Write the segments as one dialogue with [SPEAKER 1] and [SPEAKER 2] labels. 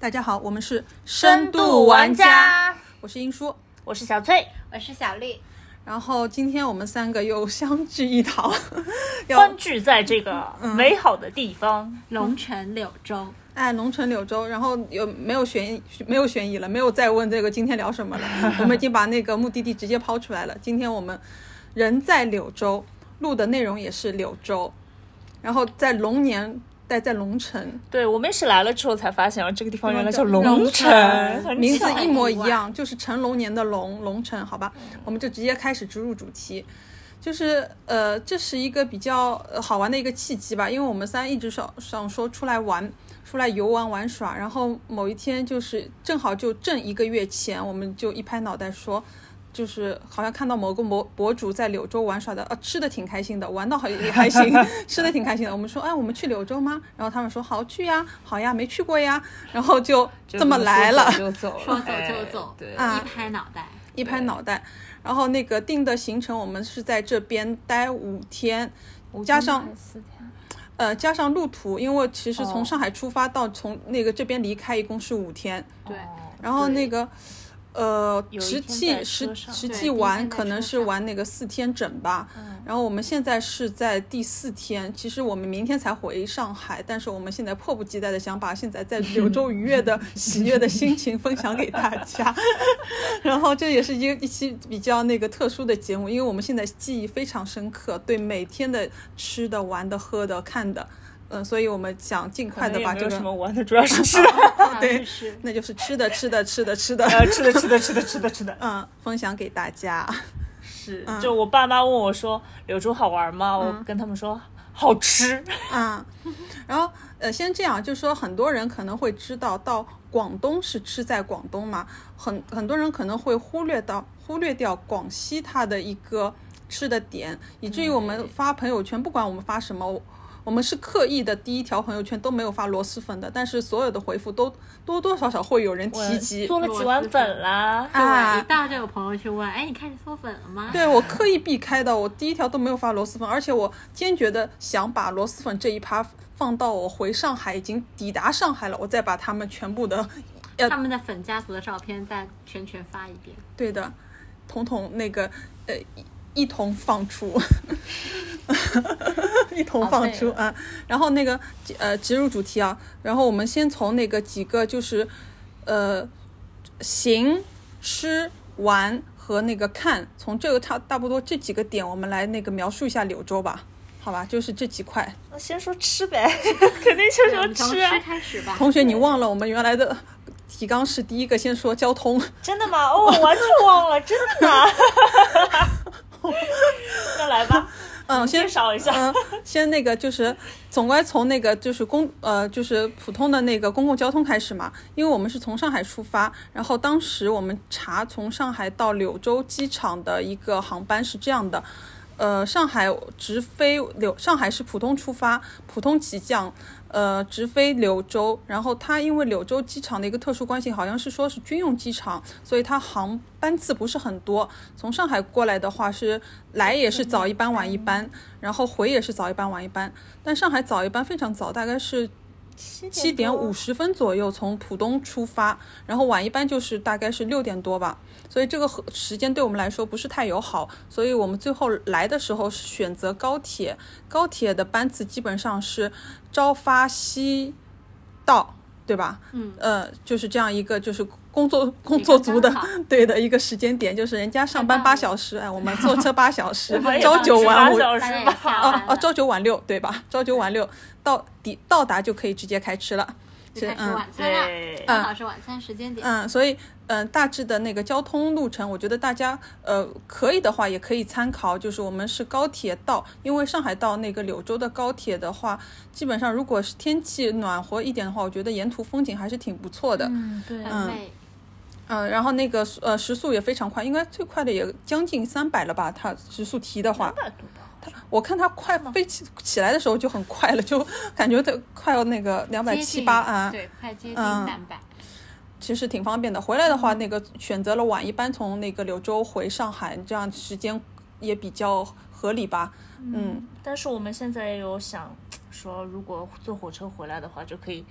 [SPEAKER 1] 大家好，我们是
[SPEAKER 2] 深度玩家，
[SPEAKER 1] 我是英叔。
[SPEAKER 2] 我是小翠，
[SPEAKER 3] 我是小绿，
[SPEAKER 1] 然后今天我们三个又相聚一 堂，要
[SPEAKER 2] 欢聚在这个
[SPEAKER 1] 嗯
[SPEAKER 2] 美好的地方。
[SPEAKER 3] 龙城柳州，
[SPEAKER 1] 哎龙城柳州，然后有没有悬疑没有悬疑了，没有再问这个今天聊什么了， 我们已经把那个目的地直接抛出来了。今天我们人在柳州，录的内容也是柳州，然后在龙年待在龙城，
[SPEAKER 2] 对我们也是来了之后才发现，啊，这个地方原来叫
[SPEAKER 1] 龙
[SPEAKER 2] 城，很
[SPEAKER 1] 名字
[SPEAKER 2] 巧
[SPEAKER 1] 一模一样，就是成龙年的龙龙城，好吧，我们就直接开始植入主题，就是呃，这是一个比较呃好玩的一个契机吧，因为我们三一直想想说出来玩，出来游玩玩耍，然后某一天就是正好就正一个月前，我们就一拍脑袋说。就是好像看到某个博博主在柳州玩耍的，呃、吃的挺开心的，玩的好也还行，吃的挺开心 的。我们说，哎，我们去柳州吗？然后他们说好去呀，好呀，没去过呀，然后就这么来了。
[SPEAKER 2] 就走了，
[SPEAKER 3] 说走就走，
[SPEAKER 2] 对，
[SPEAKER 1] 啊
[SPEAKER 3] 一拍脑袋，
[SPEAKER 1] 一拍脑袋。然后那个定的行程，我们是在这边待五天，加上
[SPEAKER 2] 四天，
[SPEAKER 1] 呃加上路途，因为其实从
[SPEAKER 2] 哦
[SPEAKER 1] 上海出发到从那个这边离开一共是五天，
[SPEAKER 3] 对
[SPEAKER 1] 然后那个。呃，
[SPEAKER 2] 有一
[SPEAKER 1] 实
[SPEAKER 2] 天
[SPEAKER 1] 际
[SPEAKER 2] 在
[SPEAKER 1] 实
[SPEAKER 2] 车上
[SPEAKER 1] 实
[SPEAKER 3] 对
[SPEAKER 1] 际
[SPEAKER 3] 第一天
[SPEAKER 1] 玩
[SPEAKER 3] 在
[SPEAKER 1] 可能
[SPEAKER 3] 车
[SPEAKER 1] 是
[SPEAKER 3] 上
[SPEAKER 1] 玩那个四天整吧。然后我们现在是在第四天，其实我们明天才回上海，但是我们现在迫不及待的想把现在在柳州愉悦的 喜悦的心情分享给大家。 然后这也是一个一期比较那个特殊的节目，因为我们现在记忆非常深刻，对每天的吃的、玩的、喝的、看的，嗯、所以我们想尽快的把
[SPEAKER 2] 没
[SPEAKER 1] 这
[SPEAKER 2] 有什
[SPEAKER 1] 个，
[SPEAKER 2] 么玩的，主要 是吃的，
[SPEAKER 1] 对
[SPEAKER 3] 是
[SPEAKER 1] 那就是吃的、吃的、吃的、吃的，
[SPEAKER 2] 呃，吃的，吃的，吃的，吃的，吃的。
[SPEAKER 1] 嗯，分享给大家。
[SPEAKER 2] 是，就我爸妈问我说柳州好玩
[SPEAKER 1] 嗯
[SPEAKER 2] 吗？我跟他们说好吃，
[SPEAKER 1] 啊，然后呃，先这样，就说很多人可能会知道，到广东是吃在广东嘛，很很多人可能会忽略到忽略掉广西它的一个吃的点，以至于我们发朋友圈，不管我们发什么。我我们是刻意的，第一条朋友圈都没有发螺蛳粉的，但是所有的回复都多多少少会有人提及。
[SPEAKER 2] 做了几碗粉啦。
[SPEAKER 1] 啊
[SPEAKER 3] 对，一到这有朋友去问，哎，你开始嗦粉了吗？
[SPEAKER 1] 对我刻意避开的，我第一条都没有发螺蛳粉，而且我坚决的想把螺蛳粉这一趴放到我回上海已经抵达上海了，我再把他们全部的，
[SPEAKER 3] 他们的粉家族的照片再全全发一遍，
[SPEAKER 1] 对的，统统那个呃一一同放 出，一
[SPEAKER 2] 哦
[SPEAKER 1] 同放出啊。然后那个呃植入主题啊，然后我们先从那个几个就是呃行、吃、玩和那个看，从这个差差不多这几个点，我们来那个描述一下柳州吧。好吧，就是这几块。
[SPEAKER 2] 那先说吃呗， 肯定先
[SPEAKER 3] 我
[SPEAKER 2] 说
[SPEAKER 3] 们从
[SPEAKER 2] 吃啊。
[SPEAKER 3] 吃开始吧。
[SPEAKER 1] 同学，你忘了我们原来的提纲是第一个先说交通，
[SPEAKER 2] 真的吗？哦，我完全忘了，真 的吗？ 那来吧，
[SPEAKER 1] 嗯，先
[SPEAKER 2] 介绍一下。
[SPEAKER 1] 嗯，先那个就是，总归从那个就是公呃就是普通的那个公共交通开始嘛，因为我们是从上海出发，然后当时我们查从上海到柳州机场的一个航班是这样的，呃，上海直飞柳，上海是浦东出发，浦东起降，呃，直飞柳州。然后它因为柳州机场的一个特殊关系，好像是说是军用机场，所以它航班次不是很多。从上海过来的话是来也是早一班晚一班，然后回也是早一班晚一班。但上海早一班非常早，大概是七点五十分左右从浦东出发，然后晚一班就是大概是六点多吧，所以这个和时间对我们来说不是太友好，所以我们最后来的时候是选择高铁，高铁的班次基本上是朝发夕到，对吧？嗯，呃，就是这样一个就是工作工作族的
[SPEAKER 3] 刚刚好
[SPEAKER 1] 对的一个时间点，就是人家上班
[SPEAKER 3] 太棒
[SPEAKER 1] 八
[SPEAKER 3] 了
[SPEAKER 1] 小时，哎，我们坐车八小时
[SPEAKER 2] 我，也
[SPEAKER 1] 朝九晚五
[SPEAKER 2] 八，小
[SPEAKER 3] 大家
[SPEAKER 2] 时
[SPEAKER 3] 也
[SPEAKER 2] 吧。
[SPEAKER 3] 下
[SPEAKER 1] 哦
[SPEAKER 3] 班
[SPEAKER 1] 哦，
[SPEAKER 3] 了，
[SPEAKER 1] 朝九晚六对吧？朝九晚六到抵到达就可以直接开吃了。
[SPEAKER 3] 就开始
[SPEAKER 1] 嗯
[SPEAKER 3] 晚餐了，
[SPEAKER 2] 对，
[SPEAKER 3] 正好是晚餐时间点。
[SPEAKER 1] 嗯，所以嗯、呃大致的那个交通路程，我觉得大家呃可以的话也可以参考，就是我们是高铁到，因为上海到那个柳州的高铁的话，基本上如果是天气暖和一点的话，我觉得沿途风景还是挺不错的。
[SPEAKER 2] 嗯，对
[SPEAKER 3] 很美，
[SPEAKER 1] 嗯，然后那个呃时速也非常快，应该最快的也将近三百了吧？它时速提的话，我看它快飞起起来的时候就很快了，就感觉它快要那个两百
[SPEAKER 3] 接
[SPEAKER 1] 七
[SPEAKER 3] 近
[SPEAKER 1] 八啊，
[SPEAKER 3] 嗯对，快接近
[SPEAKER 1] 嗯
[SPEAKER 3] 三百，
[SPEAKER 1] 其实挺方便的。回来的话，那个选择了晚一班从那个柳州回上海，这样时间也比较合理吧。嗯，
[SPEAKER 2] 但是我们现在有想说，如果坐火车回来的话，就可以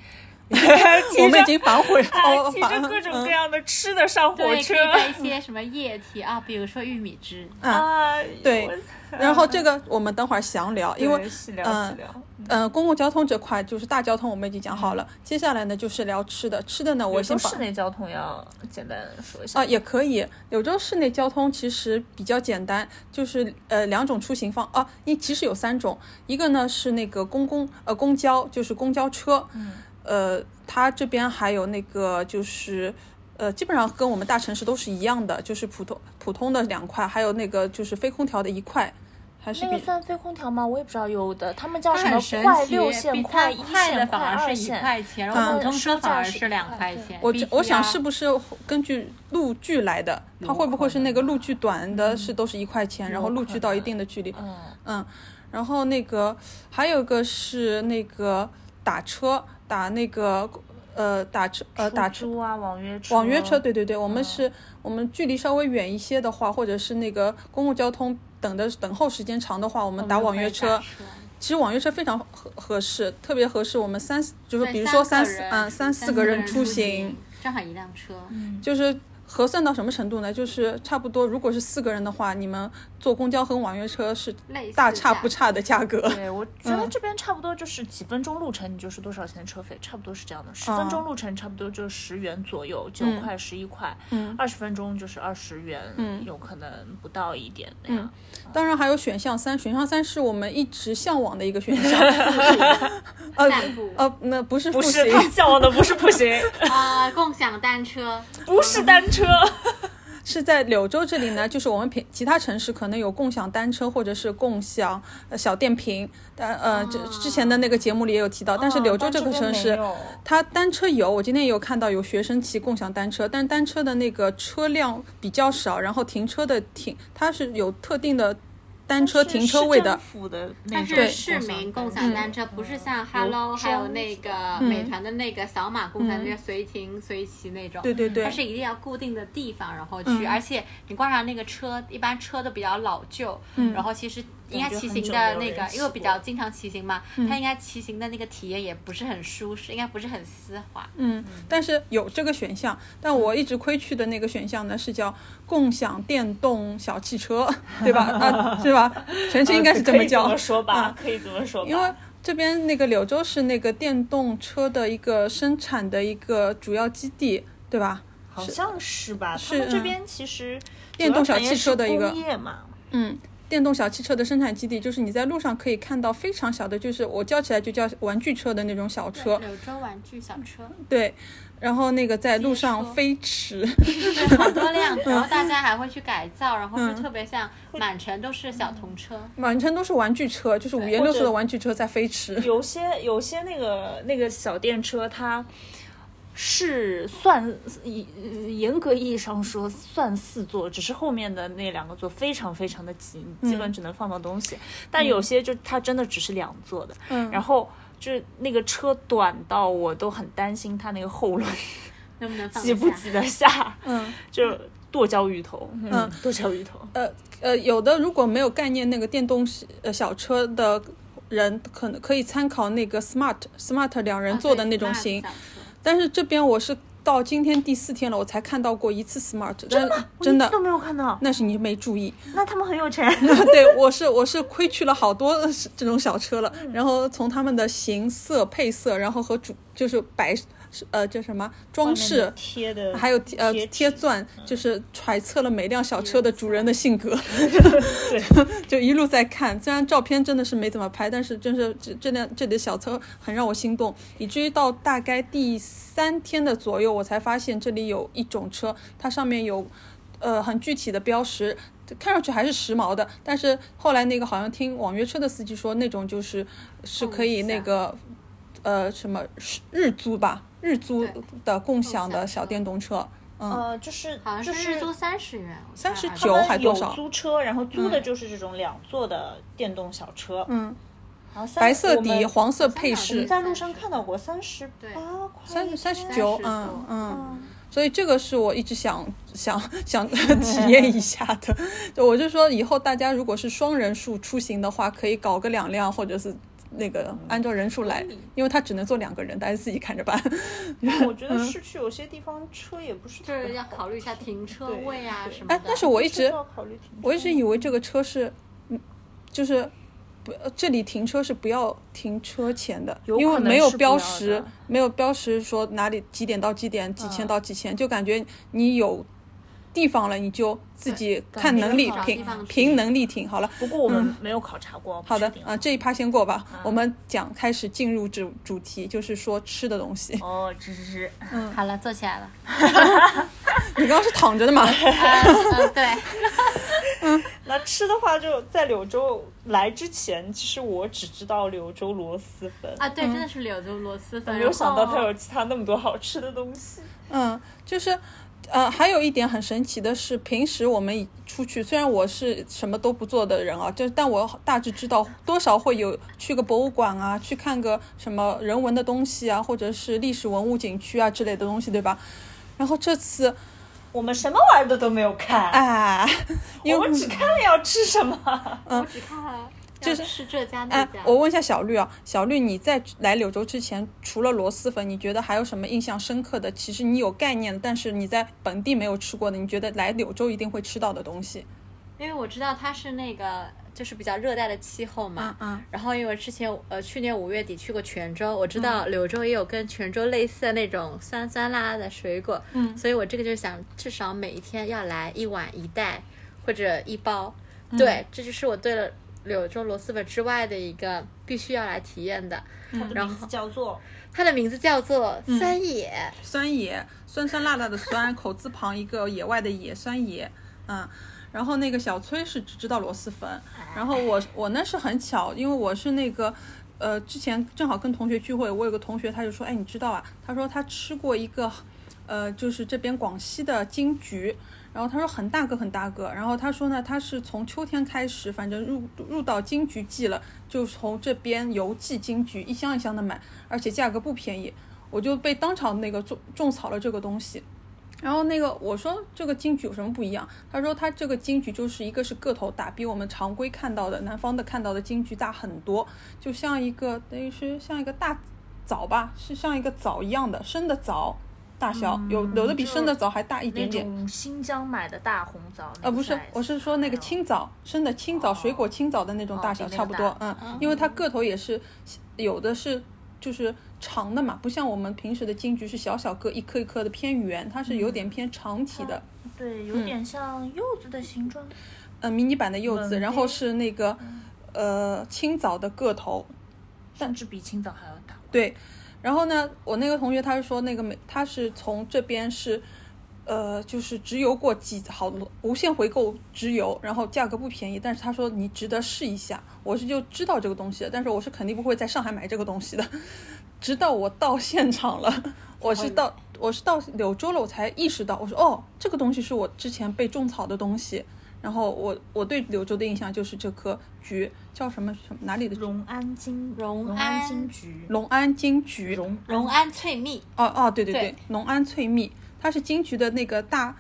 [SPEAKER 1] 我们已经反悔了，
[SPEAKER 2] 还
[SPEAKER 1] 哦
[SPEAKER 2] 提
[SPEAKER 1] 反
[SPEAKER 2] 着哎各种各样的吃的上火
[SPEAKER 3] 对，可
[SPEAKER 2] 车
[SPEAKER 3] 以 带一些什么液体啊，比如说玉米汁。
[SPEAKER 1] 嗯啊。
[SPEAKER 2] 啊，
[SPEAKER 1] 对
[SPEAKER 2] 我，
[SPEAKER 1] 然后这个我们等会儿详聊，因为
[SPEAKER 2] 对细聊
[SPEAKER 1] 嗯
[SPEAKER 2] 细聊，
[SPEAKER 1] 呃，公共交通这块就是大交通，我们已经讲好了。
[SPEAKER 2] 嗯
[SPEAKER 1] 接下来呢，就是聊吃的。吃的呢，我
[SPEAKER 2] 我
[SPEAKER 1] 先
[SPEAKER 2] 说
[SPEAKER 1] 把
[SPEAKER 2] 室内交通要简单说一下
[SPEAKER 1] 啊，也可以。柳州市内交通其实比较简单，就是呃两种出行方啊，一其实有三种，一个呢是那个公共呃公交，就是公交车，嗯，呃，它这边还有那个就是。呃，基本上跟我们大城市都是一样的，就是普通普通的两块，还有那个就是非空调的一块，还是
[SPEAKER 4] 那
[SPEAKER 1] 比、
[SPEAKER 4] 个算飞空调吗？我也不知道，有的他们叫
[SPEAKER 3] 它
[SPEAKER 4] 什
[SPEAKER 3] 很
[SPEAKER 4] 么
[SPEAKER 3] 神
[SPEAKER 4] 快
[SPEAKER 3] 奇，
[SPEAKER 4] 六
[SPEAKER 3] 比
[SPEAKER 4] 线、
[SPEAKER 3] 它
[SPEAKER 4] 快一
[SPEAKER 3] 快的
[SPEAKER 4] 线、
[SPEAKER 3] 反而
[SPEAKER 4] 二
[SPEAKER 3] 是一
[SPEAKER 4] 线。
[SPEAKER 3] 块钱，然后
[SPEAKER 1] 嗯
[SPEAKER 3] 普通车反而是
[SPEAKER 4] 嗯
[SPEAKER 3] 两块钱。啊
[SPEAKER 1] 我
[SPEAKER 3] BTR
[SPEAKER 1] 我
[SPEAKER 4] 啊
[SPEAKER 1] 想是不是根据路距来的？它会不会是那个路距短的是都是一块钱，然后路距到一定的距离？嗯，然后那个还有一个是那个打车，打那个呃打车呃打车。
[SPEAKER 2] 出租啊，网约车，
[SPEAKER 1] 网约车，对对对，我们是，我们距离稍微远一些的话，或者是那个公共交通等的等候时间长的话，我们打网约车。其实网约车非常合合适，特别合适我们三，就是
[SPEAKER 3] 对
[SPEAKER 1] 比如说三
[SPEAKER 3] 三个
[SPEAKER 1] 四
[SPEAKER 3] 人
[SPEAKER 1] 嗯三四
[SPEAKER 3] 四
[SPEAKER 1] 个
[SPEAKER 3] 人
[SPEAKER 1] 人出
[SPEAKER 3] 行
[SPEAKER 1] 行，，嗯
[SPEAKER 3] 正好一辆车。
[SPEAKER 1] 就是核算到什么程度呢？就是差不多，如果是四个人的话，你们坐公交和网约车是
[SPEAKER 3] 类似
[SPEAKER 1] 大差不
[SPEAKER 3] 价
[SPEAKER 1] 差的价格。
[SPEAKER 2] 对，我觉
[SPEAKER 1] 嗯
[SPEAKER 2] 得这边差不多就是几分钟路程，你就是多少钱车费，差不多是这样的。十
[SPEAKER 1] 哦
[SPEAKER 2] 分钟路程差不多就十元左右，九块、十一块。
[SPEAKER 1] 嗯
[SPEAKER 2] 二十分钟就是二十元，
[SPEAKER 1] 嗯
[SPEAKER 2] 有可能不到一点那样。
[SPEAKER 1] 当然还有选项三，选项三是我们一直向往的一个选 项。呃
[SPEAKER 3] 散步
[SPEAKER 1] 呃，那不是
[SPEAKER 2] 不
[SPEAKER 1] 复习
[SPEAKER 2] 是，他向往的不是步行，
[SPEAKER 3] 啊，共享单车，
[SPEAKER 2] 不是单车。
[SPEAKER 1] 嗯是在柳州这里呢，就是我们平其他城市可能有共享单车或者是共享呃小电瓶，但呃这
[SPEAKER 3] 哦
[SPEAKER 1] 之前的那个节目里也有提到，但是柳州这个城市。
[SPEAKER 2] 哦
[SPEAKER 1] 它单车有，我今天也有看到有学生骑共享单车，但单车的那个车辆比较少，然后停车的停，它是有特定的单车停车位的。嗯
[SPEAKER 2] 府的那
[SPEAKER 3] 但
[SPEAKER 2] 种
[SPEAKER 3] 是市民
[SPEAKER 2] 共
[SPEAKER 3] 共
[SPEAKER 2] 享单
[SPEAKER 3] 享单
[SPEAKER 2] 车
[SPEAKER 3] 车不是像 Hello 还有那个美团的那个扫码共享单车随停随骑那种，
[SPEAKER 1] 嗯对对对嗯
[SPEAKER 3] 它是一定要固定的地方然后去，而且你挂上那个车，一般车都比较老旧，
[SPEAKER 1] 嗯
[SPEAKER 3] 然后其实。应该
[SPEAKER 2] 感觉
[SPEAKER 3] 骑
[SPEAKER 2] 很
[SPEAKER 3] 行
[SPEAKER 2] 久没
[SPEAKER 3] 的
[SPEAKER 2] 有
[SPEAKER 3] 那
[SPEAKER 2] 人
[SPEAKER 3] 个，
[SPEAKER 2] 骑
[SPEAKER 3] 因为我比
[SPEAKER 2] 过
[SPEAKER 3] 较经常骑行嘛，
[SPEAKER 1] 嗯
[SPEAKER 3] 它应该骑行的那个体验也不是很舒适，应该不是很丝滑。
[SPEAKER 1] 嗯，但是有这个选项，但我一直亏去的那个选项呢是叫共享电动小汽车，对吧？啊，是吧？全
[SPEAKER 2] 呃
[SPEAKER 1] 称应该是这么叫。
[SPEAKER 2] 可以这么说吧
[SPEAKER 1] 啊，
[SPEAKER 2] 可以这么说吧。
[SPEAKER 1] 因为这边那个柳州是那个电动车的一个生产的一个主要基地，对吧？
[SPEAKER 2] 好像是吧，他
[SPEAKER 1] 是
[SPEAKER 2] 们这
[SPEAKER 1] 嗯
[SPEAKER 2] 边其实
[SPEAKER 1] 电动小
[SPEAKER 2] 主要产业
[SPEAKER 1] 汽车
[SPEAKER 2] 是
[SPEAKER 1] 的一个
[SPEAKER 2] 工业嘛，
[SPEAKER 1] 嗯，电动小汽车的生产基地，就是你在路上可以看到非常小的，就是我叫起来就叫玩具车的那种小车，
[SPEAKER 3] 柳州玩具小车，
[SPEAKER 1] 对。然后那个在路
[SPEAKER 3] 街
[SPEAKER 1] 上
[SPEAKER 3] 车
[SPEAKER 1] 飞驰，
[SPEAKER 3] 对，嗯好多辆，然后大家还会去改造，然后就特别像满城都是小童车。
[SPEAKER 1] 满城都是玩具车，就是五颜六色的
[SPEAKER 2] 或者
[SPEAKER 1] 玩具车在飞驰。
[SPEAKER 2] 有些有些那个那个小电车，它是算以严格意义上说算四座，只是后面的那两个座非常非常的挤，基
[SPEAKER 1] 嗯
[SPEAKER 2] 本只能放放东西。但有些就它真的只是两座的，
[SPEAKER 1] 嗯
[SPEAKER 2] 然后就是那个车短到我都很担心它那个后轮
[SPEAKER 3] 能不能放
[SPEAKER 2] 挤不
[SPEAKER 3] 得下
[SPEAKER 2] 挤得下，
[SPEAKER 1] 嗯，
[SPEAKER 2] 就剁椒鱼头，嗯，剁椒鱼头。
[SPEAKER 1] 呃呃，有的如果没有概念那个电动小呃小车的人，可能可以参考那个 Smart Smart 两人座的那种型。
[SPEAKER 3] 啊
[SPEAKER 1] 但是这边我是到今天第四天了，我才看到过一次 Smart，真的 真
[SPEAKER 2] 我一
[SPEAKER 1] 的
[SPEAKER 2] 次都，没有看到，
[SPEAKER 1] 那是你没注 意。
[SPEAKER 2] 那他们很 有钱。
[SPEAKER 1] 对，我是我是亏去了好多这种小车了，
[SPEAKER 2] 嗯
[SPEAKER 1] 然后从他们的形色、配色，然后和主就是摆是呃叫什么装饰，
[SPEAKER 2] 贴的，
[SPEAKER 1] 还有呃
[SPEAKER 2] 贴纸
[SPEAKER 1] 贴钻，就是揣测了每辆小车的主人的性格，
[SPEAKER 2] 嗯
[SPEAKER 1] 就一路在看。虽然照片真的是没怎么拍，但是真是这这辆这里的小车很让我心动，以至于到大概第三天的左右，我才发现这里有一种车，它上面有呃很具体的标识，看上去还是时髦的，但是后来那个好像听网约车的司机说，那种就是是可以那个呃什么日租吧，日租
[SPEAKER 3] 对
[SPEAKER 1] 的共享的
[SPEAKER 3] 共享
[SPEAKER 1] 小
[SPEAKER 3] 车
[SPEAKER 1] 电动车，嗯，
[SPEAKER 2] 呃，就是
[SPEAKER 3] 好
[SPEAKER 2] 就
[SPEAKER 3] 像
[SPEAKER 2] 是
[SPEAKER 3] 是租三十元，我看
[SPEAKER 1] 39
[SPEAKER 2] 他们
[SPEAKER 1] 还多少
[SPEAKER 2] 有租车，然后租的就是这种两座的电动小车，
[SPEAKER 1] 嗯，
[SPEAKER 2] 然后三
[SPEAKER 1] 白色
[SPEAKER 2] 我们
[SPEAKER 1] 底黄色配
[SPEAKER 2] 我们
[SPEAKER 1] 饰，
[SPEAKER 2] 在路上看到过三十
[SPEAKER 3] 对
[SPEAKER 2] 八块，
[SPEAKER 1] 三三十
[SPEAKER 3] 39
[SPEAKER 1] 九
[SPEAKER 3] 多，
[SPEAKER 1] 嗯嗯
[SPEAKER 2] 嗯，
[SPEAKER 1] 所以这个是我一直想想 想体验一下的。就我就说以后大家如果是双人数出行的话，可以搞个两辆或者是。那个按照人数来，因为他只能坐两个人，大家自己看着办。
[SPEAKER 2] 我觉得市区有些地方车也不是特
[SPEAKER 3] 就是
[SPEAKER 2] 别
[SPEAKER 3] 要
[SPEAKER 2] 好，
[SPEAKER 3] 考虑一下停车
[SPEAKER 2] 对
[SPEAKER 3] 位啊
[SPEAKER 2] 对
[SPEAKER 3] 什么的。
[SPEAKER 1] 哎，但是我一
[SPEAKER 2] 车
[SPEAKER 1] 直
[SPEAKER 2] 道考虑停车
[SPEAKER 1] 我一直以为这个车是，嗯，就是不呃这里停车是不要停车钱的，
[SPEAKER 2] 有
[SPEAKER 1] 因为
[SPEAKER 2] 可能
[SPEAKER 1] 没有
[SPEAKER 2] 是不
[SPEAKER 1] 标
[SPEAKER 2] 要
[SPEAKER 1] 识
[SPEAKER 2] 的，嗯
[SPEAKER 1] 没有标识说哪里几点到几点，几千到几千，就感觉你有地方了，你就自己看
[SPEAKER 3] 地
[SPEAKER 1] 能力
[SPEAKER 3] 方
[SPEAKER 1] 凭
[SPEAKER 3] 地方
[SPEAKER 1] 凭
[SPEAKER 3] 去
[SPEAKER 1] 能力停好了。
[SPEAKER 2] 不过我们没有考察过，
[SPEAKER 1] 嗯
[SPEAKER 2] 不
[SPEAKER 1] 好的
[SPEAKER 2] 确，定
[SPEAKER 1] 啊，这一趴先过吧。
[SPEAKER 2] 嗯
[SPEAKER 1] 我们讲开始进入主主题，就是说吃的东西。
[SPEAKER 2] 哦，吱吱吱，
[SPEAKER 3] 好了，坐起来了。
[SPEAKER 1] 你刚刚是躺着 的嘛？
[SPEAKER 3] 嗯， 嗯对，
[SPEAKER 2] 那吃的话，就在柳州来之前，其实我只知道柳州螺蛳粉，
[SPEAKER 3] 啊，对，真的是柳州螺蛳粉。
[SPEAKER 2] 没有想到它
[SPEAKER 3] 然后
[SPEAKER 2] 有其他那么多好吃的东西。
[SPEAKER 1] 嗯，就是，呃，还有一点很神奇的是，平时我们一出去，虽然我是什么都不做的人啊，就是但我大致知道多少会有去个博物馆啊，去看个什么人文的东西啊，或者是历史文物景区啊之类的东西，对吧？然后这次，
[SPEAKER 2] 我们什么玩意儿的都没有看，
[SPEAKER 1] 哎，因
[SPEAKER 2] 我
[SPEAKER 1] 为
[SPEAKER 2] 们只看了要吃什么。
[SPEAKER 3] 我只看了，
[SPEAKER 1] 就是
[SPEAKER 3] 是这家那
[SPEAKER 1] 哎
[SPEAKER 3] 家，。
[SPEAKER 1] 我问一下小绿啊，小绿，你在来柳州之前，除了螺蛳粉，你觉得还有什么印象深刻的？其实你有概念，但是你在本地没有吃过的，你觉得来柳州一定会吃到的东西？
[SPEAKER 3] 因为我知道它是那个就是比较热带的气候嘛。
[SPEAKER 1] 嗯。
[SPEAKER 3] 然后因为之前呃去年五月底去过泉州，我知道柳州也有跟泉州类似的那种酸酸辣辣的水果，嗯，所以我这个就是想至少每一天要来一碗一袋或者一包，对，这就是我对了柳州螺蛳粉之外的一个必须要来体验的。然后
[SPEAKER 2] 叫做
[SPEAKER 3] 它的名字叫做三野，
[SPEAKER 1] 酸野，酸酸辣辣的酸，口字旁一个野外的野，酸野，嗯。然后那个小崔是只知道螺蛳粉，然后我我那是很巧，因为我是那个，呃，之前正好跟同学聚会，我有个同学他就说，哎，你知道啊？他说他吃过一个，呃，就是这边广西的金桔，然后他说很大个很大个，然后他说呢，他是从秋天开始，反正入入到金桔季了，就从这边邮寄金桔，一箱一箱的买，而且价格不便宜，我就被当场那个种种草了这个东西。然后那个我说这个金桔有什么不一样？他说他这个金桔就是一个是个头大，比我们常规看到的南方的看到的金桔大很多，就像一个等于是像一个大枣吧，是像一个枣一样的生的枣大小，有有的比生的枣还大一
[SPEAKER 2] 那
[SPEAKER 1] 点点。
[SPEAKER 2] 种新疆买的大红枣，
[SPEAKER 1] 呃，不是，我是说那个青枣，生的青枣，水果青枣的那种
[SPEAKER 2] 哦
[SPEAKER 1] 大
[SPEAKER 2] 比
[SPEAKER 1] 小
[SPEAKER 2] 那
[SPEAKER 1] 差
[SPEAKER 2] 个
[SPEAKER 1] 不
[SPEAKER 2] 大
[SPEAKER 1] 多，嗯，因为它个头也是，有的是就是长的嘛，不像我们平时的金桔是小小个，一颗一颗的偏圆，它是有
[SPEAKER 2] 嗯
[SPEAKER 1] 点偏长体的，
[SPEAKER 2] 对，
[SPEAKER 1] 嗯
[SPEAKER 2] 有点像柚子的形状。
[SPEAKER 1] 呃，迷你版的柚子，
[SPEAKER 2] 嗯
[SPEAKER 1] 然后是那个呃青枣的个头，
[SPEAKER 2] 甚至比青枣还要大。
[SPEAKER 1] 对，然后呢，我那个同学他是说那个美，他是从这边是，呃，就是直邮过几好多无限回购直邮，然后价格不便宜，但是他说你值得试一下。我是就知道这个东西的，但是我是肯定不会在上海买这个东西的。 直到我到现场了，我是到我是到柳州了，我才意识到，我说哦，这个东西是我之前被种草的东西。然后我我对柳州的印象就是这棵菊叫什么什么哪里的菊
[SPEAKER 2] 荣安金，
[SPEAKER 3] 荣
[SPEAKER 2] 荣
[SPEAKER 3] 安
[SPEAKER 2] 安金桔，
[SPEAKER 1] 龙安金桔，
[SPEAKER 2] 荣
[SPEAKER 3] 荣安翠蜜，
[SPEAKER 1] 哦哦，对对
[SPEAKER 3] 对
[SPEAKER 1] 对，农安翠蜜，它是金桔的那个大，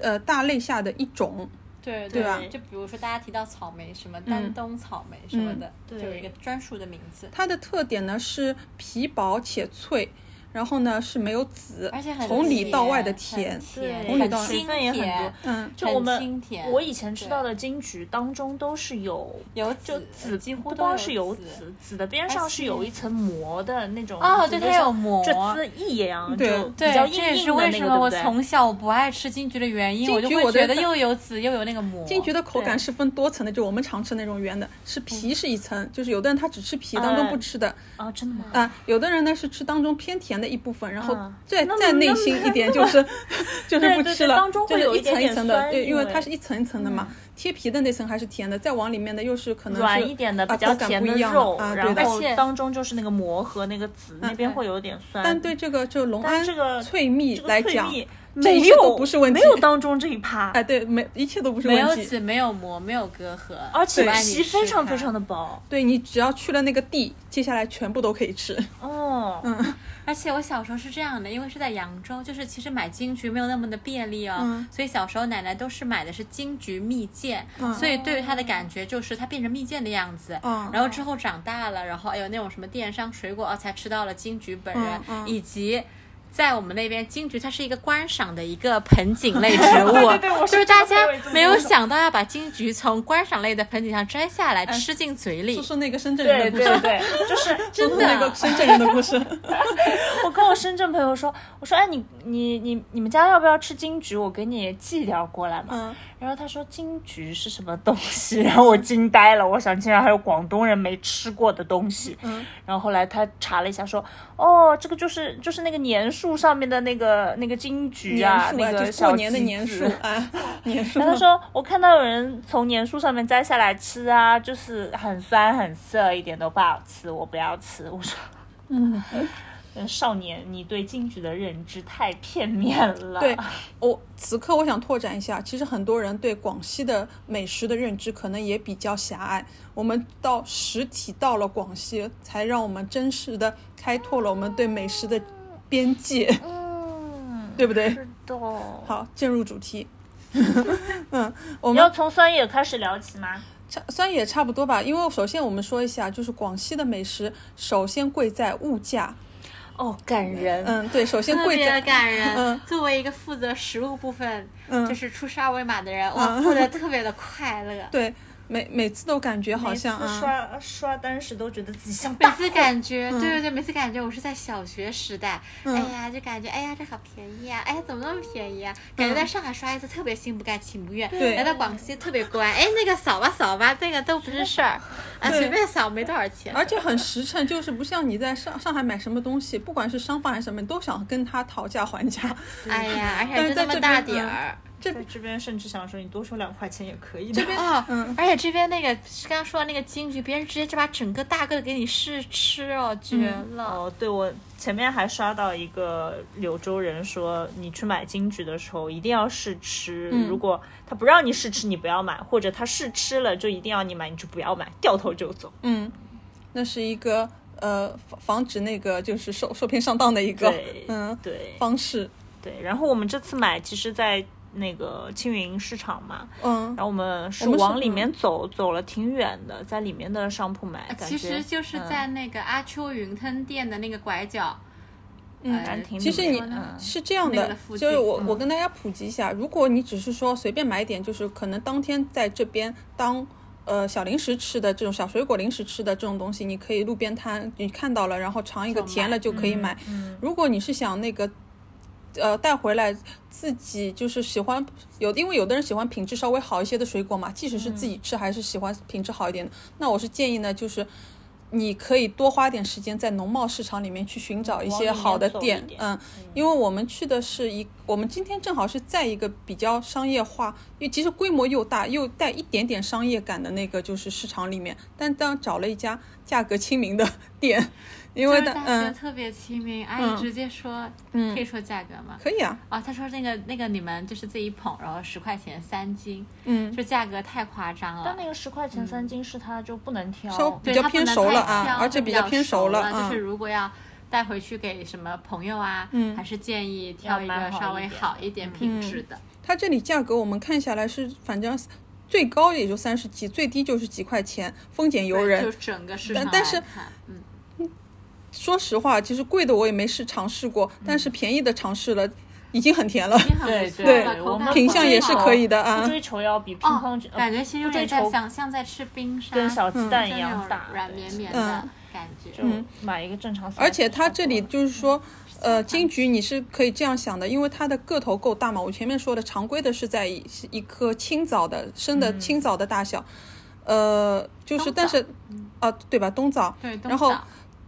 [SPEAKER 1] 呃大类下的一种。
[SPEAKER 3] 对嗯
[SPEAKER 1] 对吧
[SPEAKER 3] 就比如说大家提到草莓，什么丹东草莓什么的，就
[SPEAKER 2] 对
[SPEAKER 3] 有一个专属的名字，
[SPEAKER 1] 它的特点呢是皮薄且脆，然后呢是没有籽，
[SPEAKER 3] 而且很
[SPEAKER 1] 从里到外的
[SPEAKER 3] 甜，
[SPEAKER 1] 甜从
[SPEAKER 3] 很。甜
[SPEAKER 1] 里
[SPEAKER 3] 很
[SPEAKER 1] 到外
[SPEAKER 3] 清
[SPEAKER 2] 水分也很
[SPEAKER 3] 甜
[SPEAKER 2] 多，
[SPEAKER 1] 嗯，
[SPEAKER 2] 就我们
[SPEAKER 3] 很清甜
[SPEAKER 2] 我以前吃到的金桔当中都是有
[SPEAKER 3] 有
[SPEAKER 2] 就
[SPEAKER 3] 籽
[SPEAKER 2] 籽
[SPEAKER 3] 几乎
[SPEAKER 2] 不
[SPEAKER 3] 都
[SPEAKER 2] 光是有
[SPEAKER 3] 籽。
[SPEAKER 2] 籽，籽的边上是有一层膜的那种。
[SPEAKER 3] 哦
[SPEAKER 2] 就
[SPEAKER 3] 对
[SPEAKER 2] 类似
[SPEAKER 3] 它有膜
[SPEAKER 2] 这呲一样
[SPEAKER 1] 对
[SPEAKER 2] 就
[SPEAKER 3] 对
[SPEAKER 2] 比较，
[SPEAKER 3] 这
[SPEAKER 2] 硬
[SPEAKER 3] 也
[SPEAKER 2] 硬
[SPEAKER 3] 是
[SPEAKER 2] 的
[SPEAKER 3] 为
[SPEAKER 2] 那
[SPEAKER 3] 什
[SPEAKER 2] 个，
[SPEAKER 3] 么我
[SPEAKER 2] 对不对？
[SPEAKER 3] 从小不爱吃金桔的原因，
[SPEAKER 1] 金桔
[SPEAKER 3] 我就会
[SPEAKER 1] 我
[SPEAKER 3] 觉
[SPEAKER 1] 觉
[SPEAKER 3] 得
[SPEAKER 1] 得
[SPEAKER 3] 又有籽又有那个膜。
[SPEAKER 1] 金桔的口感
[SPEAKER 2] 对
[SPEAKER 1] 是分多层的，就我们常吃那种圆的，是
[SPEAKER 3] 嗯
[SPEAKER 1] 皮是一层，就是有的人他只吃皮，当中不吃的
[SPEAKER 2] 啊，真的吗？
[SPEAKER 1] 啊，有的人呢是吃当中偏甜的一部分，然后
[SPEAKER 2] 嗯
[SPEAKER 1] 再
[SPEAKER 2] 那么
[SPEAKER 1] 再内
[SPEAKER 2] 那么
[SPEAKER 1] 心一点就是 就是
[SPEAKER 2] 对
[SPEAKER 1] 不
[SPEAKER 2] 对
[SPEAKER 1] 吃
[SPEAKER 2] 对
[SPEAKER 1] 了，
[SPEAKER 2] 当中会
[SPEAKER 1] 就是
[SPEAKER 2] 有
[SPEAKER 1] 一
[SPEAKER 2] 一点
[SPEAKER 1] 层一
[SPEAKER 2] 点
[SPEAKER 1] 层的，
[SPEAKER 2] 酸
[SPEAKER 1] 对，因
[SPEAKER 2] 因
[SPEAKER 1] 为
[SPEAKER 2] 为嗯
[SPEAKER 1] 它是一层一层的嘛，贴皮的那层还是甜的，再往里面的又是可能是
[SPEAKER 2] 软一点的
[SPEAKER 1] 啊
[SPEAKER 2] 比
[SPEAKER 1] 口
[SPEAKER 2] 较
[SPEAKER 1] 感
[SPEAKER 2] 甜
[SPEAKER 1] 不
[SPEAKER 2] 的
[SPEAKER 1] 一样
[SPEAKER 2] 肉，
[SPEAKER 1] 啊，对
[SPEAKER 2] 然
[SPEAKER 1] 的。
[SPEAKER 3] 而
[SPEAKER 2] 后
[SPEAKER 3] 且嗯
[SPEAKER 2] 当中就是那个膜和那个籽那边会有点酸。
[SPEAKER 1] 但对这个就龙
[SPEAKER 2] 但
[SPEAKER 1] 安
[SPEAKER 2] 这个
[SPEAKER 1] 翠蜜
[SPEAKER 2] 这个
[SPEAKER 1] 来
[SPEAKER 2] 翠
[SPEAKER 1] 讲
[SPEAKER 2] 蜜，
[SPEAKER 1] 这一
[SPEAKER 2] 没
[SPEAKER 1] 切都
[SPEAKER 2] 有
[SPEAKER 1] 不是问
[SPEAKER 2] 没
[SPEAKER 1] 题
[SPEAKER 2] 有当中这一趴，
[SPEAKER 1] 哎，对，没一切都不是
[SPEAKER 3] 没有
[SPEAKER 1] 问题。
[SPEAKER 3] 籽，没有膜，没有隔阂，
[SPEAKER 2] 而且
[SPEAKER 3] 不爱你
[SPEAKER 2] 皮
[SPEAKER 3] 吃
[SPEAKER 2] 非常
[SPEAKER 3] 它
[SPEAKER 2] 非常的薄。
[SPEAKER 1] 对你只要去了那个地，接下来全部都可以吃。
[SPEAKER 2] 哦，哦，
[SPEAKER 3] 嗯而且我小时候是这样的，因为是在扬州，就是其实买金桔没有那么的便利哦，
[SPEAKER 1] 嗯
[SPEAKER 3] 所以小时候奶奶都是买的是金桔蜜饯，
[SPEAKER 1] 嗯
[SPEAKER 3] 所以对于它的感觉就是它变成蜜饯的样子。
[SPEAKER 1] 嗯
[SPEAKER 3] 然后之后长大了，然后哎有那种什么电商水果哦，才吃到了金桔本人，
[SPEAKER 1] 嗯嗯
[SPEAKER 3] 以及。在我们那边，金桔它是一个观赏的一个盆景类植物，
[SPEAKER 2] 对对我
[SPEAKER 3] 就是是
[SPEAKER 2] 真
[SPEAKER 3] 大
[SPEAKER 2] 的
[SPEAKER 3] 家
[SPEAKER 2] 会有这种
[SPEAKER 3] 没有想到要把金桔从观赏类的盆景上摘下来吃进嘴里
[SPEAKER 1] 就。是那个深圳
[SPEAKER 2] 对
[SPEAKER 3] 嗯
[SPEAKER 1] 人的故事，
[SPEAKER 2] 对对，就是
[SPEAKER 1] 就
[SPEAKER 3] 真
[SPEAKER 1] 是
[SPEAKER 3] 的
[SPEAKER 1] 那个深圳人的故事。
[SPEAKER 2] 我跟我深圳朋友说，我说哎你你你你们家要不要吃金桔？我给你寄点儿过来嘛。
[SPEAKER 1] 嗯，
[SPEAKER 2] 然后他说金桔是什么东西， 然后我惊呆了，我想竟然还有广东人没吃过的东西。
[SPEAKER 1] 嗯，
[SPEAKER 2] 然后后来他查了一下说，哦，这个就是就是那个年树上面的那个那个金桔
[SPEAKER 1] 年
[SPEAKER 2] 啊，
[SPEAKER 1] 数
[SPEAKER 2] 那
[SPEAKER 1] 啊，
[SPEAKER 2] 个
[SPEAKER 1] 就是过
[SPEAKER 2] 小
[SPEAKER 1] 年的
[SPEAKER 2] 橘
[SPEAKER 1] 年
[SPEAKER 2] 子
[SPEAKER 1] 数 啊，年数。
[SPEAKER 2] 然后他说，我看到有人从年树上面摘下来吃啊，就是很酸很涩，一点都不好吃，我不要吃。我说，嗯，少年，你对金桔的认知太片面了。
[SPEAKER 1] 对，我、哦此刻我想拓展一下，其实很多人对广西的美食的认知可能也比较狭隘。我们到实体到了广西，才让我们真实的开拓了我们对美食的边界，
[SPEAKER 2] 嗯，
[SPEAKER 1] 对不对？
[SPEAKER 2] 是的。好，
[SPEAKER 1] 好，进入主题。嗯，我
[SPEAKER 2] 你
[SPEAKER 1] 们
[SPEAKER 2] 要从酸野开始聊起吗？
[SPEAKER 1] 差虽然也差不多吧，因为首先我们说一下，就是广西的美食，首先贵在物价。
[SPEAKER 2] 哦，感人。
[SPEAKER 1] 嗯，对，首先
[SPEAKER 3] 特
[SPEAKER 1] 贵
[SPEAKER 3] 别
[SPEAKER 1] 在
[SPEAKER 3] 感人。
[SPEAKER 1] 嗯
[SPEAKER 3] 作为一个负责食物部分，
[SPEAKER 1] 嗯
[SPEAKER 3] 就是出沙威玛的人，我
[SPEAKER 1] 嗯
[SPEAKER 3] 过得特别的快乐。
[SPEAKER 1] 对，每每次都感觉好像
[SPEAKER 2] 每次
[SPEAKER 1] 啊，
[SPEAKER 2] 刷刷单时都觉得自己像
[SPEAKER 3] 每
[SPEAKER 2] 大
[SPEAKER 3] 次感觉，对对对，每次感觉我是在小学时代，
[SPEAKER 1] 嗯
[SPEAKER 3] 哎呀，就感觉哎呀，这好便宜啊，哎呀，怎么那么便宜啊？感觉在上海刷一次特别心不甘情不愿，
[SPEAKER 1] 嗯对
[SPEAKER 3] 来到广西特别乖，哎，那个扫吧扫吧，那个都不是事儿， 啊，
[SPEAKER 1] 对
[SPEAKER 3] 随便扫没多少钱。
[SPEAKER 1] 而且很实诚，就是不像你在上上海买什么东西，不管是商贩还是什么，你都想跟他讨价还价。
[SPEAKER 3] 哎呀，而且
[SPEAKER 1] 但
[SPEAKER 3] 还
[SPEAKER 1] 是
[SPEAKER 3] 就
[SPEAKER 1] 在
[SPEAKER 3] 那么
[SPEAKER 1] 这边
[SPEAKER 3] 大
[SPEAKER 1] 嗯
[SPEAKER 3] 点儿。
[SPEAKER 1] 这
[SPEAKER 2] 在这边甚至想说你多收两块钱也可以的。
[SPEAKER 3] 哦，
[SPEAKER 1] 嗯
[SPEAKER 3] 而且这边那个刚刚说的那个金桔，别人直接就把整个大个的给你试吃哦，绝
[SPEAKER 1] 嗯
[SPEAKER 3] 了！
[SPEAKER 2] 哦，对，我前面还刷到一个柳州人说，你去买金桔的时候一定要试吃，如果他不让你试吃，你不要买；或者他试吃了就一定要你买，你就不要买，掉头就走。
[SPEAKER 1] 嗯，那是一个呃防防止那个就是受受骗上当的一个
[SPEAKER 2] 对
[SPEAKER 1] 嗯
[SPEAKER 2] 对
[SPEAKER 1] 方式。
[SPEAKER 2] 对，然后我们这次买，其实，在那个青云市场嘛，
[SPEAKER 1] 嗯
[SPEAKER 2] 然后我们是
[SPEAKER 1] 我们是
[SPEAKER 2] 往里面走，走了挺远的，在里面的商铺买，感
[SPEAKER 3] 啊其
[SPEAKER 2] 觉嗯
[SPEAKER 3] 实就是在那个阿秋云吞店的那个拐角，
[SPEAKER 1] 嗯
[SPEAKER 3] 呃
[SPEAKER 2] 兰亭里
[SPEAKER 1] 其实
[SPEAKER 2] 面
[SPEAKER 1] 你
[SPEAKER 2] 嗯
[SPEAKER 1] 是这样
[SPEAKER 3] 那个
[SPEAKER 1] 的
[SPEAKER 3] 的附，近嗯
[SPEAKER 1] 就是我我跟大家普及一下，如果你只是说随便买一点，就是可能当天在这边当呃小零食吃的这种小水果零食吃的这种东西，你可以路边摊你看到了，然后尝一个
[SPEAKER 3] 就买
[SPEAKER 1] 甜了就可以买。
[SPEAKER 2] 嗯
[SPEAKER 1] 如果你是想那个。呃，带回来自己就是喜欢有，因为有的人喜欢品质稍微好一些的水果嘛，即使是自己吃，还是喜欢品质好一点的。那我是建议呢，就是你可以多花点时间在农贸市场里面去寻找一些好的
[SPEAKER 2] 往
[SPEAKER 1] 店
[SPEAKER 2] 里面走一，点
[SPEAKER 1] 嗯，因为我们去的是一，我们今天正好是在一个比较商业化，因为其实规模又大又带一点点商业感的那个就是市场里面，但当找了一家价格亲民的店，因
[SPEAKER 3] 就
[SPEAKER 1] 为
[SPEAKER 3] 是
[SPEAKER 1] 的
[SPEAKER 3] 大学
[SPEAKER 1] 嗯
[SPEAKER 3] 特别亲民，阿
[SPEAKER 1] 嗯
[SPEAKER 3] 姨直接说，
[SPEAKER 1] 嗯
[SPEAKER 3] 可以说价格吗？
[SPEAKER 1] 可以啊，
[SPEAKER 3] 啊，她说那个那个你们就是自己捧，然后十块钱三斤，
[SPEAKER 1] 嗯，
[SPEAKER 3] 就价格太夸张了
[SPEAKER 2] 但。那个十块钱三斤是它就不能挑，
[SPEAKER 1] 稍
[SPEAKER 3] 对
[SPEAKER 1] 比较
[SPEAKER 3] 它不
[SPEAKER 1] 偏
[SPEAKER 3] 能
[SPEAKER 1] 熟
[SPEAKER 3] 太
[SPEAKER 1] 了啊
[SPEAKER 3] 挑
[SPEAKER 1] 而且
[SPEAKER 3] 它
[SPEAKER 1] 比
[SPEAKER 3] 比
[SPEAKER 1] 较
[SPEAKER 3] 较
[SPEAKER 1] 偏熟
[SPEAKER 3] 熟
[SPEAKER 1] 了
[SPEAKER 3] 就
[SPEAKER 1] 嗯
[SPEAKER 3] 是如果要带回去给什么朋友啊，
[SPEAKER 1] 嗯
[SPEAKER 3] 还是建议挑一
[SPEAKER 2] 要
[SPEAKER 3] 个
[SPEAKER 2] 买好
[SPEAKER 3] 稍
[SPEAKER 2] 一
[SPEAKER 3] 微
[SPEAKER 2] 点
[SPEAKER 3] 好一点品
[SPEAKER 1] 嗯
[SPEAKER 3] 质的。
[SPEAKER 1] 它这里价格我们看下来是，反正最高也就三十几，最低就是几块钱，丰俭由
[SPEAKER 3] 就
[SPEAKER 1] 人。
[SPEAKER 3] 整个市
[SPEAKER 1] 但
[SPEAKER 3] 场
[SPEAKER 1] 但
[SPEAKER 3] 来
[SPEAKER 1] 是
[SPEAKER 3] 看，嗯，
[SPEAKER 1] 说实话，其实贵的我也没试尝试过，但是便宜的尝试了，已经很甜了
[SPEAKER 3] 嗯 已。经很
[SPEAKER 2] 对
[SPEAKER 3] 不错
[SPEAKER 1] 对
[SPEAKER 3] 了，口
[SPEAKER 2] 我
[SPEAKER 3] 感
[SPEAKER 2] 们
[SPEAKER 1] 品
[SPEAKER 3] 很
[SPEAKER 1] 相也是
[SPEAKER 3] 好
[SPEAKER 1] 可以的
[SPEAKER 2] 不
[SPEAKER 1] 啊。
[SPEAKER 2] 追求要比乒
[SPEAKER 3] 哦
[SPEAKER 2] 乓球，，
[SPEAKER 3] 感觉其实有
[SPEAKER 2] 呃不追
[SPEAKER 3] 点像
[SPEAKER 2] 求
[SPEAKER 3] 像像在吃冰沙，
[SPEAKER 2] 跟小鸡蛋
[SPEAKER 3] 像
[SPEAKER 2] 一
[SPEAKER 3] 那
[SPEAKER 2] 样
[SPEAKER 3] 种
[SPEAKER 2] 大，
[SPEAKER 3] 软
[SPEAKER 2] 对
[SPEAKER 3] 绵绵的
[SPEAKER 1] 嗯
[SPEAKER 3] 感觉。
[SPEAKER 2] 就买一个正常 size 的差不多了。
[SPEAKER 1] 而且它这里就是说，呃，金桔你是可以这样想的，因为它的个头够大嘛。我前面说的常规的是在一是一颗青枣的生的青枣的大小，呃，就是
[SPEAKER 3] 嗯冬
[SPEAKER 1] 但
[SPEAKER 3] 枣嗯
[SPEAKER 1] 是，啊，对吧？冬枣，
[SPEAKER 3] 对，冬
[SPEAKER 1] 然后
[SPEAKER 3] 枣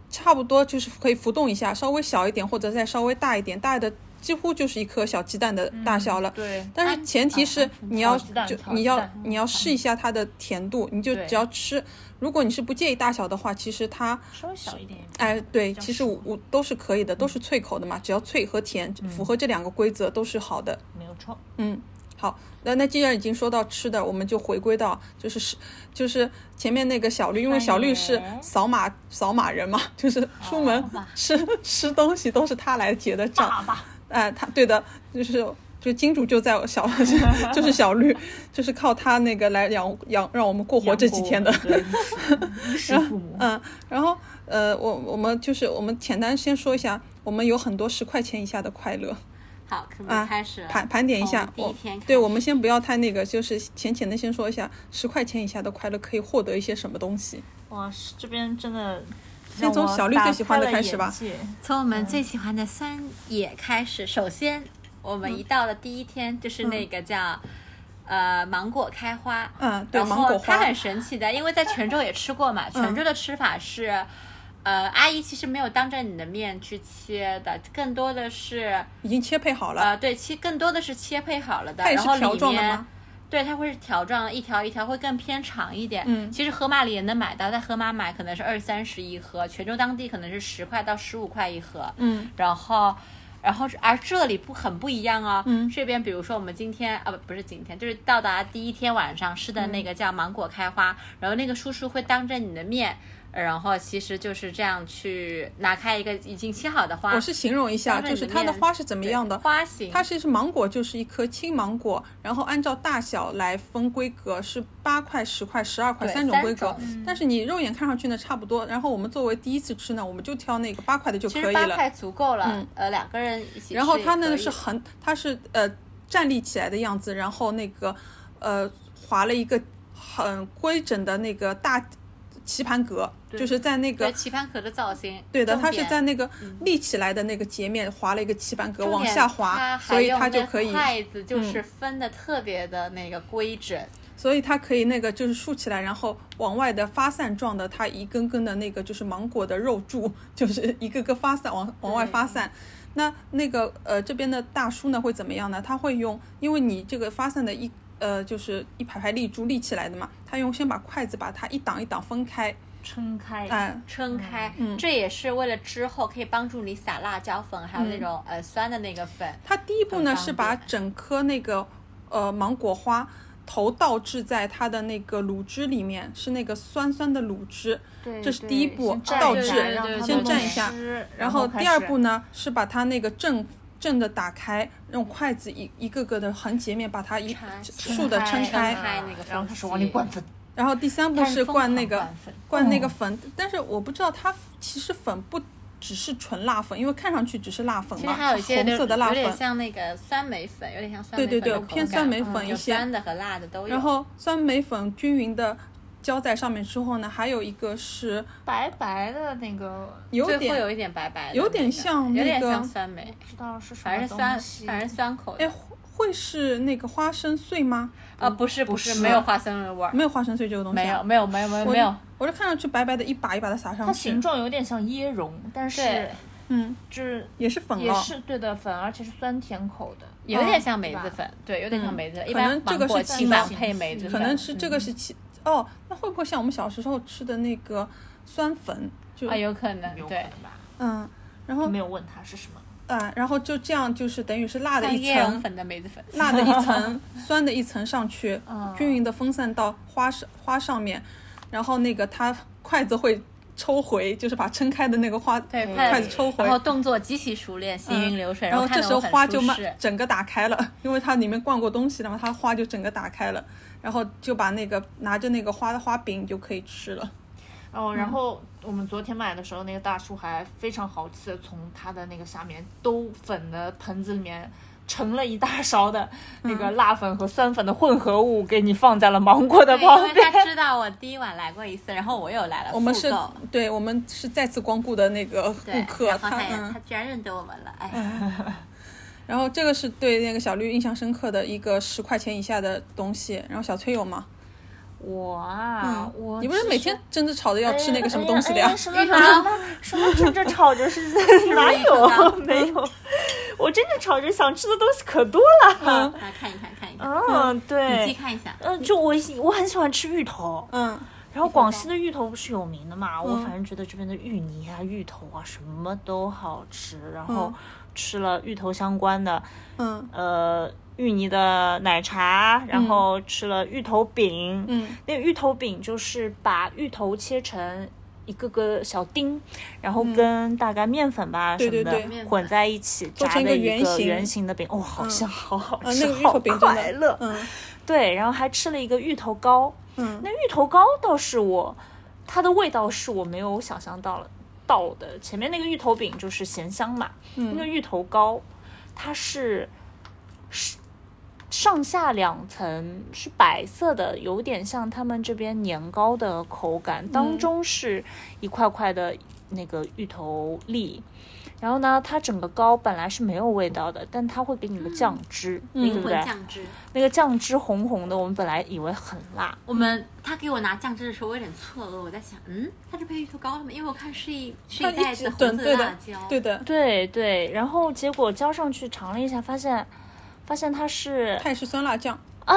[SPEAKER 1] 差不多就是可以浮动一下，稍微小一点或者再稍微大一点，大的几乎就是一颗小鸡蛋的大小了。
[SPEAKER 2] 对，
[SPEAKER 1] 但是前提是
[SPEAKER 3] 啊
[SPEAKER 1] 你要
[SPEAKER 2] 炒鸡蛋
[SPEAKER 1] 就
[SPEAKER 2] 炒
[SPEAKER 1] 你
[SPEAKER 2] 鸡
[SPEAKER 1] 要
[SPEAKER 2] 蛋
[SPEAKER 1] 你要试一下它的甜度，你就
[SPEAKER 2] 对
[SPEAKER 1] 只要吃。如果你是不介意大小的话，其实它
[SPEAKER 2] 稍微小一点。
[SPEAKER 1] 哎对，
[SPEAKER 2] 较嗯
[SPEAKER 1] 其实我我都是可以的，都是脆口的嘛，只要脆和甜符合这两个规则都是好的。
[SPEAKER 2] 没有错，
[SPEAKER 1] 嗯，好，那那既然已经说到吃的，我们就回归到就是是就是前面那个小绿，因为小绿是扫码扫码人嘛， 就是出门吃、 吃东西都是他来结的账。
[SPEAKER 2] 爸爸，
[SPEAKER 1] 哎，他对的，就是就金主就在我小， 就是小绿，就是靠他那个来养养让我们过活这几天的。
[SPEAKER 2] 对 衣食父母，
[SPEAKER 1] 嗯， 然后呃，我我们就是我们简单先说一下，我们有很多十块钱以下的快乐，
[SPEAKER 3] 好，可
[SPEAKER 2] 啊
[SPEAKER 3] 能开始了。
[SPEAKER 1] 盘盘点一下。
[SPEAKER 3] 从我
[SPEAKER 1] 我
[SPEAKER 3] 哦们第一天开始
[SPEAKER 1] 对，我们先不要太那个，就是浅浅的先说一下，十块钱以下的快乐可以获得一些什么东西。
[SPEAKER 2] 哇，是这边真的。
[SPEAKER 1] 先从小绿最喜欢的开始吧。
[SPEAKER 3] 从我们最喜欢的酸野开始，首先我们一到了第一天，就是那个叫、
[SPEAKER 2] 嗯
[SPEAKER 3] 呃芒果开花，
[SPEAKER 1] 嗯对
[SPEAKER 3] 然后
[SPEAKER 1] 芒果花
[SPEAKER 3] 它很神奇的，因为在泉州也吃过 嘛，泉州的吃法是。呃，阿姨其实没有当着你的面去切的，更多的是
[SPEAKER 1] 已经切配好了，
[SPEAKER 3] 呃，对，切更多的是切配好了的，
[SPEAKER 1] 它也
[SPEAKER 3] 然
[SPEAKER 1] 是
[SPEAKER 3] 后
[SPEAKER 1] 条
[SPEAKER 3] 里
[SPEAKER 1] 状的
[SPEAKER 3] 面
[SPEAKER 1] 吗？
[SPEAKER 3] 对，它会是条状，一条一条会更偏长一点。
[SPEAKER 1] 嗯
[SPEAKER 3] 其实盒马里也能买到，在盒马买可能是二三十一盒，泉州当地可能是十块到十五块一盒。
[SPEAKER 1] 嗯，
[SPEAKER 3] 然后，然后而这里不很不一样哦。
[SPEAKER 1] 嗯
[SPEAKER 3] 这边比如说我们今天啊不不是今天，就是到达第一天晚上吃的
[SPEAKER 1] 嗯
[SPEAKER 3] 那个叫芒果开花，然后那个叔叔会当着你的面。然后其实就是这样去拿开一个已经切好的呃花，
[SPEAKER 1] 我是形容一下，
[SPEAKER 3] 当着
[SPEAKER 1] 就
[SPEAKER 3] 你
[SPEAKER 1] 是
[SPEAKER 3] 的
[SPEAKER 1] 它的
[SPEAKER 3] 面
[SPEAKER 1] 花是怎么样的。
[SPEAKER 3] 花型，
[SPEAKER 1] 它其实芒果就是一颗青芒果，然后按照大小来分规格，是八块、十块、十二块
[SPEAKER 3] 对
[SPEAKER 1] 三种
[SPEAKER 3] 三
[SPEAKER 1] 规格
[SPEAKER 3] 种。嗯
[SPEAKER 1] 但是你肉眼看上去呢差不多，然后我们作为第一次吃呢，我们就挑那个八块的就
[SPEAKER 3] 其
[SPEAKER 1] 可
[SPEAKER 3] 实
[SPEAKER 1] 以
[SPEAKER 3] 八
[SPEAKER 1] 了。嗯
[SPEAKER 3] 块足够了，呃，两个人一起吃也可以。
[SPEAKER 1] 然后它呢是横，它是呃站立起来的样子，然后那个呃划了一个很规整的那个大棋盘格，就是在那
[SPEAKER 3] 对
[SPEAKER 1] 个。
[SPEAKER 3] 棋盘壳的造型，
[SPEAKER 1] 对的，
[SPEAKER 3] 重
[SPEAKER 1] 它是
[SPEAKER 3] 点
[SPEAKER 1] 在那个立起来的那个截面划了一个棋盘格
[SPEAKER 3] 重
[SPEAKER 1] 往
[SPEAKER 3] 点
[SPEAKER 1] 下滑，
[SPEAKER 3] 它
[SPEAKER 1] 所以
[SPEAKER 3] 它
[SPEAKER 1] 它就可以嗯
[SPEAKER 3] 筷子就是分的特别的那个规整，
[SPEAKER 1] 所以它可以那个就是竖起来，然后往外的发散状的，它一根根的那个就是芒果的肉柱， 就是一个个发散往往外发散。那那个呃这边的大叔呢会怎么样呢？他会用，因为你这个发散的一呃就是一排排立柱立起来的嘛，他用先把筷子把它一档一档分开，
[SPEAKER 2] 撑开，
[SPEAKER 1] 哎、
[SPEAKER 3] 撑开，
[SPEAKER 1] 嗯
[SPEAKER 3] 这也是为了之后可以帮助你撒辣椒粉，还
[SPEAKER 1] 嗯
[SPEAKER 3] 有那种、呃酸的那个粉。
[SPEAKER 1] 它第一步呢
[SPEAKER 3] 很方便
[SPEAKER 1] 是把整颗那个呃芒果花头倒置在它的那个卤汁里面，是那个酸酸的卤汁，
[SPEAKER 2] 对
[SPEAKER 1] 这是第一步
[SPEAKER 2] 先蘸
[SPEAKER 1] 哦倒
[SPEAKER 2] 一
[SPEAKER 1] 置
[SPEAKER 2] 下让它
[SPEAKER 1] 先
[SPEAKER 2] 们
[SPEAKER 1] 蘸一下
[SPEAKER 2] 吃
[SPEAKER 1] 然
[SPEAKER 2] 然
[SPEAKER 1] 后
[SPEAKER 2] 开
[SPEAKER 1] 第二
[SPEAKER 2] 始
[SPEAKER 1] 步呢是把它那个正正的打开，用筷子一一个个的横截面把它一
[SPEAKER 3] 插起
[SPEAKER 1] 竖的撑
[SPEAKER 2] 撑
[SPEAKER 1] 开
[SPEAKER 3] 撑，开嗯那个
[SPEAKER 2] 然后开
[SPEAKER 3] 缝
[SPEAKER 2] 始往里
[SPEAKER 3] 隙
[SPEAKER 2] 灌粉，
[SPEAKER 1] 然后第三步是灌那个
[SPEAKER 3] 看风
[SPEAKER 1] 灌那个粉，但是我不知道它其实粉不只是纯辣粉，因为看上去只是辣粉
[SPEAKER 3] 其实
[SPEAKER 1] 嘛，
[SPEAKER 3] 还有一些
[SPEAKER 1] 红色的辣
[SPEAKER 3] 有点
[SPEAKER 1] 粉，
[SPEAKER 3] 像那个酸梅粉，有点像酸
[SPEAKER 1] 对
[SPEAKER 3] 梅
[SPEAKER 1] 对
[SPEAKER 3] 粉
[SPEAKER 1] 对
[SPEAKER 3] 的，口
[SPEAKER 1] 偏
[SPEAKER 3] 感嗯
[SPEAKER 1] 酸梅粉一
[SPEAKER 3] 有
[SPEAKER 1] 些，
[SPEAKER 3] 酸的和辣的都有。
[SPEAKER 1] 然后酸梅粉均匀的浇在上面之后呢，还有一个是
[SPEAKER 2] 白白的那个，
[SPEAKER 1] 有
[SPEAKER 3] 最后
[SPEAKER 1] 点
[SPEAKER 3] 有一点白白的那个，
[SPEAKER 1] 有点像那
[SPEAKER 3] 有点
[SPEAKER 1] 个
[SPEAKER 3] 像酸梅，
[SPEAKER 2] 不知道是什
[SPEAKER 3] 反
[SPEAKER 2] 么
[SPEAKER 3] 正酸
[SPEAKER 2] 啊东西，
[SPEAKER 3] 反正酸口的
[SPEAKER 1] 哎。会会是那个花生碎吗？
[SPEAKER 3] 啊，不是不
[SPEAKER 2] 不是
[SPEAKER 3] 是，没有花生的味儿，
[SPEAKER 1] 没有花生碎这个东西、啊，
[SPEAKER 3] 没有没有没有没有
[SPEAKER 1] 我嗯
[SPEAKER 3] 没有，，
[SPEAKER 1] 我就看上去白白的一把一把的撒上去，
[SPEAKER 2] 它形状有点像椰蓉，但是
[SPEAKER 3] 对
[SPEAKER 1] 嗯，哦
[SPEAKER 2] 就是
[SPEAKER 1] 也是粉
[SPEAKER 2] 也
[SPEAKER 1] 了。
[SPEAKER 2] 是对的粉，而且是酸甜口的。
[SPEAKER 3] 有点像梅
[SPEAKER 2] 哦对
[SPEAKER 3] 子
[SPEAKER 2] 吧
[SPEAKER 3] 粉，对，有点像梅子。一
[SPEAKER 1] 嗯可
[SPEAKER 3] 般
[SPEAKER 1] 能这个
[SPEAKER 3] 芒果
[SPEAKER 1] 是
[SPEAKER 3] 青
[SPEAKER 1] 青
[SPEAKER 3] 芒
[SPEAKER 1] 芒
[SPEAKER 3] 配梅子粉，
[SPEAKER 1] 可能是
[SPEAKER 3] 嗯
[SPEAKER 1] 这个是其、哦，那会不会像我们小时候吃的那个酸粉？就、
[SPEAKER 3] 啊，有可能，
[SPEAKER 2] 有可
[SPEAKER 3] 对
[SPEAKER 2] 能。吧？
[SPEAKER 1] 嗯，然后
[SPEAKER 2] 没有问它是什么，
[SPEAKER 1] 啊，然后就这样，就是等于是辣的
[SPEAKER 3] 像
[SPEAKER 1] 一
[SPEAKER 3] 椰蓉
[SPEAKER 1] 层，
[SPEAKER 3] 粉的梅子粉，
[SPEAKER 1] 辣的一 层，酸的一层上去，
[SPEAKER 3] 嗯
[SPEAKER 1] 均匀的分散到花上花上面，然后那个它筷子会抽回，就是把撑开的那个花嗯
[SPEAKER 3] 对，
[SPEAKER 1] 筷子抽回嗯
[SPEAKER 3] 然，后动作极其熟练，行云流水，
[SPEAKER 1] 然后
[SPEAKER 3] 看
[SPEAKER 1] 这
[SPEAKER 3] 得
[SPEAKER 1] 时候
[SPEAKER 3] 我很
[SPEAKER 1] 花
[SPEAKER 3] 舒
[SPEAKER 1] 就慢
[SPEAKER 3] 适
[SPEAKER 1] 整个打开了， 因为它里面灌过东西了嘛，它花就整个打开了，然后就把那个拿着那个花的花饼就可以吃了。
[SPEAKER 2] 哦，
[SPEAKER 1] 嗯
[SPEAKER 2] 然后我们昨天买的时候，那个大叔还非常豪气的从他的那个下面兜粉的盆子里面盛了一大勺的那
[SPEAKER 1] 嗯
[SPEAKER 2] 个辣粉和酸粉的混合物，给你放在了芒果的
[SPEAKER 3] 对，
[SPEAKER 2] 旁
[SPEAKER 3] 因为
[SPEAKER 2] 边。
[SPEAKER 3] 他知道我第一晚来过一次，然后我又来了，
[SPEAKER 1] 我们
[SPEAKER 3] 复
[SPEAKER 1] 是
[SPEAKER 3] 购
[SPEAKER 1] 对，我们是再次光顾的那个顾
[SPEAKER 3] 对，
[SPEAKER 1] 客，
[SPEAKER 3] 然后
[SPEAKER 1] 他
[SPEAKER 3] 他也
[SPEAKER 1] 嗯
[SPEAKER 3] 他，居然认得我们了，哎，
[SPEAKER 1] 然后这个是对那个小绿印象深刻的一个十块钱以下的东西。然后小崔有吗？
[SPEAKER 2] 我啊，我
[SPEAKER 1] 嗯你不是每天争着吵着要吃那个什么东西的
[SPEAKER 2] 哎呀哎
[SPEAKER 1] 呀
[SPEAKER 2] 呀？什么 什么什么争着吵着 是哪有没有？我争着吵着想吃的东西可多了。
[SPEAKER 1] 嗯
[SPEAKER 3] 来看一看看一看，
[SPEAKER 2] 嗯，
[SPEAKER 3] 你自己
[SPEAKER 2] 对，
[SPEAKER 3] 看一下，
[SPEAKER 2] 嗯，就我喜我很喜欢吃芋头，
[SPEAKER 1] 嗯，
[SPEAKER 2] 然后广西的芋头不是有名的嘛，我反正觉得这边的芋泥啊、芋头啊什么都好吃。然后
[SPEAKER 1] 嗯
[SPEAKER 2] 吃了芋头相关的，
[SPEAKER 1] 嗯
[SPEAKER 2] 呃，芋泥的奶茶，然后吃了芋头饼。
[SPEAKER 1] 嗯
[SPEAKER 2] 那个芋头饼就是把芋头切成一个个小丁，然后跟大概面粉吧、
[SPEAKER 1] 嗯对
[SPEAKER 2] 什么的
[SPEAKER 1] 对对
[SPEAKER 3] 面粉
[SPEAKER 2] 混在一起，
[SPEAKER 1] 做
[SPEAKER 2] 炸
[SPEAKER 1] 成一
[SPEAKER 2] 的
[SPEAKER 1] 个圆形
[SPEAKER 2] 圆形的饼。哦，好香，好好
[SPEAKER 1] 啊，
[SPEAKER 2] 吃，
[SPEAKER 1] 那个芋
[SPEAKER 2] 好
[SPEAKER 1] 头饼真
[SPEAKER 2] 快乐
[SPEAKER 1] 的。，嗯
[SPEAKER 2] 对，然后还吃了一个芋头糕。
[SPEAKER 1] 嗯
[SPEAKER 2] 那芋头糕倒是我，它的味道是我没有想象到了到的。前面那个芋头饼就是咸香嘛，那个
[SPEAKER 1] 嗯
[SPEAKER 2] 芋头糕，它是是上下两层是白色的，有点像他们这边年糕的口感，当中是一块块的那个芋头粒。然后呢，它整个糕本来是没有味道的，但它会给你个酱汁，对不
[SPEAKER 3] 混
[SPEAKER 2] 对？
[SPEAKER 3] 酱汁。
[SPEAKER 2] 那个酱汁红红的，我们本来以为很辣，
[SPEAKER 3] 我们他给我拿酱汁的时候，我有点错愕，我在想，嗯，他这配芋头糕了吗？因为我看是一是
[SPEAKER 1] 它
[SPEAKER 3] 一袋
[SPEAKER 1] 一
[SPEAKER 3] 子
[SPEAKER 1] 直
[SPEAKER 3] 红
[SPEAKER 1] 对
[SPEAKER 3] 色
[SPEAKER 1] 对
[SPEAKER 3] 辣
[SPEAKER 1] 的
[SPEAKER 3] 椒，，
[SPEAKER 1] 对的，
[SPEAKER 2] 对对。然后结果浇上去尝了一下，发现发现它是
[SPEAKER 1] 泰式酸辣酱，
[SPEAKER 2] 啊，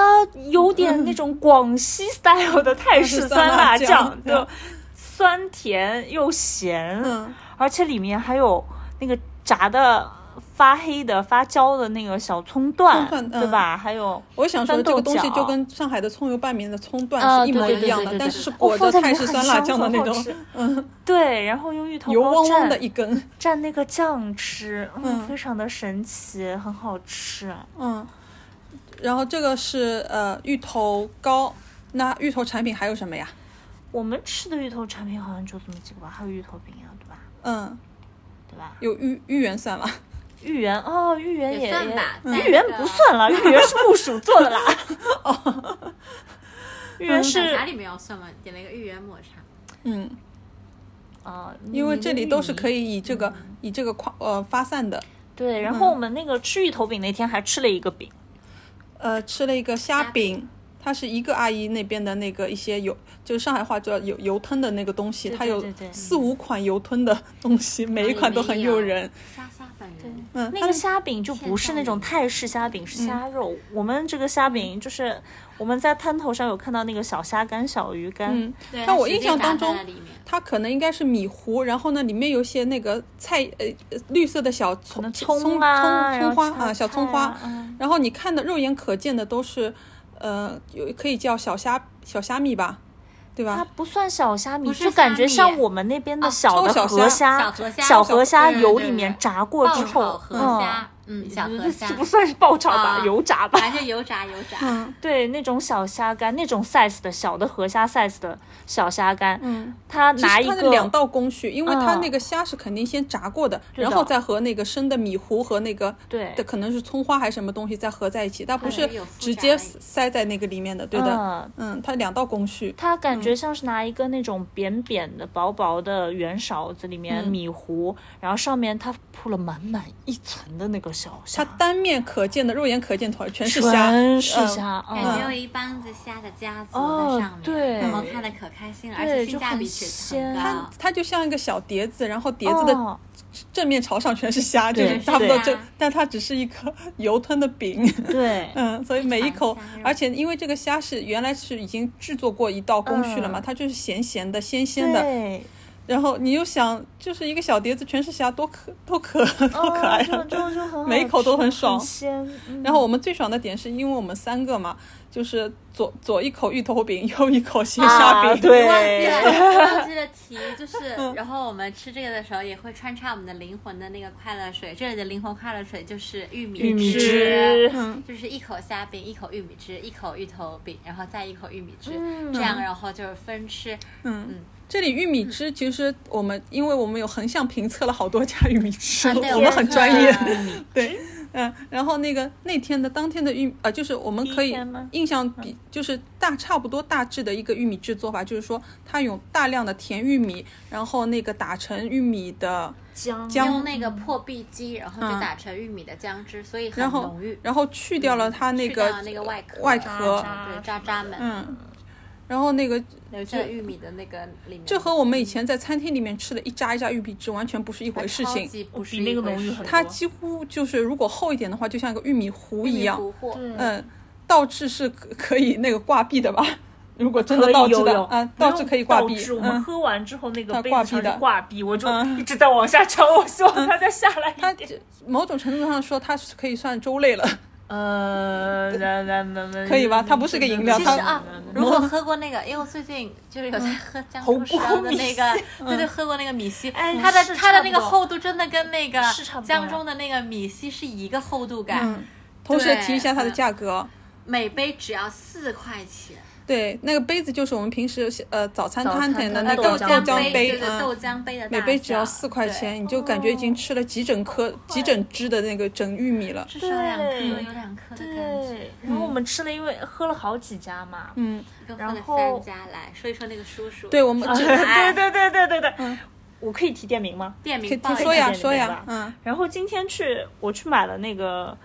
[SPEAKER 2] 有点那种广西 style 的泰 式酸辣酱，
[SPEAKER 1] 嗯
[SPEAKER 2] 就酸甜又咸，
[SPEAKER 1] 嗯
[SPEAKER 2] 而且里面还有那个炸的发黑的发焦的那个小葱段，
[SPEAKER 1] 葱段嗯
[SPEAKER 2] 对吧？还有
[SPEAKER 1] 我想说
[SPEAKER 2] 酸
[SPEAKER 1] 这个
[SPEAKER 2] 豆
[SPEAKER 1] 东西
[SPEAKER 2] 角
[SPEAKER 1] 就跟上海的葱油拌面的葱
[SPEAKER 2] 啊
[SPEAKER 1] 段是一模
[SPEAKER 2] 对对
[SPEAKER 1] 一样
[SPEAKER 3] 对对
[SPEAKER 1] 的
[SPEAKER 3] 对，
[SPEAKER 1] 但
[SPEAKER 3] 对
[SPEAKER 1] 是是
[SPEAKER 2] 哦
[SPEAKER 1] 裹
[SPEAKER 2] 放
[SPEAKER 1] 着
[SPEAKER 2] 在
[SPEAKER 1] 泰
[SPEAKER 2] 里面
[SPEAKER 1] 式
[SPEAKER 2] 很
[SPEAKER 1] 酸辣
[SPEAKER 2] 香
[SPEAKER 1] 酱的那
[SPEAKER 2] 很好
[SPEAKER 1] 种
[SPEAKER 2] 吃，
[SPEAKER 1] 嗯，
[SPEAKER 2] 对，然后用芋头
[SPEAKER 1] 油
[SPEAKER 2] 糕
[SPEAKER 1] 汪汪的
[SPEAKER 2] 蘸
[SPEAKER 1] 一根，
[SPEAKER 2] 蘸那个酱吃，嗯，
[SPEAKER 1] 嗯
[SPEAKER 2] 非常的神奇，很好吃。
[SPEAKER 1] 嗯，然后这个是呃芋头糕，那芋头产品还有什么呀？
[SPEAKER 2] 我们吃的芋头产品好像就这么几个吧，还有芋头饼呀，对吧？
[SPEAKER 1] 嗯，
[SPEAKER 2] 对吧？
[SPEAKER 1] 有芋芋圆算吗？
[SPEAKER 2] 芋圆哦，芋圆
[SPEAKER 3] 也
[SPEAKER 2] 也嗯
[SPEAKER 3] 算吧。
[SPEAKER 2] 芋圆不算 了，芋圆是木薯做的啦。芋圆是
[SPEAKER 3] 奶嗯茶里面要算吗？点了一个芋圆抹茶，
[SPEAKER 1] 嗯，
[SPEAKER 2] 啊，
[SPEAKER 1] 因为这里都是可
[SPEAKER 2] 以。
[SPEAKER 1] 以以嗯这个以这个跨呃发散的，
[SPEAKER 2] 对，然后我们那个吃芋头饼那天还吃了一个饼，
[SPEAKER 1] 呃，吃了一个虾
[SPEAKER 3] 虾
[SPEAKER 1] 饼。它是一个阿姨那边的那个一些油，就是上海话叫油油吞的那个东西，
[SPEAKER 2] 对对
[SPEAKER 1] 它有
[SPEAKER 2] 对对
[SPEAKER 1] 四五款油吞的东西，每一款
[SPEAKER 3] 啊
[SPEAKER 1] 都很诱人。
[SPEAKER 3] 虾虾本人
[SPEAKER 1] 嗯，
[SPEAKER 2] 那
[SPEAKER 1] 它嗯
[SPEAKER 2] 个
[SPEAKER 1] 是
[SPEAKER 2] 虾饼就不是那种泰式虾饼，是虾肉。我们这个虾饼就是我们在摊头上有看到那个小虾干、小鱼干，
[SPEAKER 1] 嗯，
[SPEAKER 3] 对，
[SPEAKER 1] 但我
[SPEAKER 3] 它直
[SPEAKER 1] 印
[SPEAKER 3] 接
[SPEAKER 1] 象
[SPEAKER 3] 炸
[SPEAKER 1] 当
[SPEAKER 3] 在
[SPEAKER 1] 中
[SPEAKER 3] 了里面
[SPEAKER 1] 它可能应该是米糊，然后呢，里面有一些那个菜呃呃绿色的小
[SPEAKER 2] 可能
[SPEAKER 1] 葱
[SPEAKER 2] 葱
[SPEAKER 1] 葱
[SPEAKER 2] 啊、
[SPEAKER 1] 葱
[SPEAKER 2] 然后
[SPEAKER 1] 花
[SPEAKER 2] 菜
[SPEAKER 1] 啊，小葱花，
[SPEAKER 2] 嗯
[SPEAKER 1] 然后你看的肉眼可见的都是，呃，有可以叫小虾小虾米吧，对
[SPEAKER 2] 它
[SPEAKER 1] 吧？
[SPEAKER 2] 不算小虾米，
[SPEAKER 3] 啊不是
[SPEAKER 2] 就感觉
[SPEAKER 3] 虾米啊
[SPEAKER 2] 像我们那边的小的
[SPEAKER 1] 超小
[SPEAKER 2] 河
[SPEAKER 1] 虾
[SPEAKER 3] 小河
[SPEAKER 2] 小
[SPEAKER 3] 虾小
[SPEAKER 2] 河虾
[SPEAKER 3] 对
[SPEAKER 2] 油
[SPEAKER 3] 对
[SPEAKER 2] 里
[SPEAKER 3] 对
[SPEAKER 2] 面炸过
[SPEAKER 3] 爆
[SPEAKER 2] 之
[SPEAKER 3] 炒
[SPEAKER 2] 后，
[SPEAKER 3] 河
[SPEAKER 2] 嗯，
[SPEAKER 3] 虾，嗯，小河虾
[SPEAKER 2] 这，不算是爆炒吧，
[SPEAKER 3] 啊
[SPEAKER 2] 油炸吧。
[SPEAKER 3] 反正就油炸油炸，
[SPEAKER 1] 嗯
[SPEAKER 2] 对，那种小虾干，那种 size 的小的河虾 size 的小虾干，
[SPEAKER 1] 嗯，
[SPEAKER 2] 它
[SPEAKER 1] 其实
[SPEAKER 2] 拿一
[SPEAKER 1] 它
[SPEAKER 2] 个
[SPEAKER 1] 的两道工序，因为它
[SPEAKER 2] 嗯
[SPEAKER 1] 那个虾是肯定先炸过的，
[SPEAKER 2] 对的
[SPEAKER 1] 然后再和那个生的米糊和那个
[SPEAKER 2] 对
[SPEAKER 1] 的可能是葱花还是什么东西再合在一起，它不是
[SPEAKER 3] 对有复
[SPEAKER 1] 直
[SPEAKER 3] 杂
[SPEAKER 1] 接
[SPEAKER 3] 的
[SPEAKER 1] 塞在那个里面的，对的。
[SPEAKER 2] 嗯，
[SPEAKER 1] 嗯，它两道工序。
[SPEAKER 2] 它感觉像是拿一个那种扁扁的、薄薄的圆勺子，里面
[SPEAKER 1] 嗯
[SPEAKER 2] 米糊，然后上面它铺了满满一层的那个小
[SPEAKER 1] 它
[SPEAKER 2] 虾，
[SPEAKER 1] 单面可见的，肉眼可见的全是虾，
[SPEAKER 2] 全是
[SPEAKER 1] 嗯
[SPEAKER 2] 虾，
[SPEAKER 3] 感
[SPEAKER 2] 嗯
[SPEAKER 3] 觉有一帮子虾的家族
[SPEAKER 2] 哦
[SPEAKER 3] 在上面，
[SPEAKER 2] 对
[SPEAKER 3] 然后看的可开心了，而
[SPEAKER 2] 对
[SPEAKER 3] 且
[SPEAKER 2] 就
[SPEAKER 3] 性价
[SPEAKER 2] 很
[SPEAKER 3] 比确
[SPEAKER 2] 鲜
[SPEAKER 3] 实很
[SPEAKER 1] 它
[SPEAKER 3] 高。
[SPEAKER 1] 它就像一个小碟子，然后碟子的
[SPEAKER 2] 啊哦
[SPEAKER 1] 正面朝上全是虾，就
[SPEAKER 2] 对啊
[SPEAKER 1] 是差不多
[SPEAKER 3] 是
[SPEAKER 1] 这
[SPEAKER 3] 的，
[SPEAKER 1] 但它只是一颗 油吞的饼。
[SPEAKER 2] 对，
[SPEAKER 1] 嗯，所以每一口
[SPEAKER 3] 尝虾肉，
[SPEAKER 1] 而且因为这个虾是原来是已经制作过一道工序了嘛，
[SPEAKER 2] 嗯
[SPEAKER 1] 它就是咸咸的、鲜鲜的。
[SPEAKER 2] 对，
[SPEAKER 1] 然后你又想，就是一个小碟子全是虾，多可多可 多可爱
[SPEAKER 2] 哦
[SPEAKER 1] 啊！
[SPEAKER 2] 就就 就很好
[SPEAKER 1] 每一口都
[SPEAKER 2] 吃
[SPEAKER 1] 很爽
[SPEAKER 2] 鲜。嗯
[SPEAKER 1] 然后我们最爽的点是因为我们三个嘛，就是左左一口芋头饼，右一口鲜虾饼，
[SPEAKER 2] 啊
[SPEAKER 3] 忘记
[SPEAKER 2] 对，
[SPEAKER 3] 了，忘记了提， 就是，然后我们吃这个的时候也会穿插我们的灵魂的那个快乐水，这里的灵魂快乐水就是玉米
[SPEAKER 2] 玉米
[SPEAKER 3] 汁
[SPEAKER 2] 汁，
[SPEAKER 1] 嗯
[SPEAKER 3] 就是一口虾饼，一口玉米汁，一口芋头饼，然后再一口玉米汁，
[SPEAKER 2] 嗯
[SPEAKER 3] 这样然后就是分吃，
[SPEAKER 1] 嗯。这里玉米汁其实我们，因为我们有横向评测了好多家玉米汁，
[SPEAKER 3] 啊对
[SPEAKER 1] 我们很专业。
[SPEAKER 3] 我们
[SPEAKER 1] 对，嗯，然后那个那天的当天的玉呃，就是我们可
[SPEAKER 2] 第一
[SPEAKER 1] 以
[SPEAKER 2] 天吗
[SPEAKER 1] 印象比
[SPEAKER 3] 嗯
[SPEAKER 1] 就是大差不多大致的一个玉米制做法，就是说它用大量的甜玉米，然后那个打成玉米的，
[SPEAKER 2] 姜
[SPEAKER 1] 姜
[SPEAKER 3] 用那个破壁机，然后就
[SPEAKER 1] 嗯
[SPEAKER 3] 打成玉米的酱汁，所以很
[SPEAKER 1] 然后
[SPEAKER 3] 浓郁。嗯
[SPEAKER 1] 然后去掉了它那
[SPEAKER 3] 去
[SPEAKER 1] 个
[SPEAKER 3] 掉那个外壳，
[SPEAKER 1] 外
[SPEAKER 2] 壳
[SPEAKER 3] 对渣渣们，
[SPEAKER 1] 嗯，然后那个
[SPEAKER 3] 留在玉米的那个里面，
[SPEAKER 1] 这和我们以前在餐厅里面吃的一扎一扎玉米汁完全不是一回事情，，
[SPEAKER 3] 不是
[SPEAKER 2] 比那个
[SPEAKER 3] 一回
[SPEAKER 2] 浓郁
[SPEAKER 3] 事
[SPEAKER 2] 很多
[SPEAKER 1] 它几乎就是如果厚一点的话，就像一个玉米糊
[SPEAKER 3] 玉米
[SPEAKER 1] 一样，
[SPEAKER 3] 糊糊
[SPEAKER 2] 对
[SPEAKER 1] 嗯，倒置是可可以那个挂壁的吧？ 如果真
[SPEAKER 2] 可
[SPEAKER 1] 的
[SPEAKER 2] 以
[SPEAKER 1] 倒置
[SPEAKER 2] 游
[SPEAKER 1] 的
[SPEAKER 2] 泳
[SPEAKER 1] 啊，倒置可以挂壁
[SPEAKER 2] 倒置，我们
[SPEAKER 1] 嗯，
[SPEAKER 2] 喝完之后那
[SPEAKER 1] 它
[SPEAKER 2] 个杯
[SPEAKER 1] 挂
[SPEAKER 2] 子
[SPEAKER 1] 壁
[SPEAKER 2] 上
[SPEAKER 1] 的
[SPEAKER 2] 就挂壁，我就
[SPEAKER 1] 嗯
[SPEAKER 2] 一直在往下沉，我希望它再下来
[SPEAKER 1] 它
[SPEAKER 2] 一点。
[SPEAKER 1] 这某种程度上说它是可以算粥类了，
[SPEAKER 2] 呃，那那那那
[SPEAKER 1] 可以吧它不是个饮料
[SPEAKER 3] 其实
[SPEAKER 1] 它
[SPEAKER 3] 啊，如果喝过那个，因为我最近就是有在
[SPEAKER 1] 嗯
[SPEAKER 3] 喝江
[SPEAKER 2] 红
[SPEAKER 3] 浙
[SPEAKER 2] 锅
[SPEAKER 3] 烧的
[SPEAKER 2] 米
[SPEAKER 3] 那个，对对，喝过那个米稀，
[SPEAKER 2] 哎
[SPEAKER 3] 它的
[SPEAKER 2] 是
[SPEAKER 3] 它
[SPEAKER 2] 差
[SPEAKER 3] 的
[SPEAKER 2] 不
[SPEAKER 3] 那个
[SPEAKER 2] 多
[SPEAKER 3] 厚度真的跟那个
[SPEAKER 2] 是差不多
[SPEAKER 3] 江
[SPEAKER 2] 呀
[SPEAKER 3] 中的那个米稀是一个厚度感
[SPEAKER 1] 嗯，。 同时也提一下它的
[SPEAKER 3] 嗯
[SPEAKER 1] 价格，
[SPEAKER 3] 每杯只要四块钱，
[SPEAKER 1] 对，那个杯子就是我们平时呃早餐
[SPEAKER 2] 早餐
[SPEAKER 1] 摊点的那
[SPEAKER 2] 摊豆
[SPEAKER 1] 个豆
[SPEAKER 2] 浆
[SPEAKER 3] 杯，
[SPEAKER 1] 浆
[SPEAKER 3] 对
[SPEAKER 1] 杯
[SPEAKER 3] 对，
[SPEAKER 1] 啊
[SPEAKER 3] 豆，浆杯的大
[SPEAKER 1] 每杯只要
[SPEAKER 3] 小
[SPEAKER 1] 四块，
[SPEAKER 3] 对
[SPEAKER 1] 钱，你就感觉已经吃了几整颗、几整只的那个整玉米了。
[SPEAKER 3] 至少两颗，
[SPEAKER 2] 对
[SPEAKER 3] 有两颗的感觉。
[SPEAKER 2] 对，然后我们吃了，因为喝了好几家嘛。
[SPEAKER 1] 嗯，
[SPEAKER 3] 一共喝
[SPEAKER 2] 然
[SPEAKER 3] 了
[SPEAKER 2] 后
[SPEAKER 3] 三家，来说一说那个叔叔。
[SPEAKER 1] 对，我们这
[SPEAKER 2] 对
[SPEAKER 3] 哎
[SPEAKER 2] 对对对对对，我可以提店名吗？
[SPEAKER 3] 店
[SPEAKER 1] 可以
[SPEAKER 3] 名报
[SPEAKER 1] 可以
[SPEAKER 3] 一
[SPEAKER 1] 说呀
[SPEAKER 2] 一下
[SPEAKER 1] 说
[SPEAKER 2] 对
[SPEAKER 1] 呀
[SPEAKER 2] 吧，
[SPEAKER 1] 嗯
[SPEAKER 2] 然后今天去我去买了那个，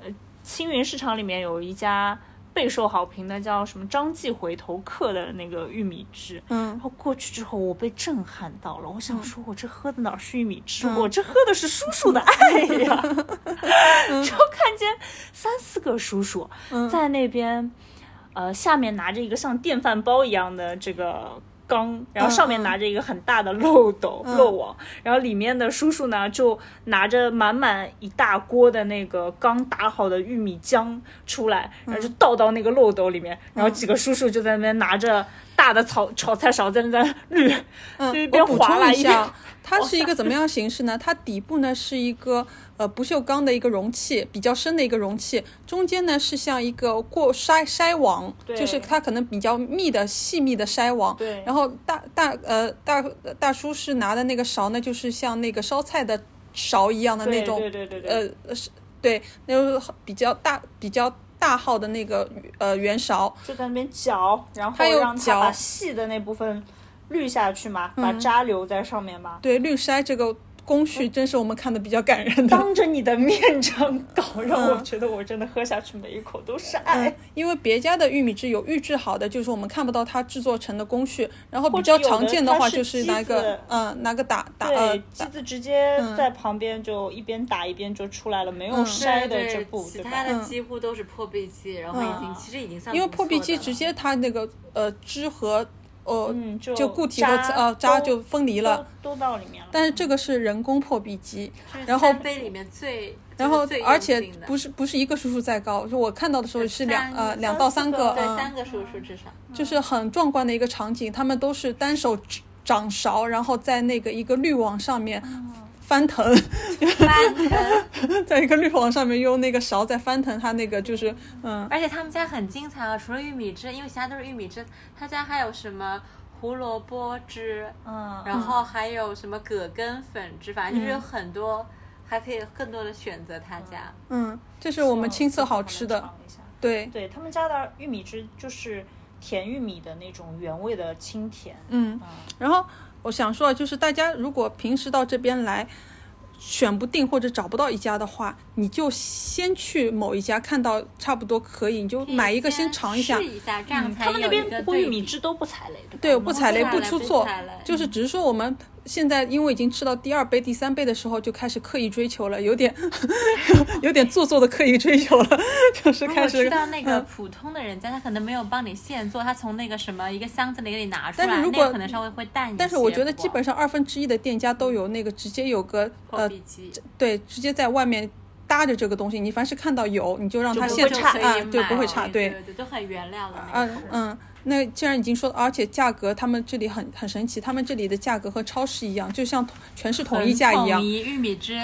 [SPEAKER 2] 呃，青云市场里面有一家备受好评的叫什么张记回头客的那个玉米汁。然
[SPEAKER 1] 嗯，
[SPEAKER 2] 后过去之后，我被震撼到了。我想说，我这喝的哪是玉米汁？
[SPEAKER 1] 嗯
[SPEAKER 2] 我这喝的是叔叔的爱呀！ 就看见三四个叔叔
[SPEAKER 1] 哎嗯
[SPEAKER 2] 在那边，呃，下面拿着一个像电饭煲一样的这个缸，然后上面
[SPEAKER 1] 嗯
[SPEAKER 2] 拿着一个很大的漏斗、
[SPEAKER 1] 嗯
[SPEAKER 2] 漏网，然后里面的叔叔呢就拿着满满一大锅的那个刚打好的玉米浆出来，然后就
[SPEAKER 1] 嗯
[SPEAKER 2] 倒到那个漏斗里面，然后几个叔叔就在那边拿着大的炒炒菜勺在那边滤，就一
[SPEAKER 1] 嗯，
[SPEAKER 2] 边
[SPEAKER 1] 我补
[SPEAKER 2] 划
[SPEAKER 1] 充
[SPEAKER 2] 拉
[SPEAKER 1] 一
[SPEAKER 2] 一边
[SPEAKER 1] 下，它
[SPEAKER 2] 哦
[SPEAKER 1] 是一个怎么样的形式呢？它底部呢是一个呃不锈钢的一个容器，比较深的一个容器，中间呢是像一个过筛筛网，
[SPEAKER 2] 对
[SPEAKER 1] 就是它可能比较密的细密的筛网。
[SPEAKER 2] 对
[SPEAKER 1] 然后大大呃大大叔是拿的那个勺呢，就是像那个烧菜的勺一样的那种
[SPEAKER 2] 对对对对对，
[SPEAKER 1] 呃，是对，那就是比较大、比较大号的那个呃圆勺，
[SPEAKER 2] 就在那边搅，然后
[SPEAKER 1] 他有
[SPEAKER 2] 让它
[SPEAKER 1] 搅
[SPEAKER 2] 把细的那部分滤下去嘛，把
[SPEAKER 1] 嗯
[SPEAKER 2] 渣留在上面嘛。
[SPEAKER 1] 对，滤筛这个工
[SPEAKER 2] 嗯
[SPEAKER 1] 序真是我们看的比较感人的。
[SPEAKER 2] 当着你的面这样搞，让我觉得我真的喝下去每一口都是爱
[SPEAKER 1] 嗯。，因为别家的玉米汁有预制好的，就是我们看不到它制作成的工序。然后比
[SPEAKER 2] 或
[SPEAKER 1] 较
[SPEAKER 2] 者有的
[SPEAKER 1] 常见
[SPEAKER 2] 它
[SPEAKER 1] 话
[SPEAKER 2] 是
[SPEAKER 1] 就是
[SPEAKER 2] 机
[SPEAKER 1] 拿个
[SPEAKER 2] 子
[SPEAKER 1] 嗯拿个打打呃
[SPEAKER 2] 对，机子直接在旁边就一边打一边就出来了，没有筛的
[SPEAKER 3] 对对
[SPEAKER 2] 这步，
[SPEAKER 3] 其
[SPEAKER 2] 对吧？
[SPEAKER 3] 他的几乎都是破壁机，然后已经
[SPEAKER 2] 嗯
[SPEAKER 3] 其实已经算
[SPEAKER 1] 嗯因为
[SPEAKER 3] 不
[SPEAKER 1] 破壁
[SPEAKER 3] 错
[SPEAKER 1] 机
[SPEAKER 3] 的
[SPEAKER 1] 直
[SPEAKER 3] 了
[SPEAKER 1] 接它那个呃汁和呃、
[SPEAKER 2] 嗯，就
[SPEAKER 1] 就
[SPEAKER 2] 就
[SPEAKER 1] 固体和呃渣就分离了。
[SPEAKER 2] 都都到里面了。
[SPEAKER 1] 但是这个是人工破壁机，
[SPEAKER 3] 这是
[SPEAKER 1] 然后
[SPEAKER 3] 三杯里面最
[SPEAKER 1] 然后而且不
[SPEAKER 3] 是
[SPEAKER 1] 是不是一个叔叔在高，就我看到的时候是两
[SPEAKER 3] 三
[SPEAKER 1] 呃
[SPEAKER 3] 三
[SPEAKER 1] 两到
[SPEAKER 2] 四
[SPEAKER 1] 三
[SPEAKER 2] 个
[SPEAKER 1] 个，
[SPEAKER 3] 对
[SPEAKER 1] 嗯
[SPEAKER 3] 三个叔叔 至少
[SPEAKER 1] 就是很壮观的一个场景，他们都是单手掌勺，然后在那个一个滤网上面
[SPEAKER 3] 哦
[SPEAKER 1] 翻腾，
[SPEAKER 3] 翻 腾，
[SPEAKER 1] 在一个滤网上面用那个勺在翻腾，它那个就是嗯
[SPEAKER 3] 而且他们家很精彩啊！除了玉米汁，因为其他都是玉米汁，他家还有什么胡萝卜汁，
[SPEAKER 2] 嗯，
[SPEAKER 3] 然后还有什么葛根粉汁，反正就是有很多，还可以更多的选择他家。
[SPEAKER 1] 嗯，这是我们亲测好吃的，
[SPEAKER 2] 尝一下。
[SPEAKER 1] 对，
[SPEAKER 2] 嗯对他们家的玉米汁就是甜玉米的那种原味的清甜。
[SPEAKER 1] 嗯，然后我想说，啊，就是大家如果平时到这边来。选不定或者找不到一家的话，你就先去某一家，看到差不多可以，你就买一个先尝一下嗯
[SPEAKER 3] 试。一下，这样才
[SPEAKER 2] 他们那
[SPEAKER 3] 有一
[SPEAKER 2] 边
[SPEAKER 3] 个
[SPEAKER 2] 不过玉
[SPEAKER 3] 对
[SPEAKER 2] 米
[SPEAKER 3] 比。
[SPEAKER 2] 汁都不踩雷，对吧？
[SPEAKER 1] 对，不踩雷，
[SPEAKER 3] 踩
[SPEAKER 1] 不
[SPEAKER 3] 雷
[SPEAKER 1] 出
[SPEAKER 3] 不
[SPEAKER 1] 错
[SPEAKER 3] 踩雷，
[SPEAKER 1] 就是只是说我们现在因为已经吃到第二杯、第三杯的时候，就开始刻意追求了，有点 有点做作的刻意追求了， 就是
[SPEAKER 3] 如
[SPEAKER 1] 开
[SPEAKER 3] 果
[SPEAKER 1] 始嗯
[SPEAKER 3] 去。到那个普通的人家，他可能没有帮你现做，他从那个什么一个箱子里给你拿出来，
[SPEAKER 1] 但是如
[SPEAKER 3] 那个
[SPEAKER 1] 果
[SPEAKER 3] 可能稍微会淡一些。
[SPEAKER 1] 但是我觉得
[SPEAKER 3] 不
[SPEAKER 1] 基本上二分之一的店家都有那个直接有个
[SPEAKER 3] 破
[SPEAKER 1] 呃，
[SPEAKER 3] 壁机
[SPEAKER 1] 对，直接在外面搭着这个东西，你凡是看到有，你就让他
[SPEAKER 2] 就不
[SPEAKER 1] 现
[SPEAKER 2] 会
[SPEAKER 1] 场
[SPEAKER 2] 差
[SPEAKER 1] 啊，对，不会差，
[SPEAKER 3] 差，
[SPEAKER 1] 对
[SPEAKER 3] 对，对，都很原谅的那
[SPEAKER 1] 啊
[SPEAKER 3] 种。
[SPEAKER 1] 嗯，那既然已经说，而且价格他们这里很很神奇，他们这里的价格和超市一样，就像同全是统一价一样
[SPEAKER 3] 统，一玉米汁，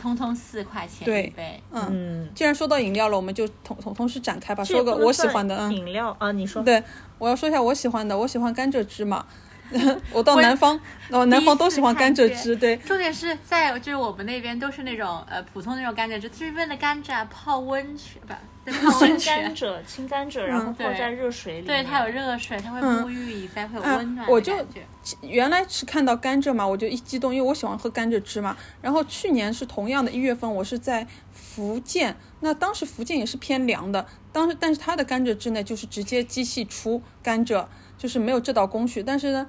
[SPEAKER 3] 通通四块钱
[SPEAKER 1] 对
[SPEAKER 3] 一杯。
[SPEAKER 1] 嗯。
[SPEAKER 2] 嗯，
[SPEAKER 1] 既然说到饮料了，我们就同同同时展开吧，
[SPEAKER 2] 这也
[SPEAKER 1] 说个
[SPEAKER 2] 不能
[SPEAKER 1] 我喜
[SPEAKER 2] 算
[SPEAKER 1] 欢的，嗯，
[SPEAKER 2] 饮料啊，你说
[SPEAKER 1] 对， 我要说一下我喜欢的，我喜欢甘蔗汁嘛。 我到
[SPEAKER 3] 我也
[SPEAKER 1] 南方，哦，南
[SPEAKER 3] 第一
[SPEAKER 1] 方都
[SPEAKER 3] 次
[SPEAKER 1] 喜欢
[SPEAKER 3] 看
[SPEAKER 1] 甘蔗
[SPEAKER 3] 见
[SPEAKER 1] 汁，对，
[SPEAKER 3] 重点是在就是我们那边都是那种呃普通那种甘蔗汁，这边的甘蔗泡温泉吧，对泡
[SPEAKER 2] 清甘
[SPEAKER 3] 温泉，
[SPEAKER 2] 蔗，清甘蔗，然后泡
[SPEAKER 3] 对
[SPEAKER 2] 在热水里面。
[SPEAKER 3] 对它有热水，它会沐浴一下，会有温暖
[SPEAKER 1] 嗯啊我
[SPEAKER 3] 的
[SPEAKER 1] 就
[SPEAKER 3] 感觉。
[SPEAKER 1] 原来是看到甘蔗嘛，我就一激动，因为我喜欢喝甘蔗汁嘛。然后去年是同样的一月份，我是在福建，那当时福建也是偏凉的，当时但是它的甘蔗汁呢，就是直接机器出甘蔗，就是没有这道工序。但是呢，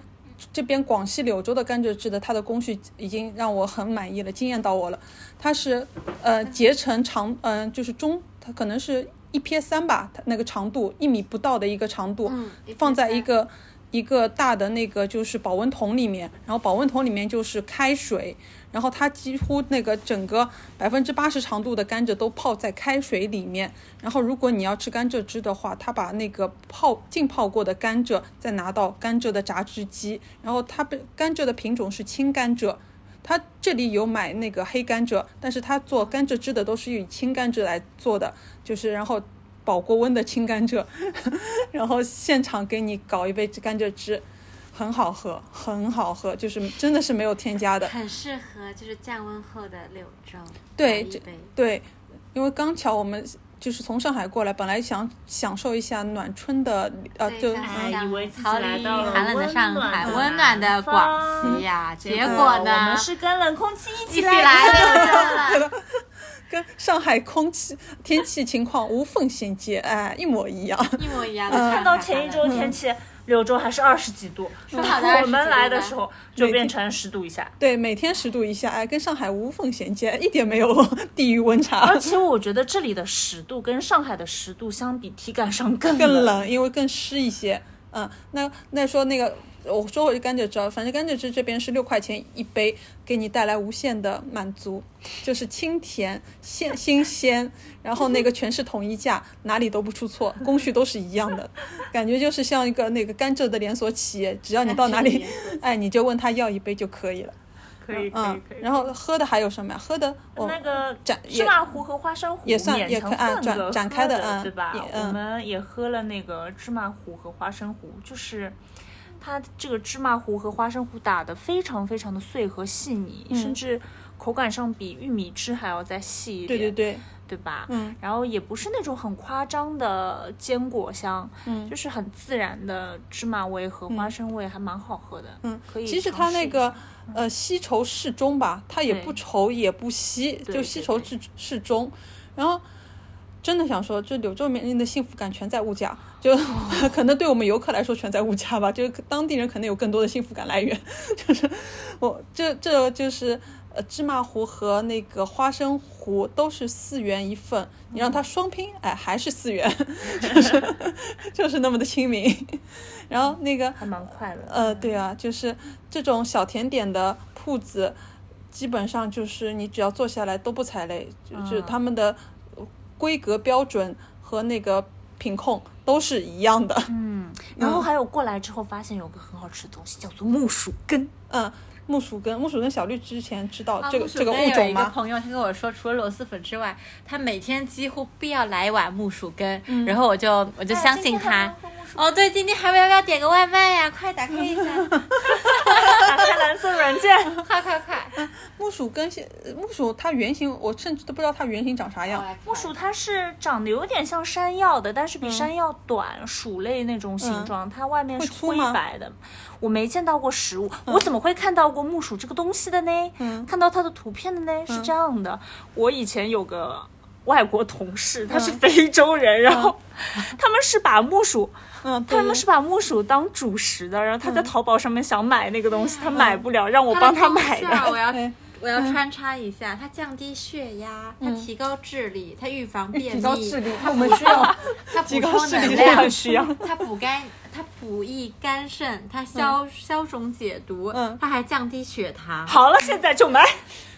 [SPEAKER 1] 这边广西柳州的甘蔗汁的它的工序已经让我很满呃意了，惊艳到我了。它是呃结成长，嗯、就是中，它可能是。一撇三吧，它那个长度一米不到的一个长度，
[SPEAKER 3] 嗯一撇
[SPEAKER 1] 放在
[SPEAKER 3] 三
[SPEAKER 1] 一个一个大的那个就是保温桶里面，然后保温桶里面就是开水，然后它几乎那个整个百分之八十长度的甘蔗都泡在开水里面，然后如果你要吃甘蔗汁的话，它把那个泡浸泡过的甘蔗再拿到甘蔗的榨汁机，然后它被甘蔗的品种是青甘蔗。它这里有买那个黑甘蔗，但是它做甘蔗汁的都是以青甘蔗来做的，就是然后保过温的青甘蔗， 然后现场给你搞一杯甘蔗汁，很好喝，很好喝，就是真的是没有添加的。
[SPEAKER 3] 很适合就是降温后的柳州。
[SPEAKER 1] 对
[SPEAKER 3] 来一
[SPEAKER 1] 这
[SPEAKER 3] 杯
[SPEAKER 1] 对，因为刚巧我们就是从上海过来，本来想享受一下暖春的，呃，
[SPEAKER 3] 对
[SPEAKER 1] 就
[SPEAKER 3] 想
[SPEAKER 1] 嗯
[SPEAKER 2] 哎，以为自己
[SPEAKER 3] 逃
[SPEAKER 2] 来
[SPEAKER 3] 离
[SPEAKER 2] 到了
[SPEAKER 3] 寒冷的上海，温暖的
[SPEAKER 2] 南
[SPEAKER 3] 广
[SPEAKER 2] 方
[SPEAKER 3] 西呀、 结
[SPEAKER 2] 结
[SPEAKER 3] 果
[SPEAKER 2] 我
[SPEAKER 3] 呢
[SPEAKER 2] 们？是跟冷空气一
[SPEAKER 3] 一
[SPEAKER 2] 起
[SPEAKER 3] 起
[SPEAKER 2] 来
[SPEAKER 3] 来 的，
[SPEAKER 1] 跟上海空气天气情况无缝衔接，哎，一模一样。
[SPEAKER 3] 一模一样的。
[SPEAKER 2] 看到前一周天气，柳州还是二十几度，
[SPEAKER 3] 说好的
[SPEAKER 2] 我们来的时候就
[SPEAKER 1] 每天
[SPEAKER 2] 变成十度以下。
[SPEAKER 1] 对，每天十度以下，哎，跟上海无缝衔接，一点没有 地域温差
[SPEAKER 2] 而，且我觉得这里啊的十度跟上海的十度相比，体感上更
[SPEAKER 1] 更
[SPEAKER 2] 冷。
[SPEAKER 1] 冷，因为更湿一些。嗯，那那说那个，我说回甘蔗汁啊，反正甘蔗汁这边是六块钱一杯，给你带来无限的满足，就是清甜、鲜新鲜，然后那个全是统一价，哪里都不出错，工序都是一样的，感觉就是像一个那个甘蔗的连锁企业，只要你到哪
[SPEAKER 2] 啊
[SPEAKER 3] 甘蔗
[SPEAKER 1] 里
[SPEAKER 3] 连锁企，
[SPEAKER 1] 哎，你就问他要一杯就可以了。
[SPEAKER 2] 可以可以
[SPEAKER 1] 嗯
[SPEAKER 2] 可，以。
[SPEAKER 1] 然后喝的还有什么呀？喝的哦我
[SPEAKER 2] 那个
[SPEAKER 1] 展
[SPEAKER 2] 芝麻糊和花生糊
[SPEAKER 1] 也算
[SPEAKER 2] 勉
[SPEAKER 1] 也
[SPEAKER 2] 强
[SPEAKER 1] 可啊
[SPEAKER 2] 算
[SPEAKER 1] 展
[SPEAKER 2] 个
[SPEAKER 1] 展
[SPEAKER 2] 喝
[SPEAKER 1] 开的
[SPEAKER 2] 的，
[SPEAKER 1] 嗯
[SPEAKER 2] 对吧
[SPEAKER 1] 也？嗯
[SPEAKER 2] 我们也喝了那个芝麻糊和花生糊，就是它这个芝麻糊和花生糊打的非常非常的碎和细腻，
[SPEAKER 1] 嗯
[SPEAKER 2] 甚至口感上比玉米汁还要再细一
[SPEAKER 1] 对
[SPEAKER 2] 点，
[SPEAKER 1] 对对，
[SPEAKER 2] 对吧？
[SPEAKER 1] 嗯，
[SPEAKER 2] 然后也不是那种很夸张的坚果香，
[SPEAKER 1] 嗯
[SPEAKER 2] 就是很自然的芝麻味和花生味，还蛮好喝的，
[SPEAKER 1] 嗯
[SPEAKER 2] 可以。
[SPEAKER 1] 其实它那个。呃稀稠适中吧，它也
[SPEAKER 2] 对
[SPEAKER 1] 不稠也不稀，
[SPEAKER 2] 对
[SPEAKER 1] 就
[SPEAKER 2] 对
[SPEAKER 1] 稀稠
[SPEAKER 2] 对
[SPEAKER 1] 适适中。然后真的想说，就柳州面临的幸福感全在物价， 就可能对我们游客来说全在物价吧，就是当地人可能有更多的幸福感来源。 就是我这这就是呃芝麻糊和那个花生糊都是四元一份，你让它双拼，哎还是四元， 就是 就是那么的亲民。 然后那个
[SPEAKER 2] 还蛮快乐的。
[SPEAKER 1] 呃，对啊，就是这种小甜点的铺子，基本上就是你只要坐下来都不踩雷，
[SPEAKER 3] 嗯
[SPEAKER 1] 就是他们的呃规格标准和那个品控都是一样的。
[SPEAKER 2] 嗯，然后还有过来之后发现有个很好吃的东西叫做木薯根，
[SPEAKER 1] 嗯，木薯根，木薯根小绿之前知道
[SPEAKER 3] 啊
[SPEAKER 1] 这个、
[SPEAKER 3] 木薯
[SPEAKER 1] 这个
[SPEAKER 3] 根
[SPEAKER 1] 物
[SPEAKER 3] 有
[SPEAKER 1] 种
[SPEAKER 3] 一个
[SPEAKER 1] 吗？
[SPEAKER 3] 朋友他跟我说，除了螺蛳粉之外，他每天几乎必要来一碗木薯根，然后我就我就相信他。
[SPEAKER 2] 哎
[SPEAKER 3] 哦，对，今天还要不要点个外卖呀？快打开一下，
[SPEAKER 2] 打开蓝色软件，
[SPEAKER 3] 快快 快！
[SPEAKER 1] 木薯根现呃木薯它原型我甚至都不知道它原型长啥样。
[SPEAKER 2] 木薯它是长得有点像山药的，但是比山药短，薯类那种形状，它外面
[SPEAKER 1] 嗯
[SPEAKER 2] 是
[SPEAKER 1] 会粗
[SPEAKER 2] 灰
[SPEAKER 1] 吗嗯
[SPEAKER 2] 白的。我没见到过实物，我怎么会看到过木薯这个东西的呢？看到它的图片的呢？
[SPEAKER 1] 嗯
[SPEAKER 2] 是这样的，我以前有个外国同事，他是非洲人，然后 他们是把木薯。
[SPEAKER 3] 哦
[SPEAKER 1] 嗯，对嗯
[SPEAKER 3] 哎
[SPEAKER 2] 他们是把木薯当主食的，然后他在淘宝上面想买那个东西，他买不了，让我帮他买
[SPEAKER 3] 他的
[SPEAKER 1] 啊
[SPEAKER 2] 的。
[SPEAKER 3] 我要
[SPEAKER 1] 对
[SPEAKER 3] 我要穿插一下，它降低血压，它提高智力，它预防便
[SPEAKER 1] 提高智力
[SPEAKER 3] 秘，，
[SPEAKER 1] 我们需 要
[SPEAKER 3] 它补
[SPEAKER 1] 提高
[SPEAKER 3] 充
[SPEAKER 1] 智力
[SPEAKER 3] 能
[SPEAKER 1] 这样
[SPEAKER 2] 我
[SPEAKER 3] 量
[SPEAKER 2] 很，需要。
[SPEAKER 3] 它补肝，它补益肝肾，它消消肿解毒
[SPEAKER 1] 嗯，
[SPEAKER 3] 它还降低血糖。
[SPEAKER 2] 好了，现在 就买。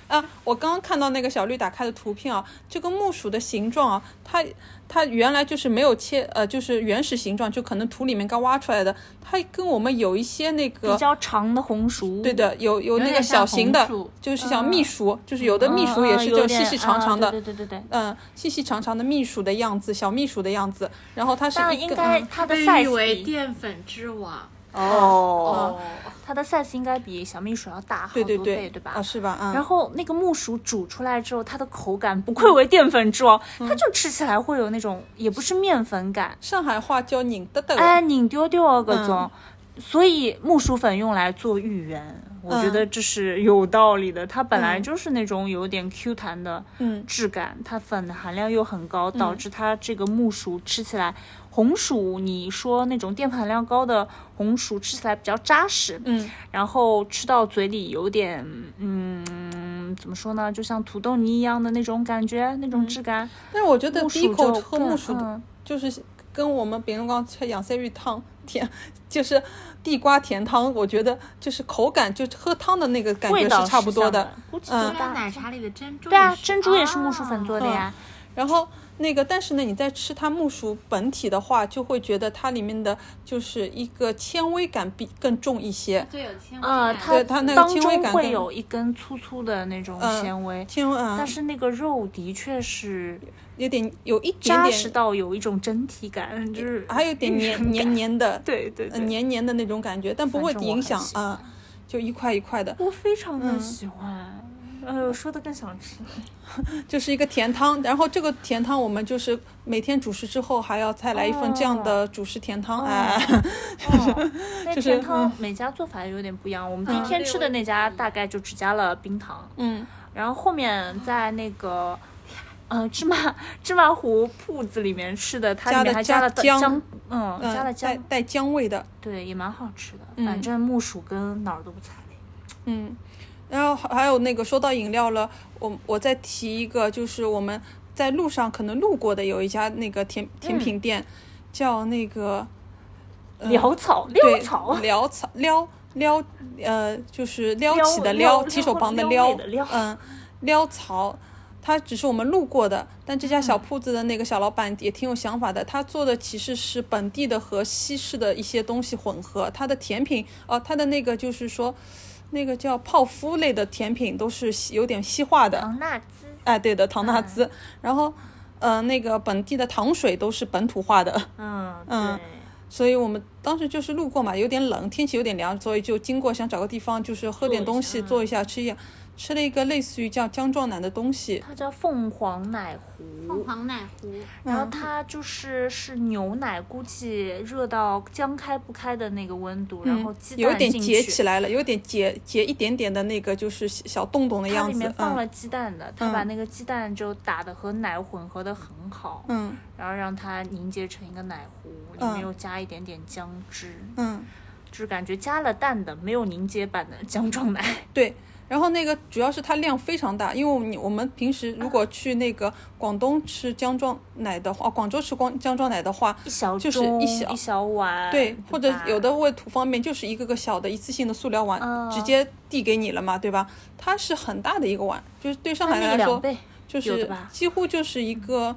[SPEAKER 1] 啊，我刚刚看到那个小绿打开的图片啊，这个木薯的形状啊，它它原来就是没有切，呃，就是原始形状，就可能土里面刚挖出来的。它跟我们有一些那
[SPEAKER 2] 比
[SPEAKER 1] 个，
[SPEAKER 2] 较嗯长的红薯，
[SPEAKER 1] 对，的，有有那
[SPEAKER 3] 点
[SPEAKER 1] 个小
[SPEAKER 3] 像
[SPEAKER 1] 型
[SPEAKER 3] 红
[SPEAKER 1] 的
[SPEAKER 3] 薯，
[SPEAKER 1] 就是像蜜薯，就是有的蜜薯呃也是
[SPEAKER 2] 嗯呃有
[SPEAKER 1] 就
[SPEAKER 2] 点
[SPEAKER 1] 细细长长的，
[SPEAKER 2] 啊对对对对对。
[SPEAKER 1] 嗯，细细长长的蜜薯的样子，小蜜薯的样子。然后它是
[SPEAKER 2] 但
[SPEAKER 1] 一
[SPEAKER 2] 应
[SPEAKER 1] 个
[SPEAKER 2] 该
[SPEAKER 1] 嗯
[SPEAKER 2] 它的
[SPEAKER 3] 被
[SPEAKER 2] size
[SPEAKER 3] 誉为
[SPEAKER 2] 比
[SPEAKER 3] 淀粉之王。
[SPEAKER 2] 哦，它的 size 应该比小蜜薯要大好
[SPEAKER 1] 对
[SPEAKER 2] 多
[SPEAKER 1] 对
[SPEAKER 2] 倍，
[SPEAKER 1] 对，
[SPEAKER 2] 吧？
[SPEAKER 1] 啊，是吧？嗯，
[SPEAKER 2] 然后那个木薯煮出来之后，它的口感不愧为淀粉之王，
[SPEAKER 1] 嗯
[SPEAKER 2] 它就吃起来会有那种也不是面粉感，
[SPEAKER 1] 上海话叫拧得得，
[SPEAKER 2] 哎，拧丢丢啊搿种。
[SPEAKER 1] 嗯
[SPEAKER 2] 所以木薯粉用来做芋圆，我觉得这是有道理的。它本来就是那种有点 Q 弹的
[SPEAKER 1] 嗯
[SPEAKER 2] 质感，它粉的含量又很高，导致它这个木薯吃起来，红薯你说那种淀粉含量高的红薯吃起来比较扎实，
[SPEAKER 1] 嗯，
[SPEAKER 2] 然后吃到嘴里有点嗯怎么说呢，就像土豆泥一样的那种感觉，那种
[SPEAKER 1] 嗯
[SPEAKER 2] 质感。
[SPEAKER 1] 但是我觉得
[SPEAKER 2] 木薯
[SPEAKER 1] Bico
[SPEAKER 2] 就
[SPEAKER 1] 和
[SPEAKER 2] 更
[SPEAKER 1] 木薯
[SPEAKER 2] 嗯
[SPEAKER 1] 就是跟我们别人刚吃养生鱼汤甜，就是地瓜甜汤，我觉得就是口感就喝汤的那个感
[SPEAKER 2] 味
[SPEAKER 1] 觉
[SPEAKER 2] 道
[SPEAKER 1] 差不多
[SPEAKER 2] 像
[SPEAKER 1] 的
[SPEAKER 2] 的。，估计
[SPEAKER 1] 嗯
[SPEAKER 2] 多大
[SPEAKER 3] 奶茶里的珍珠
[SPEAKER 2] 对啊，
[SPEAKER 3] 也是哦
[SPEAKER 2] 珍珠也是木薯粉做的呀。
[SPEAKER 1] 然后那个，但是呢，你在吃它木薯本体的话，就会觉得它里面的就是一个纤维感比更重一些。
[SPEAKER 3] 最有纤维
[SPEAKER 2] 呃，
[SPEAKER 3] 感
[SPEAKER 1] 对它那个
[SPEAKER 2] 当
[SPEAKER 1] 纤维
[SPEAKER 2] 中
[SPEAKER 1] 感
[SPEAKER 2] 会
[SPEAKER 1] 更
[SPEAKER 2] 有一根粗粗的那种
[SPEAKER 1] 嗯
[SPEAKER 2] 纤维，
[SPEAKER 1] 纤维啊
[SPEAKER 2] 但，是那个肉的确是
[SPEAKER 1] 有点有一点
[SPEAKER 2] 扎实
[SPEAKER 1] 点，
[SPEAKER 2] 到有一种整体感，就是
[SPEAKER 1] 还有点 黏黏黏的，
[SPEAKER 2] 对对
[SPEAKER 1] 呃
[SPEAKER 2] 对，
[SPEAKER 1] 黏黏的那种感觉，但不会
[SPEAKER 2] 反正我
[SPEAKER 1] 影
[SPEAKER 2] 很
[SPEAKER 1] 响
[SPEAKER 2] 喜欢
[SPEAKER 1] 啊，就一块一块的，
[SPEAKER 2] 我非常
[SPEAKER 1] 嗯
[SPEAKER 2] 的喜欢。哎呦，说的更想吃。
[SPEAKER 1] 就是一个甜汤。然后这个甜汤我们就是每天主食之后还要再来一份这样的主食甜汤，哎，
[SPEAKER 2] 哦，那
[SPEAKER 1] 就是嗯
[SPEAKER 2] 甜汤每家做法有点不一样。我们第一天吃的那家大概就只加了冰糖，
[SPEAKER 1] 嗯，
[SPEAKER 2] 然后后面在那个。呃，芝麻 芝麻糊铺子里面吃的，它
[SPEAKER 1] 加
[SPEAKER 2] 里
[SPEAKER 1] 的
[SPEAKER 2] 面还
[SPEAKER 1] 加
[SPEAKER 2] 了
[SPEAKER 1] 姜
[SPEAKER 2] 姜，嗯，
[SPEAKER 1] 嗯
[SPEAKER 2] 加了
[SPEAKER 1] 带
[SPEAKER 2] 姜，
[SPEAKER 1] 带姜味的，
[SPEAKER 2] 对，也蛮好吃的。
[SPEAKER 1] 嗯
[SPEAKER 2] 反正木薯跟哪儿都不踩雷。
[SPEAKER 1] 嗯，然后还还有那个说到饮料了，我我再提一个，就是我们在路上可能路过的有一家那个甜甜品店，叫那个呃
[SPEAKER 2] 潦草，
[SPEAKER 1] 对
[SPEAKER 2] 潦嗯草，
[SPEAKER 1] 潦草撩撩呃，就是撩
[SPEAKER 2] 撩
[SPEAKER 1] 起的
[SPEAKER 2] 撩
[SPEAKER 1] 提手旁的
[SPEAKER 2] 撩
[SPEAKER 1] 撩
[SPEAKER 2] 妹的撩，
[SPEAKER 1] 嗯，撩草。它只是我们路过的，但这家小铺子的那个小老板也挺有想法的。他做的其实是本地的和西式的一些东西混合，它的甜品，呃，它的那个就是说，那个叫泡芙类的甜品都是西有点西化的，
[SPEAKER 4] 昂纳兹
[SPEAKER 1] 哎，对的，糖纳兹。然后，呃，那个本地的糖水都是本土化的，
[SPEAKER 2] 嗯
[SPEAKER 1] 嗯
[SPEAKER 2] 对，
[SPEAKER 1] 所以我们当时就是路过嘛，有点冷，天气有点凉，所以就经过想找个地方，就是喝点东西，
[SPEAKER 2] 坐
[SPEAKER 1] 坐一下，吃一下，吃了一个类似于叫姜撞奶的东西，
[SPEAKER 2] 它叫凤凰奶
[SPEAKER 3] 凤
[SPEAKER 2] 糊，
[SPEAKER 3] 凰奶糊，
[SPEAKER 2] 然后它就是是牛奶，估计热到将开不开的那个温度，然后鸡
[SPEAKER 1] 嗯有
[SPEAKER 2] 蛋
[SPEAKER 1] 点
[SPEAKER 2] 进
[SPEAKER 1] 结
[SPEAKER 2] 去，
[SPEAKER 1] 起来了，有点结结一点点的那个就是小小洞洞的
[SPEAKER 2] 它
[SPEAKER 1] 样
[SPEAKER 2] 里
[SPEAKER 1] 子
[SPEAKER 2] 面，放
[SPEAKER 1] 嗯
[SPEAKER 2] 了鸡蛋的，它把那个鸡蛋就打的和奶混合的很好，
[SPEAKER 1] 嗯
[SPEAKER 2] 然后让它凝结成一个奶糊，里
[SPEAKER 1] 嗯
[SPEAKER 2] 面又加一点点姜汁，
[SPEAKER 1] 嗯，
[SPEAKER 2] 就是感觉加了蛋的，没有凝结版的姜撞奶。
[SPEAKER 1] 对。然后那个主要是它量非常大，因为你我们平时如果
[SPEAKER 2] 啊
[SPEAKER 1] 去那个广东吃姜撞奶的话，哦广州吃光姜撞奶的话，
[SPEAKER 2] 一小盅，
[SPEAKER 1] 就是一小
[SPEAKER 2] 一小碗，
[SPEAKER 1] 对，或者
[SPEAKER 2] 吧
[SPEAKER 1] 有的为图方便，就是一个个小的一次性的塑料碗，
[SPEAKER 2] 嗯
[SPEAKER 1] 直接递给你了嘛，对吧？它是很大的一个碗，就是对上
[SPEAKER 2] 它
[SPEAKER 1] 海
[SPEAKER 2] 那
[SPEAKER 1] 人
[SPEAKER 2] 个
[SPEAKER 1] 来
[SPEAKER 2] 两
[SPEAKER 1] 说，
[SPEAKER 2] 倍，
[SPEAKER 1] 就
[SPEAKER 2] 有的
[SPEAKER 1] 是
[SPEAKER 2] 吧嗯
[SPEAKER 1] 几乎就是一个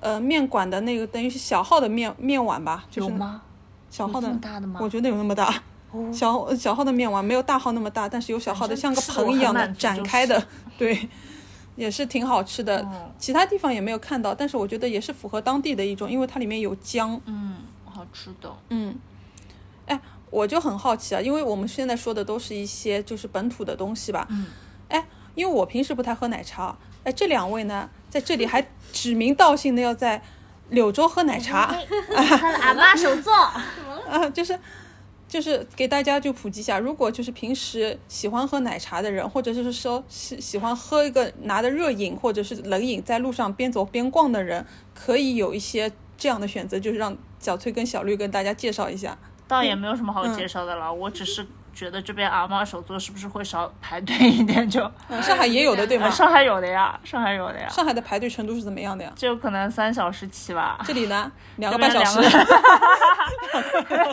[SPEAKER 1] 呃面馆的那个等于是小号的面面碗吧，就是
[SPEAKER 2] 有吗？
[SPEAKER 1] 小号
[SPEAKER 2] 有这
[SPEAKER 1] 的
[SPEAKER 2] 么，大的吗？
[SPEAKER 1] 我觉得有那么大。
[SPEAKER 2] 哦
[SPEAKER 1] 小小号的面碗没有大号那么大，但是有小号的，
[SPEAKER 2] 反
[SPEAKER 1] 像
[SPEAKER 2] 正
[SPEAKER 1] 个
[SPEAKER 2] 吃得我
[SPEAKER 1] 盆一样
[SPEAKER 2] 很
[SPEAKER 1] 的
[SPEAKER 2] 满足
[SPEAKER 1] 展
[SPEAKER 2] 就是
[SPEAKER 1] 开的， 对，也是挺好吃的。
[SPEAKER 2] 嗯
[SPEAKER 1] 其他地方也没有看到，但是我觉得也是符合当地的一种，因为它里面有姜，
[SPEAKER 2] 嗯，好吃的。
[SPEAKER 1] 嗯，哎，我就很好奇啊，因为我们现在说的都是一些就是本土的东西吧。
[SPEAKER 2] 嗯。
[SPEAKER 1] 哎，因为我平时不太喝奶茶，哎，这两位呢，在这里还指名道姓的要在柳州喝奶茶
[SPEAKER 4] 哎他的阿妈手作，
[SPEAKER 1] 啊，就是。就是给大家就普及一下，如果就是平时喜欢喝奶茶的人，或者是说喜喜欢喝一个拿的热饮或者是冷饮，在路上边走边逛的人，可以有一些这样的选择，就是让小崔跟小绿跟大家介绍一下。
[SPEAKER 2] 倒
[SPEAKER 1] 嗯
[SPEAKER 2] 也没有什么好介绍的了，我只是觉得这边阿嬷手作是不是会少排队一点就？
[SPEAKER 1] 嗯上海也有的对吗
[SPEAKER 2] 啊，？上海有的呀，上海有的呀，
[SPEAKER 1] 上海的排队程度是怎么样的呀？
[SPEAKER 2] 就可能三小时起吧。
[SPEAKER 1] 这里呢，两
[SPEAKER 2] 这
[SPEAKER 1] 个
[SPEAKER 2] 边
[SPEAKER 1] 半小时，
[SPEAKER 2] 两个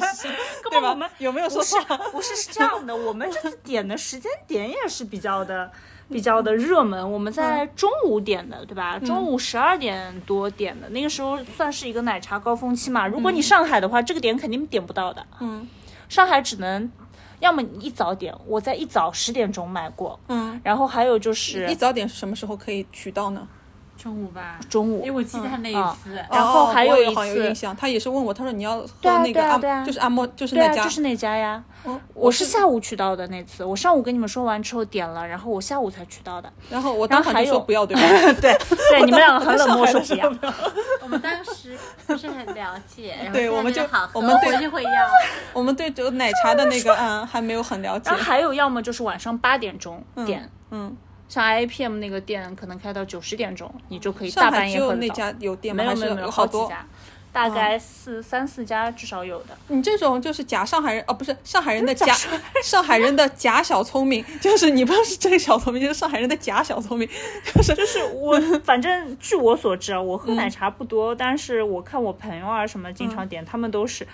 [SPEAKER 1] 对
[SPEAKER 2] 我
[SPEAKER 1] 吧
[SPEAKER 2] 们？
[SPEAKER 1] 有没有
[SPEAKER 2] 不
[SPEAKER 1] 说
[SPEAKER 2] 是
[SPEAKER 1] 错？
[SPEAKER 2] 不是是这样 的，我们这次点的时间点也是比较的。比较的热门，我们在中午点的，
[SPEAKER 1] 嗯
[SPEAKER 2] 对吧？中午十二点多点的，那个时候算是一个奶茶高峰期嘛。如果你上海的话，这个点肯定点不到的。
[SPEAKER 1] 嗯
[SPEAKER 2] 上海只能，要么你一早点，我在一早十点钟买过，
[SPEAKER 1] 嗯，
[SPEAKER 2] 然后还有就是
[SPEAKER 1] 一早点是什么时候可以取到呢？
[SPEAKER 3] 中午吧，
[SPEAKER 2] 中
[SPEAKER 3] 因为
[SPEAKER 2] 午，
[SPEAKER 3] 我记得他那一次，
[SPEAKER 2] 然后
[SPEAKER 1] 哦
[SPEAKER 2] 还
[SPEAKER 1] 我
[SPEAKER 2] 有
[SPEAKER 1] 有
[SPEAKER 2] 一
[SPEAKER 1] 好像有
[SPEAKER 2] 次
[SPEAKER 1] 印象，他也是问我，他说你要喝
[SPEAKER 2] 对啊
[SPEAKER 1] 那个
[SPEAKER 2] 对啊
[SPEAKER 1] 按
[SPEAKER 2] 对啊
[SPEAKER 1] 就是按摩，就是
[SPEAKER 2] 对
[SPEAKER 1] 那
[SPEAKER 2] 啊，
[SPEAKER 1] 家
[SPEAKER 2] 就，是那家呀。
[SPEAKER 1] 哦
[SPEAKER 2] 我是下午取到的那次，我上午跟你们说完之后点了，然后我下午才取到的。
[SPEAKER 1] 然后我
[SPEAKER 2] 然
[SPEAKER 1] 当
[SPEAKER 2] 后
[SPEAKER 1] 场
[SPEAKER 2] 还
[SPEAKER 1] 就说
[SPEAKER 2] 有
[SPEAKER 1] 不要，对 吧？
[SPEAKER 2] 对对，你们两个很冷漠，
[SPEAKER 1] 上海的
[SPEAKER 2] 说不
[SPEAKER 1] 时
[SPEAKER 2] 要
[SPEAKER 1] 候。不要，
[SPEAKER 3] 我们当时不是很了解，然后
[SPEAKER 1] 对
[SPEAKER 3] 现在
[SPEAKER 1] 我们
[SPEAKER 3] 觉得
[SPEAKER 1] 就
[SPEAKER 3] 好喝
[SPEAKER 1] 我们对
[SPEAKER 3] 回去会要，
[SPEAKER 1] 我们对这个奶茶的那个嗯还没有很了解
[SPEAKER 2] 然后，还有要么就是晚上八点钟点，
[SPEAKER 1] 嗯，
[SPEAKER 2] 像 IPM 那个店可能开到九十点钟，你就可以大
[SPEAKER 1] 上海
[SPEAKER 2] 半
[SPEAKER 1] 只
[SPEAKER 2] 夜
[SPEAKER 1] 有
[SPEAKER 2] 喝
[SPEAKER 1] 那
[SPEAKER 2] 得到。
[SPEAKER 1] 家有店吗？
[SPEAKER 2] 没有
[SPEAKER 1] 还
[SPEAKER 2] 没
[SPEAKER 1] 是
[SPEAKER 2] 有没有，
[SPEAKER 1] 好
[SPEAKER 2] 几
[SPEAKER 1] 多？嗯
[SPEAKER 2] 家。大概四、三四家至少有的。
[SPEAKER 1] 你这种就是假上海人哦，不是上海人的假，上海人的假小聪明，就是你不是真小聪明，就是上海人的假小聪明，就是
[SPEAKER 2] 就是我反正据我所知啊，我喝
[SPEAKER 1] 嗯
[SPEAKER 2] 奶茶不多，但是我看我朋友啊什么经常点，他们都是。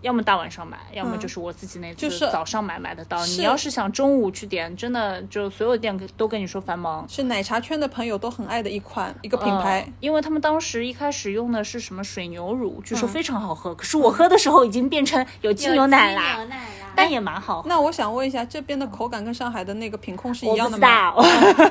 [SPEAKER 2] 要么大晚上买，要么就是我自己那
[SPEAKER 1] 嗯就
[SPEAKER 2] 次
[SPEAKER 1] 是
[SPEAKER 2] 早上买买得到。
[SPEAKER 1] 是
[SPEAKER 2] 你要是想中午去点，真的就所有店都跟你说繁忙。
[SPEAKER 1] 是奶茶圈的朋友都很爱的一款一个品牌
[SPEAKER 2] 呃。因为他们当时一开始用的是什么水牛乳，据
[SPEAKER 1] 嗯
[SPEAKER 2] 说非常好喝，可是我喝的时候已经变成有机牛奶
[SPEAKER 3] 有鸡
[SPEAKER 2] 啦
[SPEAKER 3] 牛，奶啦，哎
[SPEAKER 2] 但也蛮好喝。
[SPEAKER 1] 那我想问一下，这边的口感跟上海的那个品控是一
[SPEAKER 2] 我
[SPEAKER 1] 样
[SPEAKER 2] 不
[SPEAKER 1] 的
[SPEAKER 2] 知
[SPEAKER 1] 吗？嗯
[SPEAKER 2] 道，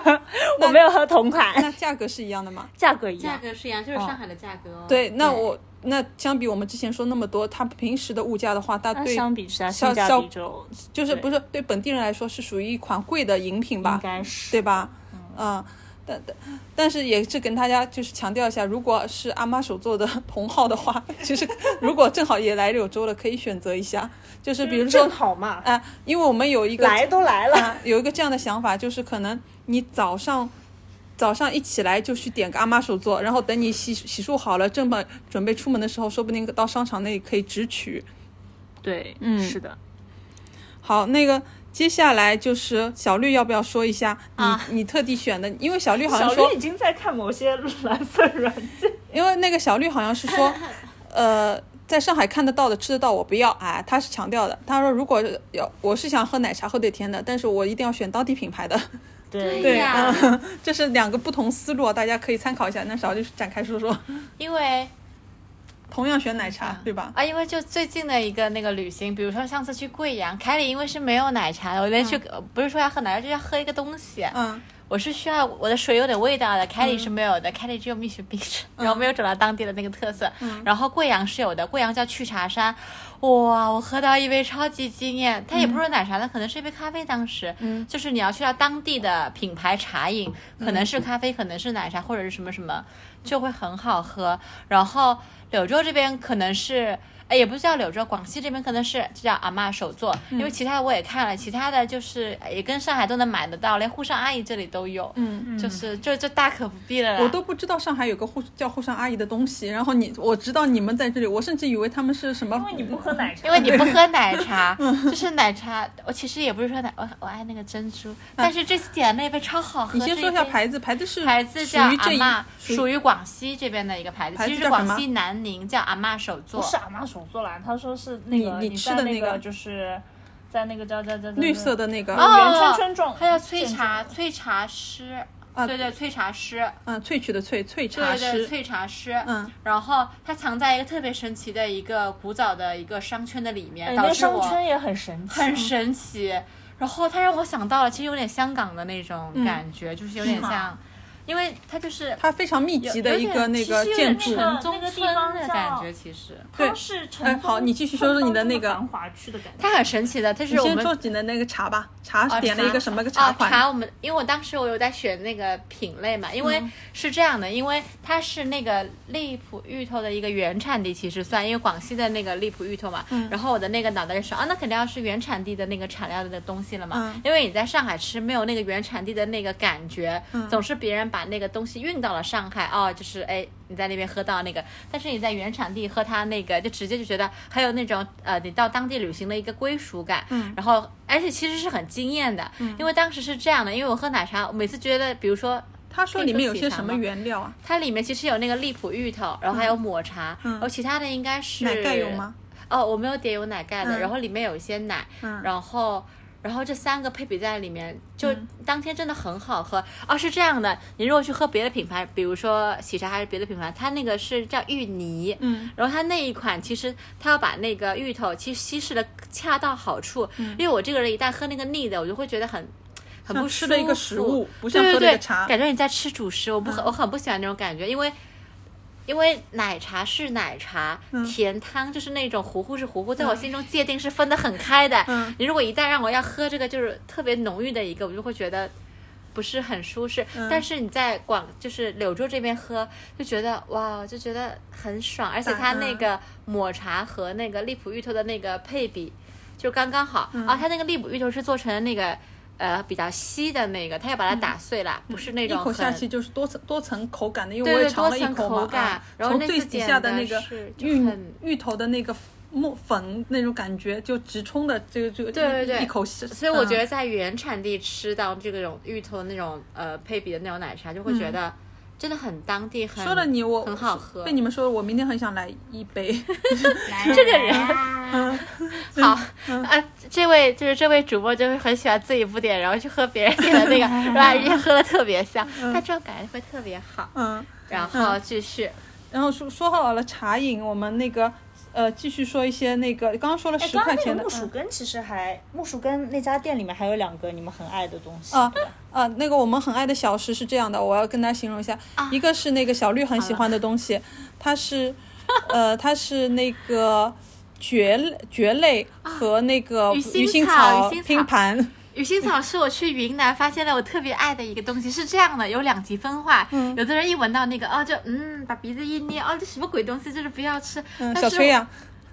[SPEAKER 2] 我没有喝同款，
[SPEAKER 1] 那价格是一样的吗？
[SPEAKER 2] 价格一
[SPEAKER 3] 价
[SPEAKER 2] 样。
[SPEAKER 3] 格是一样，就是上海的价格哦。
[SPEAKER 1] 对，那我那相比我们之前说那么多，它平时的物价的话，它
[SPEAKER 2] 那
[SPEAKER 1] 对
[SPEAKER 2] 啊相比之下，
[SPEAKER 1] 消
[SPEAKER 2] 性价
[SPEAKER 1] 消
[SPEAKER 2] 比就
[SPEAKER 1] 就是
[SPEAKER 2] 对
[SPEAKER 1] 不是对本地人来说是属于一款贵的饮品吧
[SPEAKER 2] 应？该是
[SPEAKER 1] 对吧？嗯，但但但是也是跟大家就是强调一下，如果是阿妈手做的 同号的话，其实如果正好也来柳州的，可以选择一下，就是比如说
[SPEAKER 2] 正嗯好嘛，
[SPEAKER 1] 啊，因为我们有一个
[SPEAKER 2] 来都来了，
[SPEAKER 1] 啊，有一个这样的想法，就是可能你早上早上一起来就去点个阿妈手做，然后等你洗洗漱好了，正本准备出门的时候，说不定到商场那里可以直取。
[SPEAKER 2] 对，
[SPEAKER 1] 嗯
[SPEAKER 2] 是的，
[SPEAKER 1] 好，那个接下来就是小绿，要不要说一下你、
[SPEAKER 2] 啊
[SPEAKER 1] 你特地选的？因为小绿好像
[SPEAKER 2] 小
[SPEAKER 1] 说
[SPEAKER 2] 绿，已经在看某些蓝色软件，
[SPEAKER 1] 因为那个小绿好像是 说，呃，在上海看得到的、吃得到，我不要。哎，他是强调的，他说如果要我是想喝奶茶、喝点甜的，但是我一定要选当地品牌的。
[SPEAKER 2] 对
[SPEAKER 3] 对啊呀，
[SPEAKER 1] 这嗯是两个不同思路，大家可以参考一下。那小绿展开说说，
[SPEAKER 3] 因为
[SPEAKER 1] 同样选奶茶，对吧？
[SPEAKER 3] 啊，因为就最近的一个那个旅行，比如说上次去贵阳，凯里因为是没有奶茶的，我连去、呃不是说要喝奶茶，就是要喝一个东西。
[SPEAKER 1] 嗯，
[SPEAKER 3] 我是需要我的水有点味道的，凯里是没有的，凯里只有蜜雪冰城，然后没有找到当地的那个特色。然后贵阳是有的，贵阳叫去茶山，哇，我喝到一杯超级惊艳，它也不是奶茶了，可能是一杯咖啡。当时，嗯，就是你要去到当地的品牌茶饮，可能是咖啡，可能是奶茶，或者是什么什么，就会很好喝。然后柳州这边可能是。哎，也不是叫柳州，广西这边可能是就叫阿嬷手作，
[SPEAKER 1] 嗯
[SPEAKER 3] 因为其他的我也看了，其他的就是哎也跟上海都能买得到，连沪上阿姨这里都有，嗯，就是就就大可不必了啦。
[SPEAKER 1] 我都不知道上海有个沪叫沪上阿姨的东西，然后你我知道你们在这里，我甚至以为他们是什么，
[SPEAKER 2] 因为你不喝奶茶，
[SPEAKER 3] 因为你不喝 奶茶，
[SPEAKER 1] 嗯
[SPEAKER 3] 就是奶茶，我其实也不是说奶，我我爱那个珍珠，但是这次点的那杯超好喝。
[SPEAKER 1] 嗯你先
[SPEAKER 3] 这
[SPEAKER 1] 说一
[SPEAKER 3] 杯
[SPEAKER 1] 下牌子，牌子是
[SPEAKER 3] 牌子
[SPEAKER 1] 属
[SPEAKER 3] 叫
[SPEAKER 1] 于
[SPEAKER 3] 阿
[SPEAKER 1] 这一
[SPEAKER 3] 嬷，
[SPEAKER 1] 属
[SPEAKER 3] 属
[SPEAKER 1] 于
[SPEAKER 3] 于广西这边的一个牌子，
[SPEAKER 1] 牌子
[SPEAKER 3] 其实
[SPEAKER 1] 叫
[SPEAKER 3] 是
[SPEAKER 1] 什么
[SPEAKER 3] 广西南宁叫阿嬷手作
[SPEAKER 2] 不，是阿玛手做蓝，他说是那个
[SPEAKER 1] 你你吃的
[SPEAKER 2] 在
[SPEAKER 1] 那
[SPEAKER 2] 那
[SPEAKER 1] 个
[SPEAKER 2] 就是在那个叫叫叫叫
[SPEAKER 1] 绿色的那个，
[SPEAKER 3] 哦
[SPEAKER 2] 圆圈圈状，
[SPEAKER 3] 它叫翠茶萃茶师，
[SPEAKER 1] 啊
[SPEAKER 3] 对对萃茶师，
[SPEAKER 1] 嗯，萃取的萃，萃茶
[SPEAKER 3] 对对
[SPEAKER 1] 师，
[SPEAKER 3] 萃茶师，
[SPEAKER 1] 嗯，
[SPEAKER 3] 然后它藏在一个特别神奇的一个古早的一个商圈的里面，
[SPEAKER 2] 哎，
[SPEAKER 3] 导
[SPEAKER 2] 那
[SPEAKER 3] 致
[SPEAKER 2] 商
[SPEAKER 3] 我
[SPEAKER 2] 圈也很神 奇，
[SPEAKER 3] 很神奇。然后它让我想到了，其实有点香港的那种感
[SPEAKER 1] 嗯
[SPEAKER 3] 觉，就是有点
[SPEAKER 2] 是吗
[SPEAKER 3] 像，因为它就是
[SPEAKER 1] 它非常密集的一个那个建筑
[SPEAKER 2] 其实有点。那
[SPEAKER 3] 城
[SPEAKER 2] 个
[SPEAKER 3] 中村的感觉，其实
[SPEAKER 1] 对
[SPEAKER 2] 它是城
[SPEAKER 1] 哎
[SPEAKER 2] 中
[SPEAKER 1] 好你继续说说你的那个
[SPEAKER 2] 城中繁华区的感觉。
[SPEAKER 3] 它很神奇的，它是
[SPEAKER 1] 你
[SPEAKER 3] 我
[SPEAKER 1] 先
[SPEAKER 3] 们
[SPEAKER 1] 说你的那个茶吧，茶
[SPEAKER 3] 哦
[SPEAKER 1] 点了一个什么个款？
[SPEAKER 3] 哦茶我们因为我当时我有在选那个品类嘛，因为
[SPEAKER 1] 嗯
[SPEAKER 3] 是这样的，因为它是那个荔浦芋头的一个原产地，其实算因为广西的那个荔浦芋头嘛。
[SPEAKER 1] 嗯
[SPEAKER 3] 然后我的那个脑袋就说啊，那肯定要是原产地的那个产料的东西了嘛，
[SPEAKER 1] 嗯
[SPEAKER 3] 因为你在上海吃没有那个原产地的那个感觉，
[SPEAKER 1] 嗯
[SPEAKER 3] 总是别人把那个东西运到了上海哦，就是哎。你在那边喝到那个，但是你在原产地喝它那个，就直接就觉得还有那种呃，你到当地旅行的一个归属感。嗯，然后而且其实是很惊艳的，
[SPEAKER 1] 嗯
[SPEAKER 3] 因为当时是这样的，因为我喝奶茶，我每次觉得，比如说
[SPEAKER 1] 他说里面有些什么原料啊？
[SPEAKER 3] 它里面其实有那个荔浦芋头，然后还有抹茶，然后其他的应该是
[SPEAKER 1] 嗯奶盖有吗？？
[SPEAKER 3] 哦，我没有点有奶盖的，
[SPEAKER 1] 嗯
[SPEAKER 3] 然后里面有一些奶，然后。然后这三个配比在里面，就当天真的很好喝、哦。是这样的，你如果去喝别的品牌，比如说喜茶还是别的品牌，它那个是叫芋泥，
[SPEAKER 1] 嗯，
[SPEAKER 3] 然后它那一款其实它要把那个芋头其实稀释的恰到好处，
[SPEAKER 1] 嗯
[SPEAKER 3] 因为我这个人一旦喝那个腻的，我就会觉得很很
[SPEAKER 1] 像
[SPEAKER 3] 不
[SPEAKER 1] 吃了一个
[SPEAKER 3] 舒服
[SPEAKER 1] 食物不像
[SPEAKER 3] 对
[SPEAKER 1] 喝
[SPEAKER 3] 对
[SPEAKER 1] 了一个
[SPEAKER 3] 对，
[SPEAKER 1] 茶嗯
[SPEAKER 3] 感觉你在吃主食，我不很、我很不喜欢那种感觉，因为因为奶茶是奶茶，
[SPEAKER 1] 嗯
[SPEAKER 3] 甜汤就是那种糊糊是糊糊，在我心中界定是分得很开的。
[SPEAKER 1] 嗯
[SPEAKER 3] 你如果一旦让我要喝这个就是特别浓郁的一个，我就会觉得不是很舒适。
[SPEAKER 1] 嗯
[SPEAKER 3] 但是你在广就是柳州这边喝，就觉得哇，就觉得很爽，而且它那个抹茶和那
[SPEAKER 1] 嗯
[SPEAKER 3] 哦个荔浦芋头的那个配比就刚刚好。啊，它那个荔浦芋头是做成那个。呃比较稀的那个，它要把它打碎了，不是那
[SPEAKER 1] 嗯一
[SPEAKER 3] 种
[SPEAKER 1] 口
[SPEAKER 3] 很
[SPEAKER 1] 下去就是多层多层口感的，因为
[SPEAKER 3] 对
[SPEAKER 1] 我也
[SPEAKER 3] 对
[SPEAKER 1] 尝
[SPEAKER 3] 多
[SPEAKER 1] 了一
[SPEAKER 3] 层
[SPEAKER 1] 口
[SPEAKER 3] 口
[SPEAKER 1] 嘛，
[SPEAKER 3] 感
[SPEAKER 1] 啊，
[SPEAKER 3] 然后
[SPEAKER 1] 从
[SPEAKER 3] 那
[SPEAKER 1] 最
[SPEAKER 3] 次
[SPEAKER 1] 底
[SPEAKER 3] 点
[SPEAKER 1] 下的
[SPEAKER 3] 的
[SPEAKER 1] 那个
[SPEAKER 3] 是就
[SPEAKER 1] 芋
[SPEAKER 3] 很
[SPEAKER 1] 芋头的那个沫粉那种感觉，就直冲的这个这个
[SPEAKER 3] 对对对
[SPEAKER 1] 一口下，
[SPEAKER 3] 所以我
[SPEAKER 1] 嗯
[SPEAKER 3] 觉得在原产地吃到这种芋头那种呃配比的那种奶茶，就会觉得真的很当地，
[SPEAKER 1] 嗯
[SPEAKER 3] 很
[SPEAKER 1] 说了你我
[SPEAKER 3] 很好喝
[SPEAKER 1] 被。你们说了我明天很想来一 杯。
[SPEAKER 3] 这个人
[SPEAKER 1] 嗯
[SPEAKER 3] 好 啊，这位就是这位主播就是很喜欢自己不点，然后去喝别人点的那个，然后把人家喝的特别香，他这种感觉会特别好。
[SPEAKER 1] 嗯，
[SPEAKER 3] 然后继续，
[SPEAKER 1] 然后说说好了茶饮，我们那个呃继续说一些那个刚刚说了
[SPEAKER 2] 哎，
[SPEAKER 1] 十
[SPEAKER 2] 刚
[SPEAKER 1] 块
[SPEAKER 2] 刚那
[SPEAKER 1] 钱
[SPEAKER 2] 个
[SPEAKER 1] 的
[SPEAKER 2] 木薯
[SPEAKER 1] 嗯
[SPEAKER 2] 根其实还木薯根那家店里面还有两个你们很爱的东 西，
[SPEAKER 1] 啊啊，那个我们很爱的小食是这样的，我要跟大家形容一下，
[SPEAKER 3] 啊
[SPEAKER 1] 一个是那个小绿很喜欢的东西，它是呃它是那个蕨类蕨类和那个
[SPEAKER 3] 鱼腥
[SPEAKER 1] 鱼腥
[SPEAKER 3] 啊草
[SPEAKER 1] 草
[SPEAKER 3] 鱼腥草
[SPEAKER 1] 拼盘。
[SPEAKER 3] 鱼腥草是我去云南发现了我特别爱的一个东西，是这样的，有两极分化。
[SPEAKER 2] 嗯
[SPEAKER 3] 有的人一闻到那个，哦，就嗯，把鼻子一捏，哦，这什么鬼东西，就是不要吃。
[SPEAKER 1] 嗯，
[SPEAKER 3] 但
[SPEAKER 1] 小
[SPEAKER 3] 是
[SPEAKER 1] 崔呀、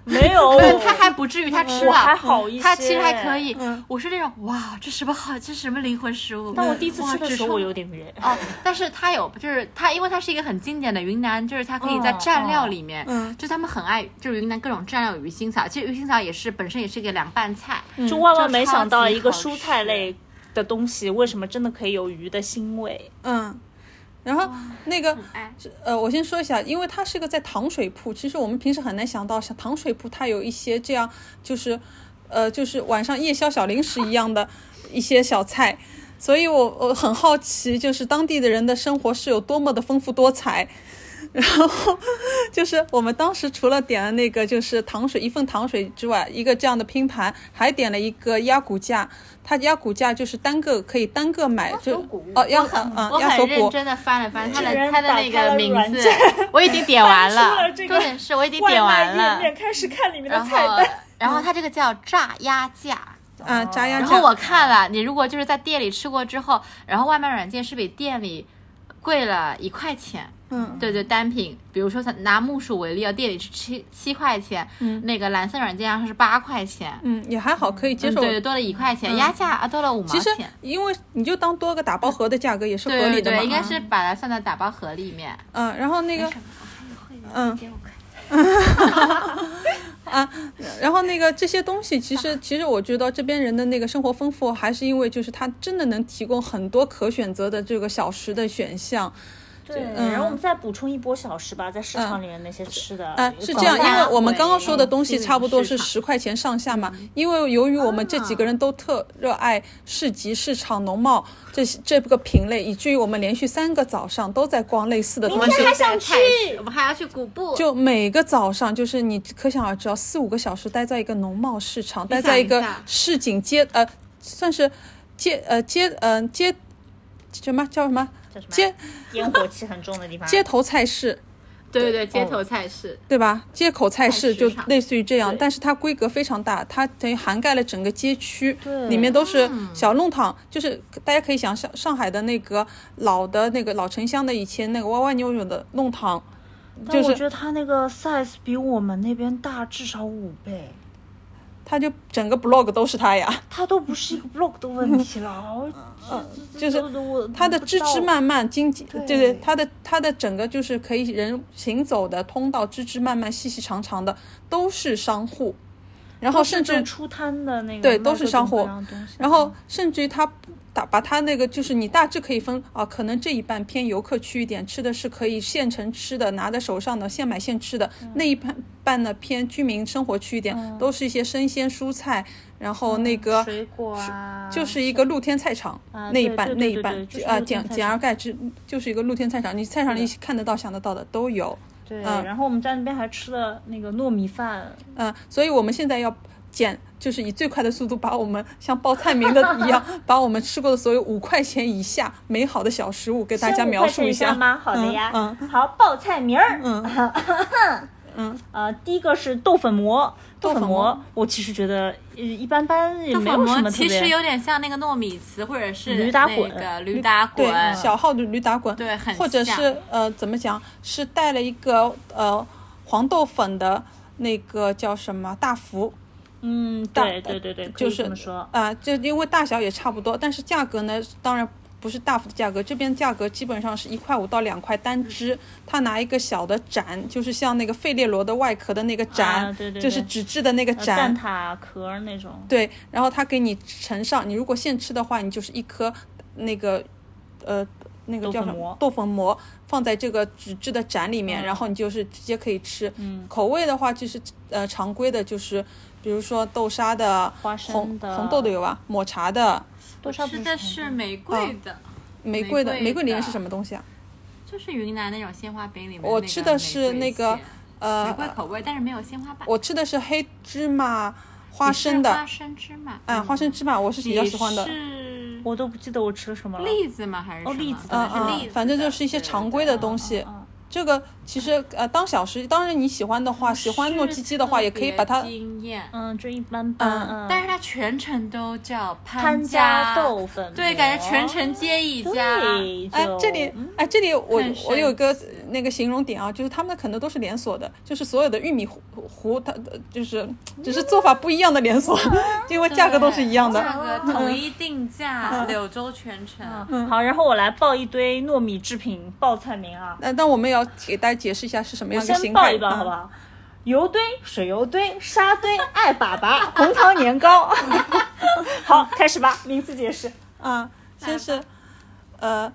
[SPEAKER 2] 没有
[SPEAKER 3] 但他还不至于，他
[SPEAKER 2] 嗯
[SPEAKER 3] 吃
[SPEAKER 2] 我
[SPEAKER 3] 了，
[SPEAKER 2] 还好一些，
[SPEAKER 3] 他其实还可以。
[SPEAKER 1] 嗯
[SPEAKER 3] 我是那种哇，这什么好，这什么灵魂食物？
[SPEAKER 2] 但我第一次
[SPEAKER 3] 哇
[SPEAKER 2] 吃的
[SPEAKER 3] 只
[SPEAKER 2] 时候
[SPEAKER 3] 冲
[SPEAKER 2] 我有点晕。
[SPEAKER 3] 哦，但是它有，就是它，因为它是一个很经典的云南，就是它可以在
[SPEAKER 2] 嗯
[SPEAKER 3] 蘸料里面，
[SPEAKER 1] 嗯
[SPEAKER 3] 就他们很爱，就是云南各种蘸料有鱼腥草，其实鱼腥草也是本身也是一个凉拌菜，
[SPEAKER 2] 就万万
[SPEAKER 3] 就
[SPEAKER 2] 没
[SPEAKER 3] 超
[SPEAKER 2] 想到
[SPEAKER 3] 级
[SPEAKER 2] 一个
[SPEAKER 3] 好
[SPEAKER 2] 蔬菜
[SPEAKER 3] 吃
[SPEAKER 2] 类的东西，为什么真的可以有鱼的腥味？
[SPEAKER 1] 嗯，然后那个
[SPEAKER 3] 哎，
[SPEAKER 1] 呃，我先说一下，因为它是个在糖水铺，其实我们平时很难想到，像糖水铺它有一些这样，就是，呃，就是晚上夜宵小零食一样的一些小菜，所以我我很好奇，就是当地的人的生活是有多么的丰富多彩。然后就是我们当时除了点了那个就是糖水一份糖水之外，一个这样的拼盘，还点了一个鸭骨架。它鸭骨架就是单个可以单个买，就哦鸭嗯
[SPEAKER 3] 我
[SPEAKER 1] 嗯鸭锁
[SPEAKER 3] 很认
[SPEAKER 1] 骨，
[SPEAKER 3] 真的翻 了翻它
[SPEAKER 2] 这个
[SPEAKER 3] 的
[SPEAKER 2] 人
[SPEAKER 3] 它的
[SPEAKER 2] 打
[SPEAKER 3] 那
[SPEAKER 2] 开
[SPEAKER 3] 个
[SPEAKER 2] 了
[SPEAKER 3] 名
[SPEAKER 2] 软
[SPEAKER 3] 字
[SPEAKER 2] 件，
[SPEAKER 3] 我已经点完
[SPEAKER 2] 翻出
[SPEAKER 3] 了
[SPEAKER 2] 了，这个
[SPEAKER 3] 重点是我已经
[SPEAKER 2] 外
[SPEAKER 3] 点
[SPEAKER 2] 卖
[SPEAKER 3] 完
[SPEAKER 2] 页
[SPEAKER 3] 了，
[SPEAKER 2] 面开始看里面的
[SPEAKER 3] 然
[SPEAKER 2] 菜
[SPEAKER 3] 后
[SPEAKER 2] 单，
[SPEAKER 3] 然后它这个叫炸鸭架。
[SPEAKER 2] 哦
[SPEAKER 1] 啊炸鸭
[SPEAKER 3] 然
[SPEAKER 1] 架
[SPEAKER 3] 后。我看了，你如果就是在店里吃过之后，然后外卖软件是比店里贵了一块钱。
[SPEAKER 1] 嗯，
[SPEAKER 3] 对对，单品，比如说咱拿木薯为例啊，店里是七七块钱，
[SPEAKER 1] 嗯
[SPEAKER 3] 那个蓝色软件上是八块钱，
[SPEAKER 1] 嗯，也还好，可以接
[SPEAKER 3] 嗯
[SPEAKER 1] 受。
[SPEAKER 3] 对对，多了一块
[SPEAKER 1] 嗯
[SPEAKER 3] 钱，鸭价啊多了五毛
[SPEAKER 1] 其实
[SPEAKER 3] 钱，
[SPEAKER 1] 因为你就当多个打包盒的价格也是合
[SPEAKER 3] 对对
[SPEAKER 1] 理的嘛。
[SPEAKER 3] 对，应该
[SPEAKER 1] 嗯
[SPEAKER 3] 是把它算到打包盒里面。
[SPEAKER 1] 嗯，然后那个嗯
[SPEAKER 3] 给我看
[SPEAKER 1] 啊，然后那个这些东西，其实其实我觉得这边人的那个生活丰富，还是因为就是它真的能提供很多可选择的这个小食的选项。
[SPEAKER 2] 对，
[SPEAKER 1] 嗯
[SPEAKER 2] 然后我们再补充一波小食吧，在市场里面那些吃的，
[SPEAKER 1] 呃，是这样，
[SPEAKER 2] 早
[SPEAKER 1] 因
[SPEAKER 2] 饭
[SPEAKER 1] 为
[SPEAKER 3] 呀
[SPEAKER 1] 我们
[SPEAKER 3] 会
[SPEAKER 1] 刚刚说的
[SPEAKER 3] 嗯
[SPEAKER 1] 东西
[SPEAKER 3] 进
[SPEAKER 1] 差不多
[SPEAKER 3] 市
[SPEAKER 1] 是
[SPEAKER 3] 场嗯
[SPEAKER 1] 十块钱上下嘛。因为由于我们这几个人都特热爱市集、市场、农贸这些这个品类，以至于我们连续三个早上都在逛类似的东
[SPEAKER 2] 明
[SPEAKER 1] 西。
[SPEAKER 2] 天还想去
[SPEAKER 3] 菜市我们还要去古布，
[SPEAKER 1] 就每个早上，就是你可想而知啊，四五个小时待在一个农贸市场，待在一
[SPEAKER 3] 一
[SPEAKER 1] 个
[SPEAKER 3] 下
[SPEAKER 1] 市井街，呃，算是街呃街嗯、街什么叫什么
[SPEAKER 2] 叫什么啊
[SPEAKER 1] 街
[SPEAKER 2] 烟火气很重的 地方，
[SPEAKER 1] 街头菜市，
[SPEAKER 3] 对对对，街头菜市，
[SPEAKER 1] 对吧？街口菜市
[SPEAKER 3] 菜市
[SPEAKER 1] 就
[SPEAKER 3] 场
[SPEAKER 1] 类似于这样，
[SPEAKER 2] 对
[SPEAKER 1] 但是它规格非常大，它等于涵盖了整个街区，
[SPEAKER 2] 对
[SPEAKER 1] 里面都是小弄堂，就是大家可以想象上海的那个老的那个老城乡的以前那个歪歪扭扭的弄堂，
[SPEAKER 2] 但
[SPEAKER 1] 就
[SPEAKER 2] 我
[SPEAKER 1] 是
[SPEAKER 2] 觉得它那个 size 比我们那边大至少五倍，
[SPEAKER 1] 它就整个 blog 都是它呀。
[SPEAKER 2] 它都不是一个 block 的问 题了，哦
[SPEAKER 1] 嗯就是它
[SPEAKER 2] 它
[SPEAKER 1] 的枝枝蔓蔓、经济，对
[SPEAKER 2] 对
[SPEAKER 1] 对，它的它的整个就是可以人行走的通道，枝枝蔓蔓、细细长长的，都是商户，然
[SPEAKER 2] 哦
[SPEAKER 1] 后甚至
[SPEAKER 2] 出摊的那个
[SPEAKER 1] 对
[SPEAKER 2] 卖
[SPEAKER 1] 都是
[SPEAKER 2] 各种
[SPEAKER 1] 商户
[SPEAKER 2] 各样的东西
[SPEAKER 1] 然后甚至于它打把它那个就是你大致可以分啊，可能这一半偏游客区一点，吃的是可以现成吃的，拿在手上的现买现吃的；
[SPEAKER 2] 嗯
[SPEAKER 1] 那一半半呢偏居民生活区一点，都是一些生鲜蔬菜，然后那个
[SPEAKER 2] 嗯水果啊，
[SPEAKER 1] 就是一半露天菜场、
[SPEAKER 2] 啊
[SPEAKER 1] 那一
[SPEAKER 2] 对
[SPEAKER 1] 半
[SPEAKER 2] 对
[SPEAKER 1] 那
[SPEAKER 2] 对
[SPEAKER 1] 一
[SPEAKER 2] 对
[SPEAKER 1] 半
[SPEAKER 2] 对就是
[SPEAKER 1] 啊，
[SPEAKER 2] 露天
[SPEAKER 1] 简
[SPEAKER 2] 菜
[SPEAKER 1] 简而
[SPEAKER 2] 场
[SPEAKER 1] 概之，就是一个露天菜场，你菜场里看得到、想得到的都有。
[SPEAKER 2] 对，
[SPEAKER 1] 嗯
[SPEAKER 2] 然后我们在那边还吃了那个糯米饭，
[SPEAKER 1] 嗯、所以我们现在要减，就是以最快的速度把我们像报菜名的一 样，把我们吃过的所有五块钱以下美好的小食物给大家
[SPEAKER 2] 先
[SPEAKER 1] 描述
[SPEAKER 2] 我快
[SPEAKER 1] 一
[SPEAKER 2] 一
[SPEAKER 1] 下。
[SPEAKER 2] 吗？好的呀，
[SPEAKER 1] 嗯
[SPEAKER 2] 好，报菜名儿，
[SPEAKER 1] 嗯
[SPEAKER 2] 呃，第一个是豆粉馍，
[SPEAKER 1] 豆
[SPEAKER 2] 豆
[SPEAKER 1] 粉
[SPEAKER 2] 粉
[SPEAKER 1] 馍
[SPEAKER 2] 馍，我其实觉得呃一般般，也
[SPEAKER 3] 豆
[SPEAKER 2] 没
[SPEAKER 3] 粉
[SPEAKER 2] 有什
[SPEAKER 3] 馍
[SPEAKER 2] 么特
[SPEAKER 3] 其
[SPEAKER 2] 别
[SPEAKER 3] 实。有点像那个糯米糍或者是
[SPEAKER 2] 驴打滚
[SPEAKER 3] 那个驴打
[SPEAKER 1] 对
[SPEAKER 3] 滚，，
[SPEAKER 1] 小号的驴打滚，
[SPEAKER 3] 对很
[SPEAKER 1] 或者
[SPEAKER 3] 像
[SPEAKER 1] 是呃，怎么讲，是带了一个呃黄豆粉的那个叫什么大福，
[SPEAKER 2] 嗯，
[SPEAKER 1] 大
[SPEAKER 2] 对对对对，可以
[SPEAKER 1] 就是
[SPEAKER 2] 这么说，
[SPEAKER 1] 啊，就因为大小也差不多，但是价格呢，当然不是大幅的价格，这边价格基本上是一块五到两块单
[SPEAKER 2] 嗯
[SPEAKER 1] 只。他拿一个小的盏，就是像那个费列罗的外壳的那个盏，
[SPEAKER 2] 啊对对
[SPEAKER 1] 就是
[SPEAKER 2] 对
[SPEAKER 1] 纸质的那个
[SPEAKER 2] 呃
[SPEAKER 1] 盏，
[SPEAKER 2] 蛋挞壳儿那种，
[SPEAKER 1] 对，然后他给你盛上，你如果现吃的话，你就是一颗那个呃那个
[SPEAKER 2] 豆
[SPEAKER 1] 叫
[SPEAKER 2] 粉
[SPEAKER 1] 什么
[SPEAKER 2] 膜
[SPEAKER 1] 豆粉膜，放在这个纸质的盏里面，
[SPEAKER 2] 嗯
[SPEAKER 1] 然后你就是直接可以吃。嗯，口味的话就是呃常规的，就是比如说豆沙的、
[SPEAKER 2] 花生
[SPEAKER 1] 红
[SPEAKER 2] 的
[SPEAKER 1] 红豆的有吧，抹茶的、
[SPEAKER 2] 多少不
[SPEAKER 3] 吃的
[SPEAKER 2] 同
[SPEAKER 3] 是玫瑰的，
[SPEAKER 1] 玫瑰的。
[SPEAKER 3] 玫瑰
[SPEAKER 1] 玫瑰里面
[SPEAKER 3] 的
[SPEAKER 1] 是什么东西啊？
[SPEAKER 3] 就是云南那种鲜花饼里面。
[SPEAKER 1] 我吃的是那个
[SPEAKER 3] 玫瑰
[SPEAKER 1] 呃，
[SPEAKER 3] 口味，但是没有鲜花瓣。
[SPEAKER 1] 我吃的是黑芝麻花生
[SPEAKER 3] 花
[SPEAKER 1] 的，
[SPEAKER 3] 生芝麻，
[SPEAKER 1] 嗯，花生芝麻我是比较喜欢的。
[SPEAKER 3] 是
[SPEAKER 2] 我都不记得我吃了什么了。
[SPEAKER 3] 栗子吗？还是
[SPEAKER 2] 哦
[SPEAKER 3] 什么
[SPEAKER 2] 栗子的
[SPEAKER 1] 嗯
[SPEAKER 3] 是栗
[SPEAKER 1] 嗯，
[SPEAKER 3] 子
[SPEAKER 1] 反正
[SPEAKER 3] 的
[SPEAKER 1] 就是一些
[SPEAKER 3] 对
[SPEAKER 1] 常
[SPEAKER 3] 对
[SPEAKER 1] 规的东西。
[SPEAKER 2] 嗯
[SPEAKER 1] 这个其实呃，当小吃，当然你喜欢的话，喜欢糯叽叽的话，也可以把它
[SPEAKER 3] 是特别惊艳。
[SPEAKER 2] 嗯，就一般般。
[SPEAKER 1] 嗯
[SPEAKER 2] 嗯，
[SPEAKER 3] 但是它全程都叫
[SPEAKER 2] 潘
[SPEAKER 3] 家
[SPEAKER 2] 家豆粉，
[SPEAKER 3] 对，感觉全城皆一家。
[SPEAKER 2] 对，
[SPEAKER 1] 哎
[SPEAKER 2] 就，
[SPEAKER 1] 这里哎，这里我
[SPEAKER 3] 很
[SPEAKER 1] 我有一
[SPEAKER 3] 神
[SPEAKER 1] 个那个形容点啊，就是他们的可能都是连锁的，就是所有的玉米糊糊，它就是只是做法不一样的连 锁，因为价格都是一样
[SPEAKER 3] 价
[SPEAKER 1] 的。嗯
[SPEAKER 3] 格统一定价，柳州全城。
[SPEAKER 2] 嗯好，然后我来报一堆糯米制品报菜名啊，
[SPEAKER 1] 呃那但我们也要给大家解释一下是什么
[SPEAKER 2] 我
[SPEAKER 1] 样一个
[SPEAKER 2] 先
[SPEAKER 1] 形
[SPEAKER 2] 报
[SPEAKER 1] 态，
[SPEAKER 2] 一报，好不
[SPEAKER 1] 嗯
[SPEAKER 2] 好？油堆、水油堆、沙堆、 爱粑粑、红糖年糕。 好，开始吧，名字解释，
[SPEAKER 1] 啊，先是呃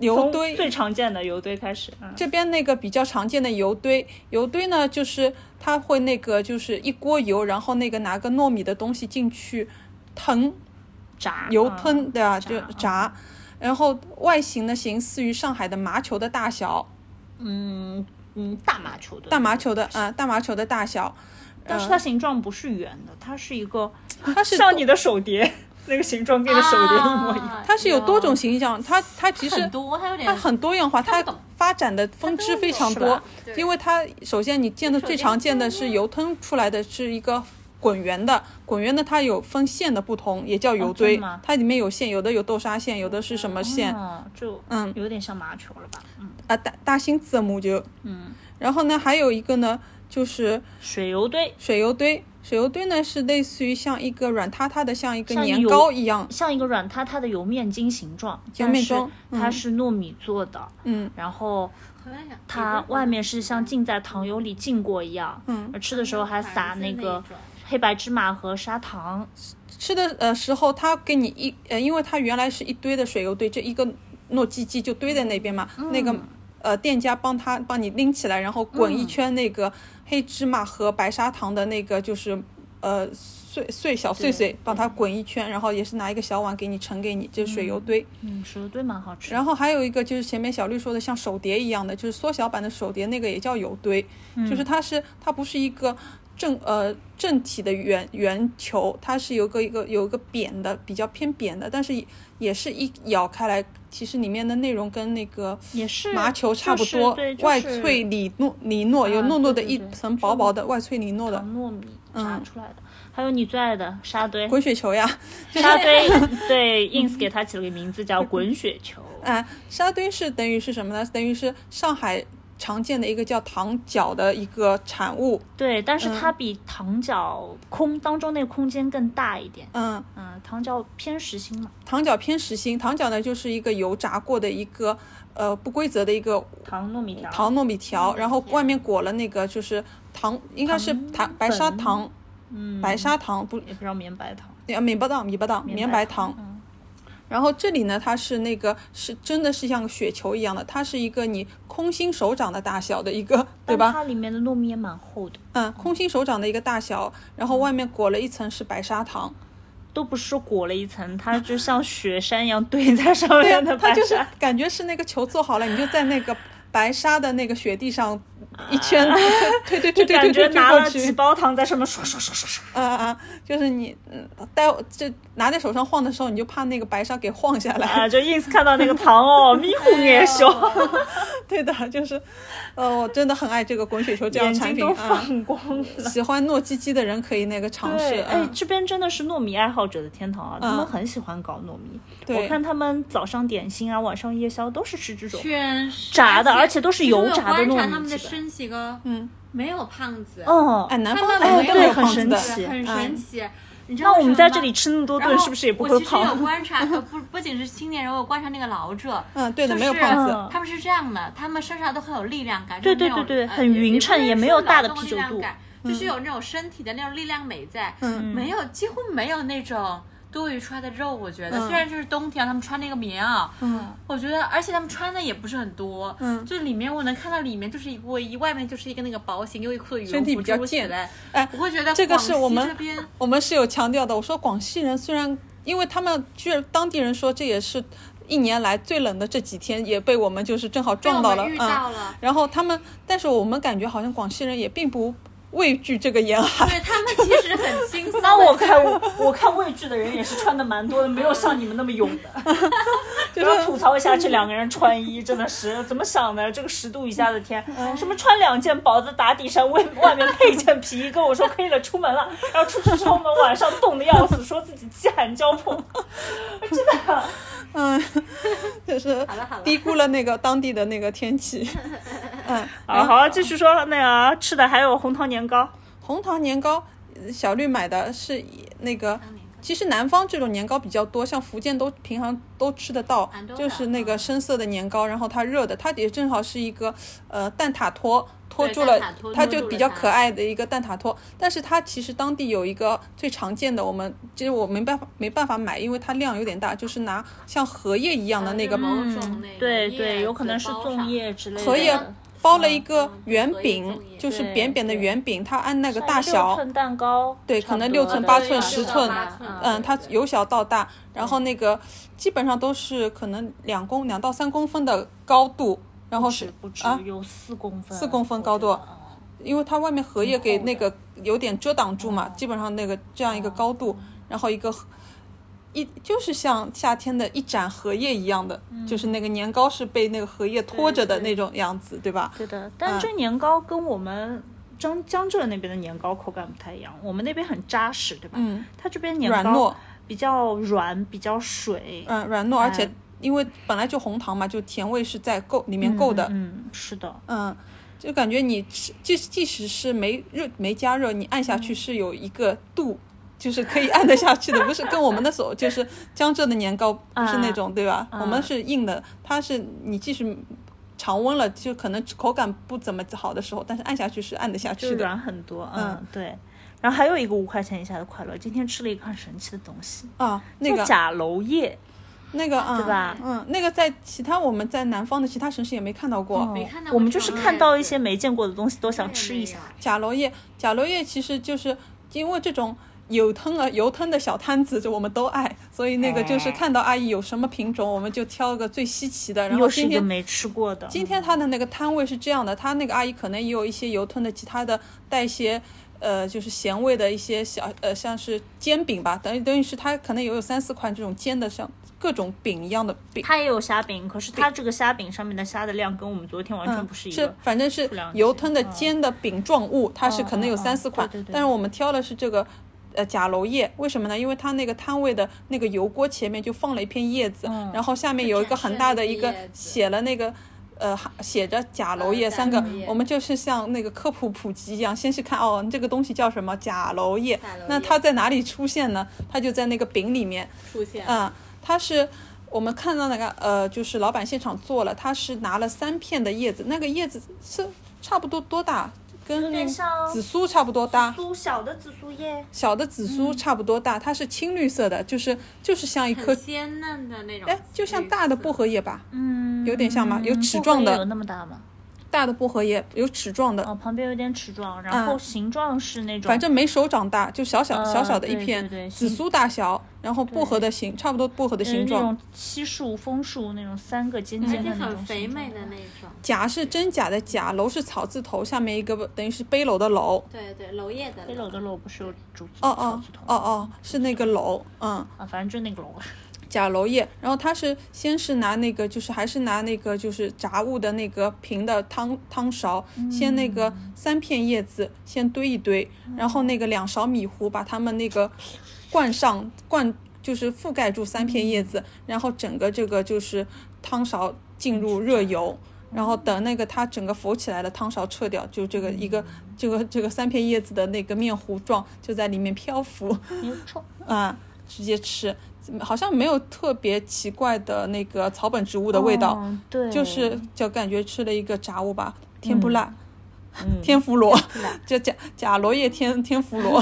[SPEAKER 2] 从
[SPEAKER 1] 牛堆
[SPEAKER 2] 最常见的油堆开始。嗯，
[SPEAKER 1] 这边那个比较常见的油堆，油堆呢就是它会那个就是一锅油，然后那个拿个糯米的东西进去腾
[SPEAKER 2] 炸
[SPEAKER 1] 油
[SPEAKER 2] 嗯
[SPEAKER 1] 喷，对吧？就
[SPEAKER 2] 炸
[SPEAKER 1] 炸，然后外形呢形似于上海的麻球的大小，
[SPEAKER 2] 嗯嗯，大麻球的
[SPEAKER 1] 大麻球呃的啊、大麻球的大小，
[SPEAKER 2] 但是它形状不是圆的，它是一个
[SPEAKER 1] 它是
[SPEAKER 2] 像
[SPEAKER 1] 多
[SPEAKER 2] 你的手碟那个形状，跟你的手碟一模一样。
[SPEAKER 3] 啊
[SPEAKER 1] 它是有多种形象，它它其实
[SPEAKER 3] 很多，它有
[SPEAKER 2] 嗯
[SPEAKER 3] 点
[SPEAKER 1] 它很多样化，它
[SPEAKER 3] 不懂
[SPEAKER 1] 发展的分支非常
[SPEAKER 2] 是
[SPEAKER 1] 多
[SPEAKER 2] 吧。
[SPEAKER 3] 对
[SPEAKER 1] 因为它首先你见的最常见的
[SPEAKER 2] 嗯
[SPEAKER 1] 是油吞出来的是一个滚圆的，滚圆的它有分馅的不同，也叫油
[SPEAKER 2] 哦真
[SPEAKER 1] 堆
[SPEAKER 2] 的吗，
[SPEAKER 1] 它里面有馅，有的有豆沙馅，有的是什么馅
[SPEAKER 2] 哦，就
[SPEAKER 1] 嗯
[SPEAKER 2] 有点像麻球了吧？嗯，
[SPEAKER 1] 啊？大大兴字母就嗯，然后呢还有一个呢就是
[SPEAKER 2] 水油堆
[SPEAKER 1] 水油堆，水油堆呢是类似于像一个软塌塌的，像一个
[SPEAKER 2] 像
[SPEAKER 1] 年
[SPEAKER 2] 油
[SPEAKER 1] 糕一样，
[SPEAKER 2] 像一个软塌塌的油面筋形状，
[SPEAKER 1] 油
[SPEAKER 2] 但
[SPEAKER 1] 面
[SPEAKER 2] 是
[SPEAKER 1] 状
[SPEAKER 2] 它
[SPEAKER 1] 嗯
[SPEAKER 2] 是糯米做的，
[SPEAKER 1] 嗯，
[SPEAKER 2] 然后
[SPEAKER 3] 河南省
[SPEAKER 2] 它外面是像浸在糖油里浸过一样，
[SPEAKER 1] 嗯
[SPEAKER 2] 而吃的时候还撒那个
[SPEAKER 3] 那种
[SPEAKER 2] 黑白芝麻和砂糖，
[SPEAKER 1] 吃的呃时候，他给你一呃，因为它原来是一堆的水油堆，这一个糯叽叽就堆在那边嘛，那个呃店家帮他帮你拎起来，然后滚一圈那个黑芝麻和白砂糖的那个就是呃碎碎小碎碎，帮它滚一圈，然后也是拿一个小碗给你盛给你，就是水油堆。
[SPEAKER 2] 嗯，水油堆蛮好吃的。
[SPEAKER 1] 然后还有一个就是前面小绿说的像手碟一样的，就是缩小版的手碟，那个也叫油堆，
[SPEAKER 2] 嗯
[SPEAKER 1] 就是它是它不是一个正呃正体的圆圆球，它是有个一个有一个扁的，比较偏扁的，但是也也是一咬开来，其实里面的内容跟那个
[SPEAKER 2] 也是
[SPEAKER 1] 麻球差不
[SPEAKER 2] 就是
[SPEAKER 1] 多，
[SPEAKER 2] 对就是
[SPEAKER 1] 外脆里糯里糯，有
[SPEAKER 2] 啊
[SPEAKER 1] 糯糯的
[SPEAKER 2] 对对
[SPEAKER 1] 一
[SPEAKER 2] 对嗯
[SPEAKER 1] 层薄薄的外脆里糯的
[SPEAKER 2] 糖糯米
[SPEAKER 1] 嗯
[SPEAKER 2] 炸出来的，还有你最爱的沙堆，
[SPEAKER 1] 滚雪球呀，
[SPEAKER 2] 沙堆对 ins 给它起了个名字叫滚雪球，
[SPEAKER 1] 哎，沙堆是等于是什么呢？等于是上海常见的一个叫糖角的一个产物，
[SPEAKER 2] 对，但是
[SPEAKER 1] 嗯
[SPEAKER 2] 它比糖角空当中那个空间更大一点，
[SPEAKER 1] 嗯。
[SPEAKER 2] 嗯，糖角偏实心嘛，
[SPEAKER 1] 糖角偏实心，糖角呢就是一个油炸过的一个呃不规则的一个
[SPEAKER 2] 糖糯米条，
[SPEAKER 1] 糖糯米条，然后外面裹了那个就是糖，应该是
[SPEAKER 2] 糖
[SPEAKER 1] 糖白砂
[SPEAKER 2] 粉
[SPEAKER 1] 糖，
[SPEAKER 2] 嗯，
[SPEAKER 1] 白砂糖不
[SPEAKER 2] 也不知道绵白糖，
[SPEAKER 1] 呃米白糖米白糖棉白糖。
[SPEAKER 2] 嗯
[SPEAKER 1] 然后这里呢，它是那个是真的是像个雪球一样的，它是一个你空心手掌的大小的一个，对
[SPEAKER 2] 但
[SPEAKER 1] 吧？
[SPEAKER 2] 它里面的糯米也蛮厚的，
[SPEAKER 1] 嗯，空心手掌的一个大小，然后外面裹了一层是白砂糖。
[SPEAKER 2] 都不是裹了一层，它就像雪山一样堆在上
[SPEAKER 1] 对呀啊
[SPEAKER 2] 面的，
[SPEAKER 1] 它
[SPEAKER 2] 白
[SPEAKER 1] 就是
[SPEAKER 2] 砂。
[SPEAKER 1] 感觉是那个球做好了，你就在那个白沙的那个雪地上一圈推推推推推
[SPEAKER 2] 啊感觉
[SPEAKER 1] 推推
[SPEAKER 2] 拿
[SPEAKER 1] 过
[SPEAKER 2] 了几
[SPEAKER 1] 去，
[SPEAKER 2] 包糖在上面刷刷刷刷 刷，
[SPEAKER 1] 啊啊，啊就是你嗯，待会就拿在手上晃的时候，你
[SPEAKER 2] 啊
[SPEAKER 1] 就怕那个白沙给晃下来。哎
[SPEAKER 2] 啊！就 ins 看到那个糖哦，迷糊眼笑。
[SPEAKER 1] 对的，就是，呃，我真的很爱这个滚雪球这样
[SPEAKER 2] 眼
[SPEAKER 1] 的产
[SPEAKER 2] 睛
[SPEAKER 1] 品
[SPEAKER 2] 都
[SPEAKER 1] 啊。
[SPEAKER 2] 放光了。
[SPEAKER 1] 喜欢糯叽叽的人可以那个尝试，
[SPEAKER 2] 对，哎
[SPEAKER 1] 嗯，，
[SPEAKER 2] 这边真的是糯米爱好者的天堂啊！他们很喜欢搞糯米，
[SPEAKER 1] 对
[SPEAKER 2] 我看他们早上点心啊，晚上夜宵都是吃这种。
[SPEAKER 3] 全
[SPEAKER 2] 炸的而且都是油炸的糯米
[SPEAKER 3] 观察他们的
[SPEAKER 2] 基本
[SPEAKER 3] 身形哦，
[SPEAKER 1] 嗯，
[SPEAKER 3] 没有胖子，
[SPEAKER 2] 嗯，
[SPEAKER 1] 哎，南
[SPEAKER 3] 他
[SPEAKER 1] 方
[SPEAKER 3] 们
[SPEAKER 1] 好像
[SPEAKER 3] 没有
[SPEAKER 1] 都没有
[SPEAKER 2] 对很
[SPEAKER 1] 胖子的，
[SPEAKER 2] 神奇嗯
[SPEAKER 3] 很神奇。你知道
[SPEAKER 2] 那我们在这
[SPEAKER 3] 为什么吗
[SPEAKER 2] 里吃那么多
[SPEAKER 3] 然
[SPEAKER 2] 顿，
[SPEAKER 3] 后
[SPEAKER 2] 是不是也不会
[SPEAKER 3] 我其实有
[SPEAKER 2] 胖？
[SPEAKER 3] 观察，呃不不仅是青年人，我有观察那个老者，
[SPEAKER 1] 嗯，对的，
[SPEAKER 3] 就是
[SPEAKER 1] 没有胖子，
[SPEAKER 2] 嗯
[SPEAKER 3] 他们是这样的，他们身上都很有力量感，
[SPEAKER 2] 对
[SPEAKER 3] 就是那种
[SPEAKER 2] 对对对
[SPEAKER 3] 呃
[SPEAKER 2] 很匀称
[SPEAKER 3] 也
[SPEAKER 2] 也
[SPEAKER 3] 不
[SPEAKER 2] 没
[SPEAKER 3] 是
[SPEAKER 2] 有
[SPEAKER 3] 说
[SPEAKER 2] 大的嗯
[SPEAKER 3] 劳动
[SPEAKER 2] 啤
[SPEAKER 3] 力量
[SPEAKER 2] 酒肚
[SPEAKER 3] 感就是有那种身体的那种力量美在，
[SPEAKER 1] 嗯
[SPEAKER 3] 没有几乎没有那种多余出来的肉，我觉得、
[SPEAKER 1] 嗯
[SPEAKER 3] 虽然就是冬天他们穿那个棉袄，
[SPEAKER 1] 嗯，
[SPEAKER 3] 我觉得而且他们穿的也不是很多，
[SPEAKER 1] 嗯
[SPEAKER 3] 就是里面我能看到里面就是一个卫衣，外面就是一个那个薄型优衣库的羽绒服，
[SPEAKER 1] 身体比较
[SPEAKER 3] 诸如此
[SPEAKER 1] 健
[SPEAKER 3] 类
[SPEAKER 1] 哎
[SPEAKER 3] 我会觉得
[SPEAKER 1] 这个
[SPEAKER 3] 广
[SPEAKER 1] 是我
[SPEAKER 3] 西
[SPEAKER 1] 们
[SPEAKER 3] 这边
[SPEAKER 1] 我们是有强调的。我说广西人虽然，因为他们居然当地人说这也是一年来最冷的这几天，也被我们就是正好撞到
[SPEAKER 3] 被
[SPEAKER 1] 了
[SPEAKER 3] 我们遇
[SPEAKER 1] 啊、
[SPEAKER 3] 到了。
[SPEAKER 1] 然后他们，但是我们感觉好像广西人也并不畏惧这个严寒。
[SPEAKER 3] 对他们其实很轻 松的，
[SPEAKER 2] 那我看 我看魏剧的人也是穿的蛮多的，没有像你们那么勇 的。就要吐槽一下这两个人穿衣真的 是怎么想的？这个十度以下的天，什么穿两件薄的打底衫，外外面 配一件皮衣，跟我说可以了，出门了，然后出去之后呢，晚上冻得要死，说自己饥寒交迫，真的。
[SPEAKER 1] 嗯， 就是
[SPEAKER 3] 好了好了
[SPEAKER 1] 低估了那个当地的那个天气。嗯，
[SPEAKER 2] 好哎好，继续说那个吃的，还有红糖年糕，
[SPEAKER 1] 红糖年糕，呃小绿买的是以那个。其实南方这种年糕比较多，像福建都平常都吃得到
[SPEAKER 3] 俺都，
[SPEAKER 1] 就
[SPEAKER 3] 的
[SPEAKER 1] 是那
[SPEAKER 3] 嗯
[SPEAKER 1] 个深色的年糕，然后它热的，它也正好是一个呃蛋挞托托
[SPEAKER 3] 对
[SPEAKER 1] 住
[SPEAKER 3] 蛋
[SPEAKER 1] 了
[SPEAKER 3] 挞托，
[SPEAKER 1] 它
[SPEAKER 3] 托
[SPEAKER 1] 就
[SPEAKER 3] 住
[SPEAKER 1] 比
[SPEAKER 3] 了
[SPEAKER 1] 较
[SPEAKER 3] 它
[SPEAKER 1] 可爱的一个蛋挞托。但是它其实当地有一个最常见的，我们其实我没办法没办法买，因为它量有点大，就是拿像荷叶一样的那个
[SPEAKER 3] 某种那个叶子包上
[SPEAKER 2] 叶之类的嗯
[SPEAKER 1] 荷叶包了一个
[SPEAKER 3] 嗯
[SPEAKER 1] 圆
[SPEAKER 3] 荷叶
[SPEAKER 1] 饼
[SPEAKER 3] 粽叶，
[SPEAKER 1] 就是
[SPEAKER 2] 对
[SPEAKER 1] 扁扁的
[SPEAKER 2] 对
[SPEAKER 1] 圆饼，它按那个大
[SPEAKER 2] 像一
[SPEAKER 1] 小
[SPEAKER 2] 六寸蛋糕，
[SPEAKER 1] 对
[SPEAKER 2] 差
[SPEAKER 1] 可能
[SPEAKER 2] 不
[SPEAKER 1] 六
[SPEAKER 2] 多
[SPEAKER 1] 寸
[SPEAKER 2] 的
[SPEAKER 1] 八
[SPEAKER 2] 对
[SPEAKER 1] 寸
[SPEAKER 2] 六
[SPEAKER 1] 十
[SPEAKER 2] 到
[SPEAKER 1] 寸
[SPEAKER 2] 八
[SPEAKER 3] 对
[SPEAKER 1] 嗯，它
[SPEAKER 3] 对
[SPEAKER 1] 由小到大，然
[SPEAKER 2] 嗯
[SPEAKER 1] 后那个基本上都是可能两公两到三公分的高度，然后
[SPEAKER 2] 不止
[SPEAKER 1] 是
[SPEAKER 2] 不止
[SPEAKER 1] 啊，
[SPEAKER 2] 有四公分，
[SPEAKER 1] 4公分高度
[SPEAKER 2] 我觉得嗯
[SPEAKER 1] 因为它外面荷叶给那个有点遮挡住
[SPEAKER 2] 哦
[SPEAKER 1] 嘛，基本上那个这样一个高度，然后一个一就是像夏天的一盏荷叶一样的，就是那个年糕是被那个荷叶拖着的
[SPEAKER 2] 嗯对
[SPEAKER 1] 那种样子，对吧？
[SPEAKER 2] 对的，但这年糕跟我们江江浙那边的年糕口感不太一样，我们那边很扎实，对吧？
[SPEAKER 1] 嗯，
[SPEAKER 2] 它这边年
[SPEAKER 1] 软
[SPEAKER 2] 糕
[SPEAKER 1] 糯，
[SPEAKER 2] 比较软，比较水，
[SPEAKER 1] 嗯，软糯，而且
[SPEAKER 2] 嗯
[SPEAKER 1] 因为本来就红糖嘛，就甜味是在够里面够的，
[SPEAKER 2] 嗯，嗯是的，
[SPEAKER 1] 嗯，就感觉你吃，即即使是没热没加热，你按下
[SPEAKER 2] 嗯
[SPEAKER 1] 去是有一个度，就是可以按得下去的，不是跟我们的所就是江浙的年糕不是
[SPEAKER 2] 啊
[SPEAKER 1] 那种、对吧？我们是硬的，它是你即使常温了，就可能口感不怎么好的时候，但是按下去是按得下
[SPEAKER 2] 就是
[SPEAKER 1] 去的。
[SPEAKER 2] 软很多，
[SPEAKER 1] 嗯
[SPEAKER 2] 嗯，对。然后还有一个五块钱以下的快乐，今天吃了一个很神奇的东西，
[SPEAKER 1] 啊，那
[SPEAKER 2] 叫
[SPEAKER 1] 个
[SPEAKER 2] 假楼叶，
[SPEAKER 1] 那个啊，
[SPEAKER 2] 对吧
[SPEAKER 1] 嗯，那个在其他我们在南方的其他城市也没看到过。
[SPEAKER 2] 哦
[SPEAKER 3] 没看到过
[SPEAKER 2] 我们就
[SPEAKER 3] 这
[SPEAKER 2] 是
[SPEAKER 3] 种
[SPEAKER 2] 看
[SPEAKER 3] 叶
[SPEAKER 2] 到一
[SPEAKER 3] 子
[SPEAKER 2] 些没见过的东西都
[SPEAKER 3] 我
[SPEAKER 2] 想吃一下，
[SPEAKER 1] 假楼叶，假楼叶其实就是因为这种油摊啊、油摊的小摊子，就我们都爱，所以那个就是
[SPEAKER 2] 哎
[SPEAKER 1] 看到阿姨有什么品种，我们就挑个最稀奇的。然后
[SPEAKER 2] 又是
[SPEAKER 1] 今
[SPEAKER 2] 一个
[SPEAKER 1] 天
[SPEAKER 2] 没吃过的。
[SPEAKER 1] 今天她的那个摊位是这样的，她那个阿姨可能也有一些油摊的其他的带一些。呃，就是咸味的一些小呃，像是煎饼吧，等于等于是她可能也有三四款这种煎的，像各种饼一样的饼，
[SPEAKER 2] 它也有虾饼，可是它这个虾饼上面的虾的量跟我们昨天完全
[SPEAKER 1] 嗯
[SPEAKER 2] 不是一个。
[SPEAKER 1] 反正是
[SPEAKER 2] 不了解
[SPEAKER 1] 油吞的煎的饼状物，它是可能有
[SPEAKER 2] 嗯嗯嗯
[SPEAKER 1] 三四款，
[SPEAKER 2] 对对对
[SPEAKER 1] 但是我们挑的是这个。呃，假楼叶为什么呢？因为它那个摊位的那个油锅前面就放了一片叶子，
[SPEAKER 2] 嗯
[SPEAKER 1] 然后下面有一个很大的一个
[SPEAKER 3] 就展示那个叶子
[SPEAKER 1] 写了那个呃写着假楼叶
[SPEAKER 3] 嗯
[SPEAKER 1] 三个
[SPEAKER 3] 假楼叶，
[SPEAKER 1] 我们就是像那个科普普及一样，先是看哦这个东西叫什么假楼叶
[SPEAKER 3] 假楼叶，
[SPEAKER 1] 那它在哪里出现呢？它就在那个饼里面，
[SPEAKER 3] 出现，
[SPEAKER 1] 嗯，它是我们看到那个呃，就是老板现场做了，他是拿了三片的叶子，那个叶子是差不多多大，跟那
[SPEAKER 2] 点像
[SPEAKER 1] 紫苏差不多大，
[SPEAKER 2] 酥小的紫嗯苏叶，
[SPEAKER 1] 小的紫苏差不多大，它是青绿色的，就是就是像一颗
[SPEAKER 3] 很，鲜嫩的那种，
[SPEAKER 1] 哎，就像大的薄荷叶吧，
[SPEAKER 2] 嗯，
[SPEAKER 1] 有点像吗有齿
[SPEAKER 2] 不会
[SPEAKER 1] 状的
[SPEAKER 2] 有那么大吗？
[SPEAKER 1] 大的薄荷叶有齿状的，
[SPEAKER 2] 哦，旁边有点齿状，然后
[SPEAKER 1] 嗯
[SPEAKER 2] 形状是那种，
[SPEAKER 1] 反正没手掌大，就小小
[SPEAKER 2] 嗯
[SPEAKER 1] 小小的一
[SPEAKER 2] 对
[SPEAKER 1] 片
[SPEAKER 2] 对对，
[SPEAKER 1] 紫
[SPEAKER 2] 形
[SPEAKER 1] 苏大小，然后薄荷的形，差不多薄荷的
[SPEAKER 2] 呃
[SPEAKER 1] 形
[SPEAKER 2] 那
[SPEAKER 1] 状
[SPEAKER 2] 种。漆树、枫树那种三个尖
[SPEAKER 3] 而
[SPEAKER 2] 尖
[SPEAKER 3] 且
[SPEAKER 2] 的那种
[SPEAKER 3] 很肥
[SPEAKER 2] 形状
[SPEAKER 3] 美的。那种。
[SPEAKER 1] 甲是真假的甲，楼是草字头下面一个等于是背篓的篓，
[SPEAKER 3] 对对，楼叶的
[SPEAKER 2] 飞 楼的楼不是有竹子
[SPEAKER 1] 哦哦
[SPEAKER 2] 草字头
[SPEAKER 1] 哦哦，是那个篓，嗯，
[SPEAKER 2] 啊，反正就那个楼。
[SPEAKER 1] 假楼叶，然后它是先是拿那个就是还是拿那个就是炸物的那个平的汤汤勺，先那个三片叶子先堆一堆，然后那个两勺米糊把它们那个灌上灌就是覆盖住三片叶子，然后整个这个就是汤勺进入热油。然后等那个它整个浮起来的汤勺撤掉，就这个一个这个这个三片叶子的那个面糊状就在里面漂浮，
[SPEAKER 2] 没错，
[SPEAKER 1] 啊、直接吃，好像没有特别奇怪的那个草本植物的味道，
[SPEAKER 2] 哦对，
[SPEAKER 1] 就是就感觉吃了一个炸物吧，天不辣，
[SPEAKER 2] 嗯
[SPEAKER 1] 天妇罗， 就假假罗叶天天妇罗，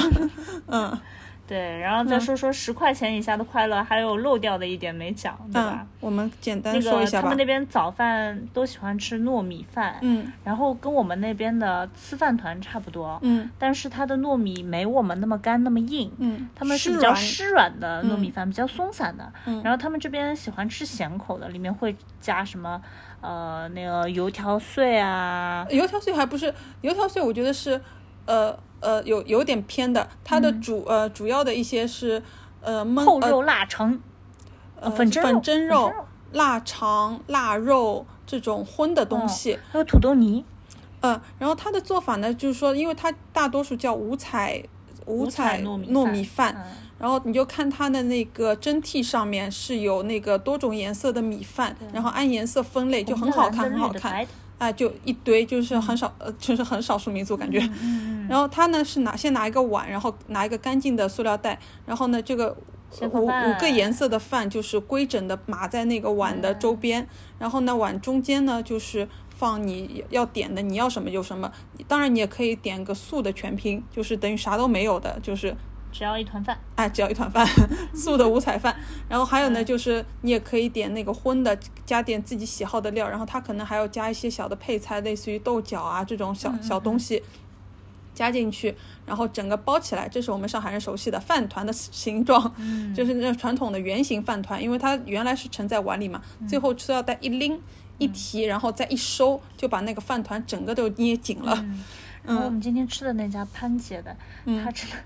[SPEAKER 1] 嗯
[SPEAKER 2] 对，然后再说说十块钱以下的快乐，还有漏掉的一点没讲， 对吧
[SPEAKER 1] 嗯？，我们简单
[SPEAKER 2] 那
[SPEAKER 1] 说
[SPEAKER 2] 个
[SPEAKER 1] 一下
[SPEAKER 2] 他
[SPEAKER 1] 吧，
[SPEAKER 2] 们那边早饭都喜欢吃糯米饭，
[SPEAKER 1] 嗯
[SPEAKER 2] 然后跟我们那边的吃饭团差不多，
[SPEAKER 1] 嗯
[SPEAKER 2] 但是它的糯米没我们那么干那么硬，
[SPEAKER 1] 嗯，
[SPEAKER 2] 他们是比
[SPEAKER 1] 湿
[SPEAKER 2] 较
[SPEAKER 1] 软
[SPEAKER 2] 湿软的糯米
[SPEAKER 1] 嗯
[SPEAKER 2] 饭，比较松散的。
[SPEAKER 1] 嗯
[SPEAKER 2] 然后他们这边喜欢吃咸口的，里面会加什么呃那个油条碎啊，
[SPEAKER 1] 油条碎还不是油条碎，我觉得是，呃呃，有有点偏的。它的主、呃主要的一些是，呃焖
[SPEAKER 2] 扣
[SPEAKER 1] 呃
[SPEAKER 2] 嗯肉、腊肠、
[SPEAKER 1] 呃
[SPEAKER 2] 粉蒸肉
[SPEAKER 1] 粉蒸
[SPEAKER 2] 粉蒸肉
[SPEAKER 1] 腊肠、腊肉这种荤的东西。
[SPEAKER 2] 还有土豆泥。
[SPEAKER 1] 嗯、然后它的做法呢，就是说，因为它大多数叫五彩五
[SPEAKER 2] 彩
[SPEAKER 1] 彩
[SPEAKER 2] 糯米
[SPEAKER 1] 糯
[SPEAKER 2] 饭嗯
[SPEAKER 1] 米饭，然后你就看它的那个蒸屉上面是有那个多种颜色的米饭，然后按颜色分类就很好看，很好看。啊，就一堆，就是很少，呃，就是很少数民族感觉。
[SPEAKER 2] 嗯
[SPEAKER 1] 然后他呢是拿先拿一个碗，然后拿一个干净的塑料袋，然后呢这个
[SPEAKER 2] 先放
[SPEAKER 1] 五
[SPEAKER 2] 饭
[SPEAKER 1] 五个颜色的饭就是规整的码在那个碗的周边，然后呢碗中间呢就是放你要点的，你要什么就什么。当然你也可以点个素的全拼，就是等于啥都没有的，就是
[SPEAKER 2] 只要一团饭。
[SPEAKER 1] 哎，只要一团饭， 素的五彩饭。然后还有呢，就是你也可以点那个荤的，加点自己喜好的料，然后它可能还要加一些小的配菜，类似于豆角啊这种小小东西加进去，然后整个包起来。这是我们上海人熟悉的饭团的形状，就是那传统的圆形饭团，因为它原来是盛在碗里嘛，最后塑料袋一拎一提，然后再一收，就把那个饭团整个都捏紧了。嗯
[SPEAKER 2] 然后我们今天吃的那家潘姐的，她真的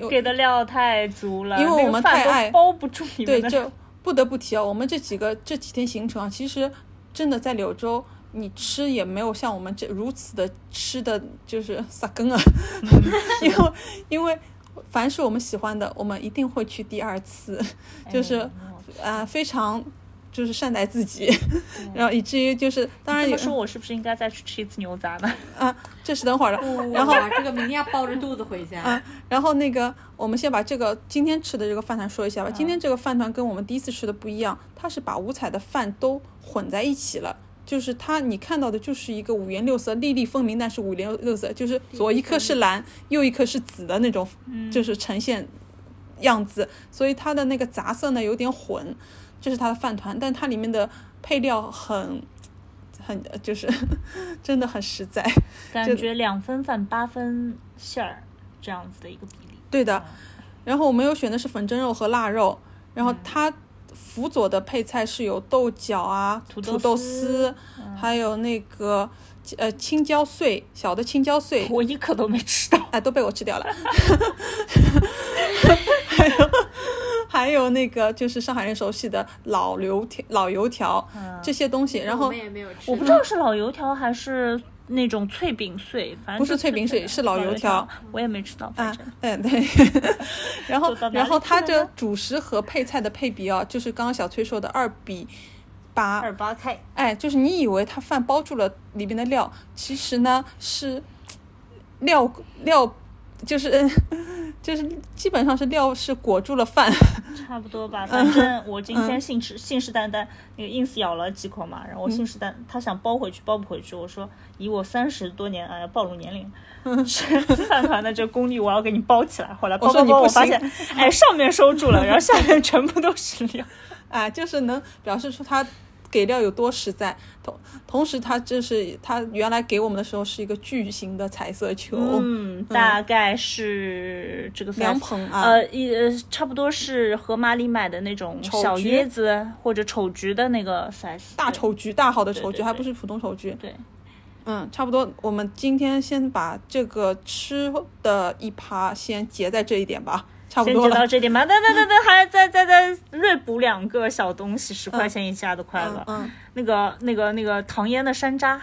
[SPEAKER 1] 有
[SPEAKER 2] 给的料太足了，
[SPEAKER 1] 因为
[SPEAKER 2] 那个
[SPEAKER 1] 我们
[SPEAKER 2] 饭
[SPEAKER 1] 太
[SPEAKER 2] 都
[SPEAKER 1] 爱
[SPEAKER 2] 包不住你们
[SPEAKER 1] 对，
[SPEAKER 2] 的
[SPEAKER 1] 这不得不提啊，我们这几个这几天行程啊，其实真的在柳州，你吃也没有像我们这如此的吃的就是 撒根啊，
[SPEAKER 2] 嗯
[SPEAKER 1] 因为因为凡是我们喜欢的，我们一定会去第二次，
[SPEAKER 2] 哎
[SPEAKER 1] 就是啊、呃非常就是善待自己， 然后以至于就是当然
[SPEAKER 2] 嗯这
[SPEAKER 1] 有
[SPEAKER 2] 么说，我是不是应该再去吃一次牛杂呢？
[SPEAKER 1] 啊，这是等会儿了，
[SPEAKER 3] 然后这个明天要抱着肚子回家，
[SPEAKER 1] 然后那个，我们先把这个今天吃的这个饭团说一下吧。今天这个饭团跟我们第一次吃的不一样，它是把五彩的饭都混在一起了。就是它，你看到的就是一个五颜六色、粒粒分明，但是五颜六色，就是左一颗是蓝，右一颗是紫的那种，就是呈现样子。所以它的那个杂色呢有点混，这是它的饭团，但它里面的配料很很就是 真的很实在。
[SPEAKER 2] 感觉两分饭八分馅儿这样子的一个比例。
[SPEAKER 1] 对的，然后我们有选的是粉蒸肉和腊肉，然后
[SPEAKER 2] 嗯
[SPEAKER 1] 它辅佐的配菜是有豆角啊、土
[SPEAKER 2] 豆嗯
[SPEAKER 1] 丝，还有那个呃青椒碎，小的青椒碎，
[SPEAKER 2] 我一口都没 吃到，
[SPEAKER 1] 哎，都被我吃 掉了。还有还有那个就是上海人熟悉的老油条、老油条、这些东西，然
[SPEAKER 3] 我
[SPEAKER 1] 后啊
[SPEAKER 3] 们。也没有吃。
[SPEAKER 2] 嗯我不知道是老油条还是那种脆饼碎，反正
[SPEAKER 1] 不是
[SPEAKER 2] 就
[SPEAKER 1] 脆饼碎
[SPEAKER 2] 脆的
[SPEAKER 1] 是老油
[SPEAKER 2] 油
[SPEAKER 1] 条，
[SPEAKER 2] 我也没吃到，反
[SPEAKER 1] 啊
[SPEAKER 2] 正、，
[SPEAKER 1] 嗯对， 然后
[SPEAKER 2] 做到哪
[SPEAKER 1] 然
[SPEAKER 2] 里
[SPEAKER 1] 后
[SPEAKER 2] 去
[SPEAKER 1] 它
[SPEAKER 2] 了
[SPEAKER 1] 这
[SPEAKER 2] 呢
[SPEAKER 1] 主食和配菜的配比啊，就是刚刚小崔说的二比八，
[SPEAKER 2] 二八 K。
[SPEAKER 1] 哎，就是你以为它饭包住了里边的料，其实呢是料料，就是 就是基本上是料是裹住了饭。
[SPEAKER 2] 差不多
[SPEAKER 1] 嗯
[SPEAKER 2] 吧，反正我今天信誓、信誓旦旦，那个 ins 咬了几口嘛，然后我信誓旦，他想包回去，包不回去，我说以我三十多年哎呀暴露 年龄，吃吃饭团的这功力，我要给你包起来。后来包
[SPEAKER 1] 我说
[SPEAKER 2] 包
[SPEAKER 1] 你
[SPEAKER 2] 包，
[SPEAKER 1] 不
[SPEAKER 2] 我发
[SPEAKER 1] 行
[SPEAKER 2] 现，哎，上面收住了，然后下面全部都是 料。
[SPEAKER 1] 啊，就是能表示出他给料有多实在。同同时，他就是他原来给我们的时候是一个巨型的彩色球，
[SPEAKER 2] 嗯，大概是这个 size
[SPEAKER 1] 凉棚啊
[SPEAKER 2] 呃，一呃差不多是河马里买的那种
[SPEAKER 1] 丑
[SPEAKER 2] 小
[SPEAKER 1] 橘
[SPEAKER 2] 椰子或者丑橘的那个 size，
[SPEAKER 1] 大
[SPEAKER 2] 对
[SPEAKER 1] 丑菊，大好的丑
[SPEAKER 2] 对
[SPEAKER 1] 菊，
[SPEAKER 2] 对
[SPEAKER 1] 还不是普通丑菊。
[SPEAKER 2] 对。
[SPEAKER 1] 嗯，差不多。我们今天先把这个吃的一趴先结在这一点吧，差不
[SPEAKER 2] 先
[SPEAKER 1] 多
[SPEAKER 2] 就到
[SPEAKER 1] 了。
[SPEAKER 2] 这里嘛，等等等等，还再再再锐补两个小东西，十块钱以下的快乐
[SPEAKER 1] 嗯，嗯，
[SPEAKER 2] 那个那个那个唐嫣的山楂，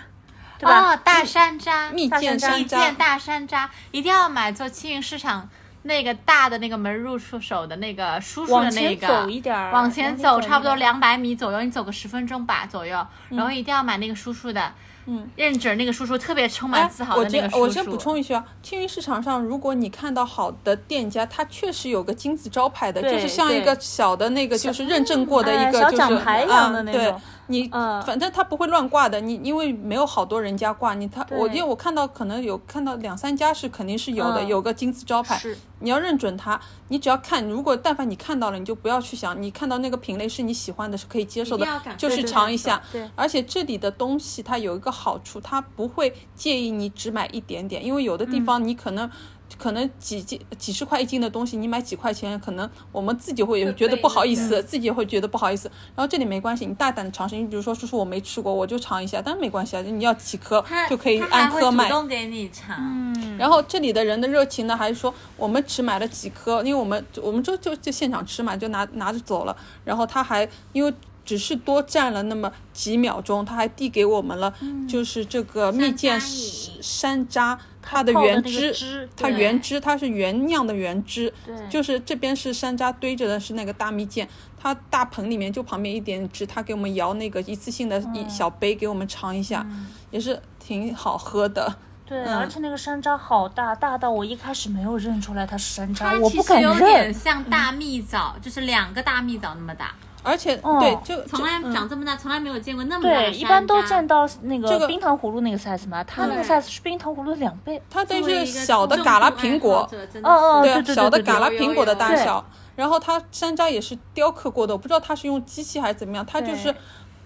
[SPEAKER 2] 对吧？
[SPEAKER 3] 哦，大山楂，
[SPEAKER 1] 蜜饯山
[SPEAKER 3] 蜜饯
[SPEAKER 1] 楂，
[SPEAKER 3] 大山楂一定要买，做青云市场那个大的那个门入出手的那个叔叔的
[SPEAKER 2] 往
[SPEAKER 3] 那
[SPEAKER 2] 前
[SPEAKER 3] 个，
[SPEAKER 2] 走一点儿，
[SPEAKER 3] 往前走差不
[SPEAKER 2] 一点儿
[SPEAKER 3] 多两百米左右，你走个十分钟吧左右，然后一定要买那个叔叔的，
[SPEAKER 1] 嗯，
[SPEAKER 3] 认准那个叔叔特别充满
[SPEAKER 1] 哎
[SPEAKER 3] 自豪，
[SPEAKER 1] 我
[SPEAKER 3] 的那
[SPEAKER 1] 这
[SPEAKER 3] 个叔叔。
[SPEAKER 1] 我先补充一句啊，青云市场上，如果你看到好的店家，它确实有个金字招牌的，
[SPEAKER 2] 对
[SPEAKER 1] 就是像一个小的那个，就是认证过的一
[SPEAKER 2] 哎
[SPEAKER 1] 个，
[SPEAKER 2] 小
[SPEAKER 1] 就是
[SPEAKER 2] 奖牌一样的
[SPEAKER 1] 嗯
[SPEAKER 2] 那
[SPEAKER 1] 对
[SPEAKER 2] 种，
[SPEAKER 1] 你
[SPEAKER 2] 嗯
[SPEAKER 1] 反正它不会乱挂的，你因为没有好多人家挂，你它我
[SPEAKER 2] 对
[SPEAKER 1] 因为我看到可能有看到两三家是肯定是有的，
[SPEAKER 2] 嗯
[SPEAKER 1] 有个金字招牌，
[SPEAKER 2] 是
[SPEAKER 1] 你要认准它，你只要看，如果但凡你看到了，你就不要去想，你看到那个品类是你喜欢的，是可以接受的
[SPEAKER 3] 一定要赶，快
[SPEAKER 1] 就去
[SPEAKER 3] 对对
[SPEAKER 1] 尝一下。
[SPEAKER 2] 对
[SPEAKER 1] 而且这里的东西它有一个好处，它不会介意你只买一点点，因为有的地
[SPEAKER 3] 嗯
[SPEAKER 1] 方你可能、可能几几几十块一斤的东西，你买几块钱，可能我们自己会也
[SPEAKER 3] 会
[SPEAKER 1] 觉得
[SPEAKER 3] 背
[SPEAKER 1] 不好意
[SPEAKER 3] 着
[SPEAKER 1] 思，自己也会觉得不好意思。然后这里没关系，你大胆的尝试，你比如说叔叔我没吃过，我就尝一下，但没关系啊，你要几颗
[SPEAKER 3] 他
[SPEAKER 1] 就可以
[SPEAKER 3] 他还
[SPEAKER 1] 按
[SPEAKER 3] 会
[SPEAKER 1] 颗
[SPEAKER 3] 主
[SPEAKER 1] 卖。
[SPEAKER 3] 动给你尝，
[SPEAKER 2] 嗯
[SPEAKER 1] 然后这里的人的热情呢，还是说我们只买了几颗，因为我们我们就就就现场吃嘛，就拿拿着走了。然后他还因为只是多站了那么几秒钟，他还递给我们了，
[SPEAKER 2] 嗯
[SPEAKER 1] 就是这个蜜饯
[SPEAKER 3] 山楂饮
[SPEAKER 1] 山楂它的
[SPEAKER 2] 泡的
[SPEAKER 1] 原
[SPEAKER 2] 那个汁
[SPEAKER 1] 它
[SPEAKER 3] 对
[SPEAKER 1] 原汁它是原酿的原汁，
[SPEAKER 2] 对
[SPEAKER 1] 就是这边是山楂堆着的是那个大蜜饯，它大盆里面就旁边一点汁，它给我们摇那个一次性的
[SPEAKER 2] 嗯
[SPEAKER 1] 一小杯给我们尝一下，也是挺好喝的。
[SPEAKER 2] 对，
[SPEAKER 1] 嗯
[SPEAKER 2] 而且那个山楂好大，大到我一开始没有认出来它是山
[SPEAKER 3] 它
[SPEAKER 2] 楂，我
[SPEAKER 3] 其
[SPEAKER 2] 不
[SPEAKER 3] 实
[SPEAKER 2] 敢
[SPEAKER 3] 有点
[SPEAKER 2] 认。
[SPEAKER 3] 像大蜜枣，就是两个大蜜枣那么大，
[SPEAKER 1] 而且、
[SPEAKER 2] 哦
[SPEAKER 1] 对，就
[SPEAKER 3] 从
[SPEAKER 1] 就
[SPEAKER 3] 来
[SPEAKER 1] 嗯
[SPEAKER 3] 长这么大，从来没有见过那么大的
[SPEAKER 2] 对，一般都
[SPEAKER 3] 山楂
[SPEAKER 2] 占到那
[SPEAKER 1] 这个
[SPEAKER 2] 个冰糖葫芦那个 size 嘛，它那个
[SPEAKER 3] 对
[SPEAKER 2] size 是冰糖葫芦的两倍。
[SPEAKER 1] 它等于
[SPEAKER 3] 作为
[SPEAKER 1] 是
[SPEAKER 3] 一个
[SPEAKER 1] 小的
[SPEAKER 3] 重
[SPEAKER 1] 嘎啦
[SPEAKER 3] 度爱
[SPEAKER 1] 苹
[SPEAKER 3] 好
[SPEAKER 1] 果，
[SPEAKER 3] 者真的
[SPEAKER 2] 哦哦
[SPEAKER 3] 是
[SPEAKER 2] 对对对
[SPEAKER 1] 小的
[SPEAKER 2] 对对
[SPEAKER 1] 嘎啦
[SPEAKER 3] 有
[SPEAKER 1] 苹果的
[SPEAKER 3] 有
[SPEAKER 1] 大
[SPEAKER 2] 有
[SPEAKER 1] 小。然后它山楂也是雕刻过的，我不知道它是用机器还是怎么样，它就是
[SPEAKER 2] 对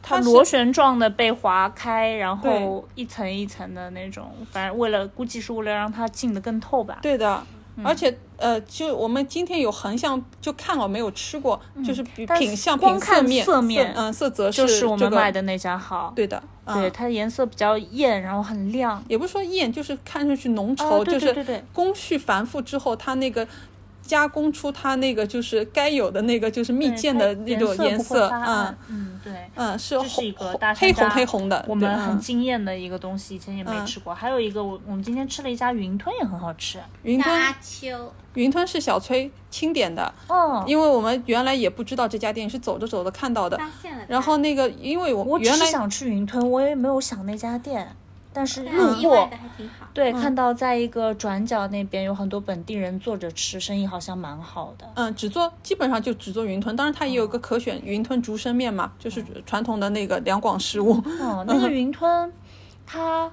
[SPEAKER 1] 它
[SPEAKER 2] 螺
[SPEAKER 1] 是
[SPEAKER 2] 旋状的被划开，然
[SPEAKER 1] 对
[SPEAKER 2] 后一层一层的那种，反正为了估计是为了让它浸得更透吧。
[SPEAKER 1] 对的。
[SPEAKER 2] 嗯
[SPEAKER 1] 而且，呃，就我们今天有横向就看了没有吃过，就是比
[SPEAKER 2] 嗯但
[SPEAKER 1] 品
[SPEAKER 2] 是
[SPEAKER 1] 相
[SPEAKER 2] 光
[SPEAKER 1] 品色
[SPEAKER 2] 看
[SPEAKER 1] 面
[SPEAKER 2] 色面
[SPEAKER 1] 嗯色泽
[SPEAKER 2] 就是是我们
[SPEAKER 1] 这个
[SPEAKER 2] 买的那家好。
[SPEAKER 1] 对的，嗯
[SPEAKER 2] 对，它颜色比较艳，然后很亮。
[SPEAKER 1] 也不是说艳，就是看上去浓稠，
[SPEAKER 2] 哦对对
[SPEAKER 1] 就
[SPEAKER 2] 对
[SPEAKER 1] 是
[SPEAKER 2] 对
[SPEAKER 1] 工序繁复之后，它那个加工出它那个就是该有的那个就是蜜
[SPEAKER 2] 对
[SPEAKER 1] 饯
[SPEAKER 2] 它
[SPEAKER 1] 的那种
[SPEAKER 2] 色
[SPEAKER 1] 颜
[SPEAKER 2] 不会
[SPEAKER 1] 色，
[SPEAKER 2] 发
[SPEAKER 1] 嗯
[SPEAKER 2] 暗，嗯，对。
[SPEAKER 1] 嗯，是
[SPEAKER 2] 这是一个
[SPEAKER 1] 红
[SPEAKER 2] 大
[SPEAKER 1] 黑红
[SPEAKER 2] 山楂
[SPEAKER 1] 黑红的，
[SPEAKER 2] 我
[SPEAKER 1] 对
[SPEAKER 2] 们
[SPEAKER 1] 嗯
[SPEAKER 2] 很惊艳的一个东西，以前也没吃过。还有一个，我我们今天吃了一家云吞，也很好吃。
[SPEAKER 1] 云
[SPEAKER 3] 大
[SPEAKER 1] 吞
[SPEAKER 3] 秋，
[SPEAKER 1] 云吞是小崔钦点的，
[SPEAKER 2] 哦，
[SPEAKER 1] 因为我们原来也不知道这家店是走着走着看到的。
[SPEAKER 3] 发现了它。
[SPEAKER 1] 然后那个，因为我
[SPEAKER 2] 我只
[SPEAKER 1] 原
[SPEAKER 2] 是
[SPEAKER 1] 来
[SPEAKER 2] 想吃云吞，我也没有想那家店，但是
[SPEAKER 3] 但
[SPEAKER 2] 路
[SPEAKER 3] 嗯意外
[SPEAKER 2] 过
[SPEAKER 3] 的，还挺好。
[SPEAKER 2] 对，
[SPEAKER 1] 嗯
[SPEAKER 2] 看到在一个转角那边有很多本地人坐着吃，生意好像蛮好的。
[SPEAKER 1] 嗯，只做基本上就只做云吞，当然它也有
[SPEAKER 2] 哦
[SPEAKER 1] 个可选云吞竹升面嘛，就是传统的那个两广食物。
[SPEAKER 2] 哦，那
[SPEAKER 1] 嗯
[SPEAKER 2] 个云吞，它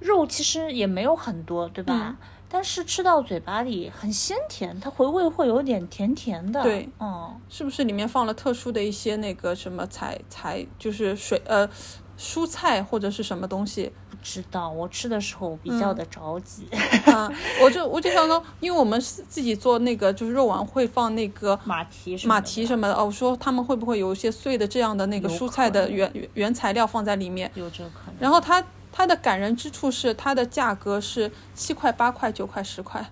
[SPEAKER 2] 肉其实也没有很多，对吧？
[SPEAKER 1] 嗯
[SPEAKER 2] 但是吃到嘴巴里很鲜甜，它回味会有点甜甜的。
[SPEAKER 1] 对
[SPEAKER 2] 嗯，
[SPEAKER 1] 是不是里面放了特殊的一些那个什么材材，就是水呃蔬菜或者是什么东西？
[SPEAKER 2] 不知道，我吃的时候比
[SPEAKER 1] 嗯
[SPEAKER 2] 较的着急。
[SPEAKER 1] 啊，我就我就想说，因为我们是自己做那个就是肉丸会放那个
[SPEAKER 2] 马蹄什么的
[SPEAKER 1] 马蹄什么的哦，我说他们会不会有一些碎的这样的那个
[SPEAKER 2] 有
[SPEAKER 1] 蔬
[SPEAKER 2] 可
[SPEAKER 1] 菜的
[SPEAKER 2] 能
[SPEAKER 1] 原原原材料放在里面？
[SPEAKER 2] 有这个可能。
[SPEAKER 1] 然后它它的感人之处是它的价格是七块、八块、九块、十块，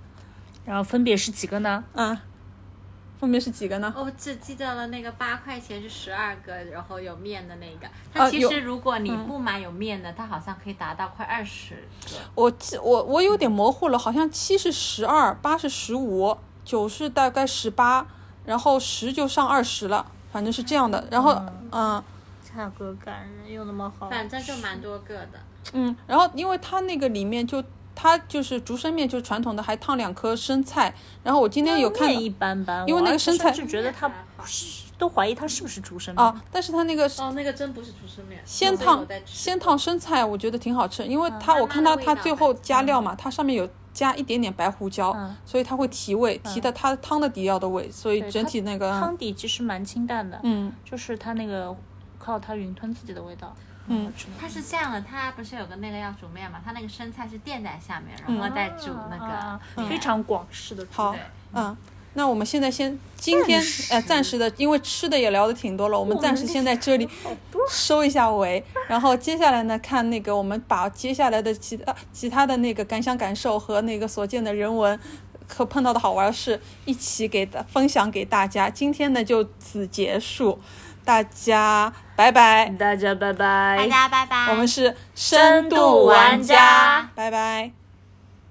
[SPEAKER 2] 然后分别是几个呢？
[SPEAKER 1] 啊，分别是几个呢？
[SPEAKER 3] 我哦只记得了那个八块钱是十二个，然后有面的那个。
[SPEAKER 1] 啊
[SPEAKER 3] 它其
[SPEAKER 1] 有嗯
[SPEAKER 3] 实如果你不买有面的，它好像可以达到快二十个。
[SPEAKER 1] 我记我我有点模糊了，好像七是十二，八是十五，九是大概十八，然后十就上二十了，反正是这样的。然后嗯
[SPEAKER 2] 价格感人又那么好
[SPEAKER 3] 反正就蛮多个的，
[SPEAKER 1] 嗯，然后因为它那个里面就。它就是竹升面，就是传统的，还烫两颗生菜。然后我今天有看到
[SPEAKER 2] 面一般般，
[SPEAKER 1] 因为
[SPEAKER 2] 我
[SPEAKER 1] 那个
[SPEAKER 2] 而且
[SPEAKER 1] 生菜
[SPEAKER 2] 甚至觉得它不是，都怀疑它是不是竹升面。
[SPEAKER 1] 啊，但是它那个
[SPEAKER 3] 哦，那个真不是竹升面，
[SPEAKER 1] 先烫先烫生菜，我觉得挺好吃，因
[SPEAKER 2] 嗯
[SPEAKER 1] 为它
[SPEAKER 3] 慢
[SPEAKER 1] 我
[SPEAKER 3] 慢
[SPEAKER 1] 看
[SPEAKER 3] 的
[SPEAKER 1] 它
[SPEAKER 3] 味
[SPEAKER 1] 它
[SPEAKER 3] 道
[SPEAKER 1] 最
[SPEAKER 3] 吧
[SPEAKER 1] 后加料嘛，它上面有加一点点白胡椒
[SPEAKER 2] 嗯，
[SPEAKER 1] 所以它会提味，提的它汤的底料的味，所以
[SPEAKER 2] 对
[SPEAKER 1] 整
[SPEAKER 2] 它
[SPEAKER 1] 体那个
[SPEAKER 2] 汤底其实蛮清淡的，
[SPEAKER 1] 嗯
[SPEAKER 2] 就是它那个靠它云吞自己的味道，嗯，好吃的。
[SPEAKER 3] 它是这样的，它不是有个那个要煮面嘛？它那个生菜是垫在下面，然后再煮那
[SPEAKER 2] 嗯啊
[SPEAKER 3] 个面
[SPEAKER 2] 非常广式的
[SPEAKER 1] 嗯好
[SPEAKER 3] 对，
[SPEAKER 1] 嗯。那我们现在先今天呃暂时的，因为吃的也聊的挺多了，我们暂时先在这里收一下尾，然后接下来呢看那个呃我们把接下来的其他其他的那个感想感受和那个所见的人文可碰到的好玩的事一起给大分享给大家。今天呢就此结束，大家拜拜。
[SPEAKER 2] 大家拜
[SPEAKER 4] 大
[SPEAKER 2] 拜。
[SPEAKER 4] 家拜拜。
[SPEAKER 1] 我们是
[SPEAKER 2] 深度玩家
[SPEAKER 1] 拜拜。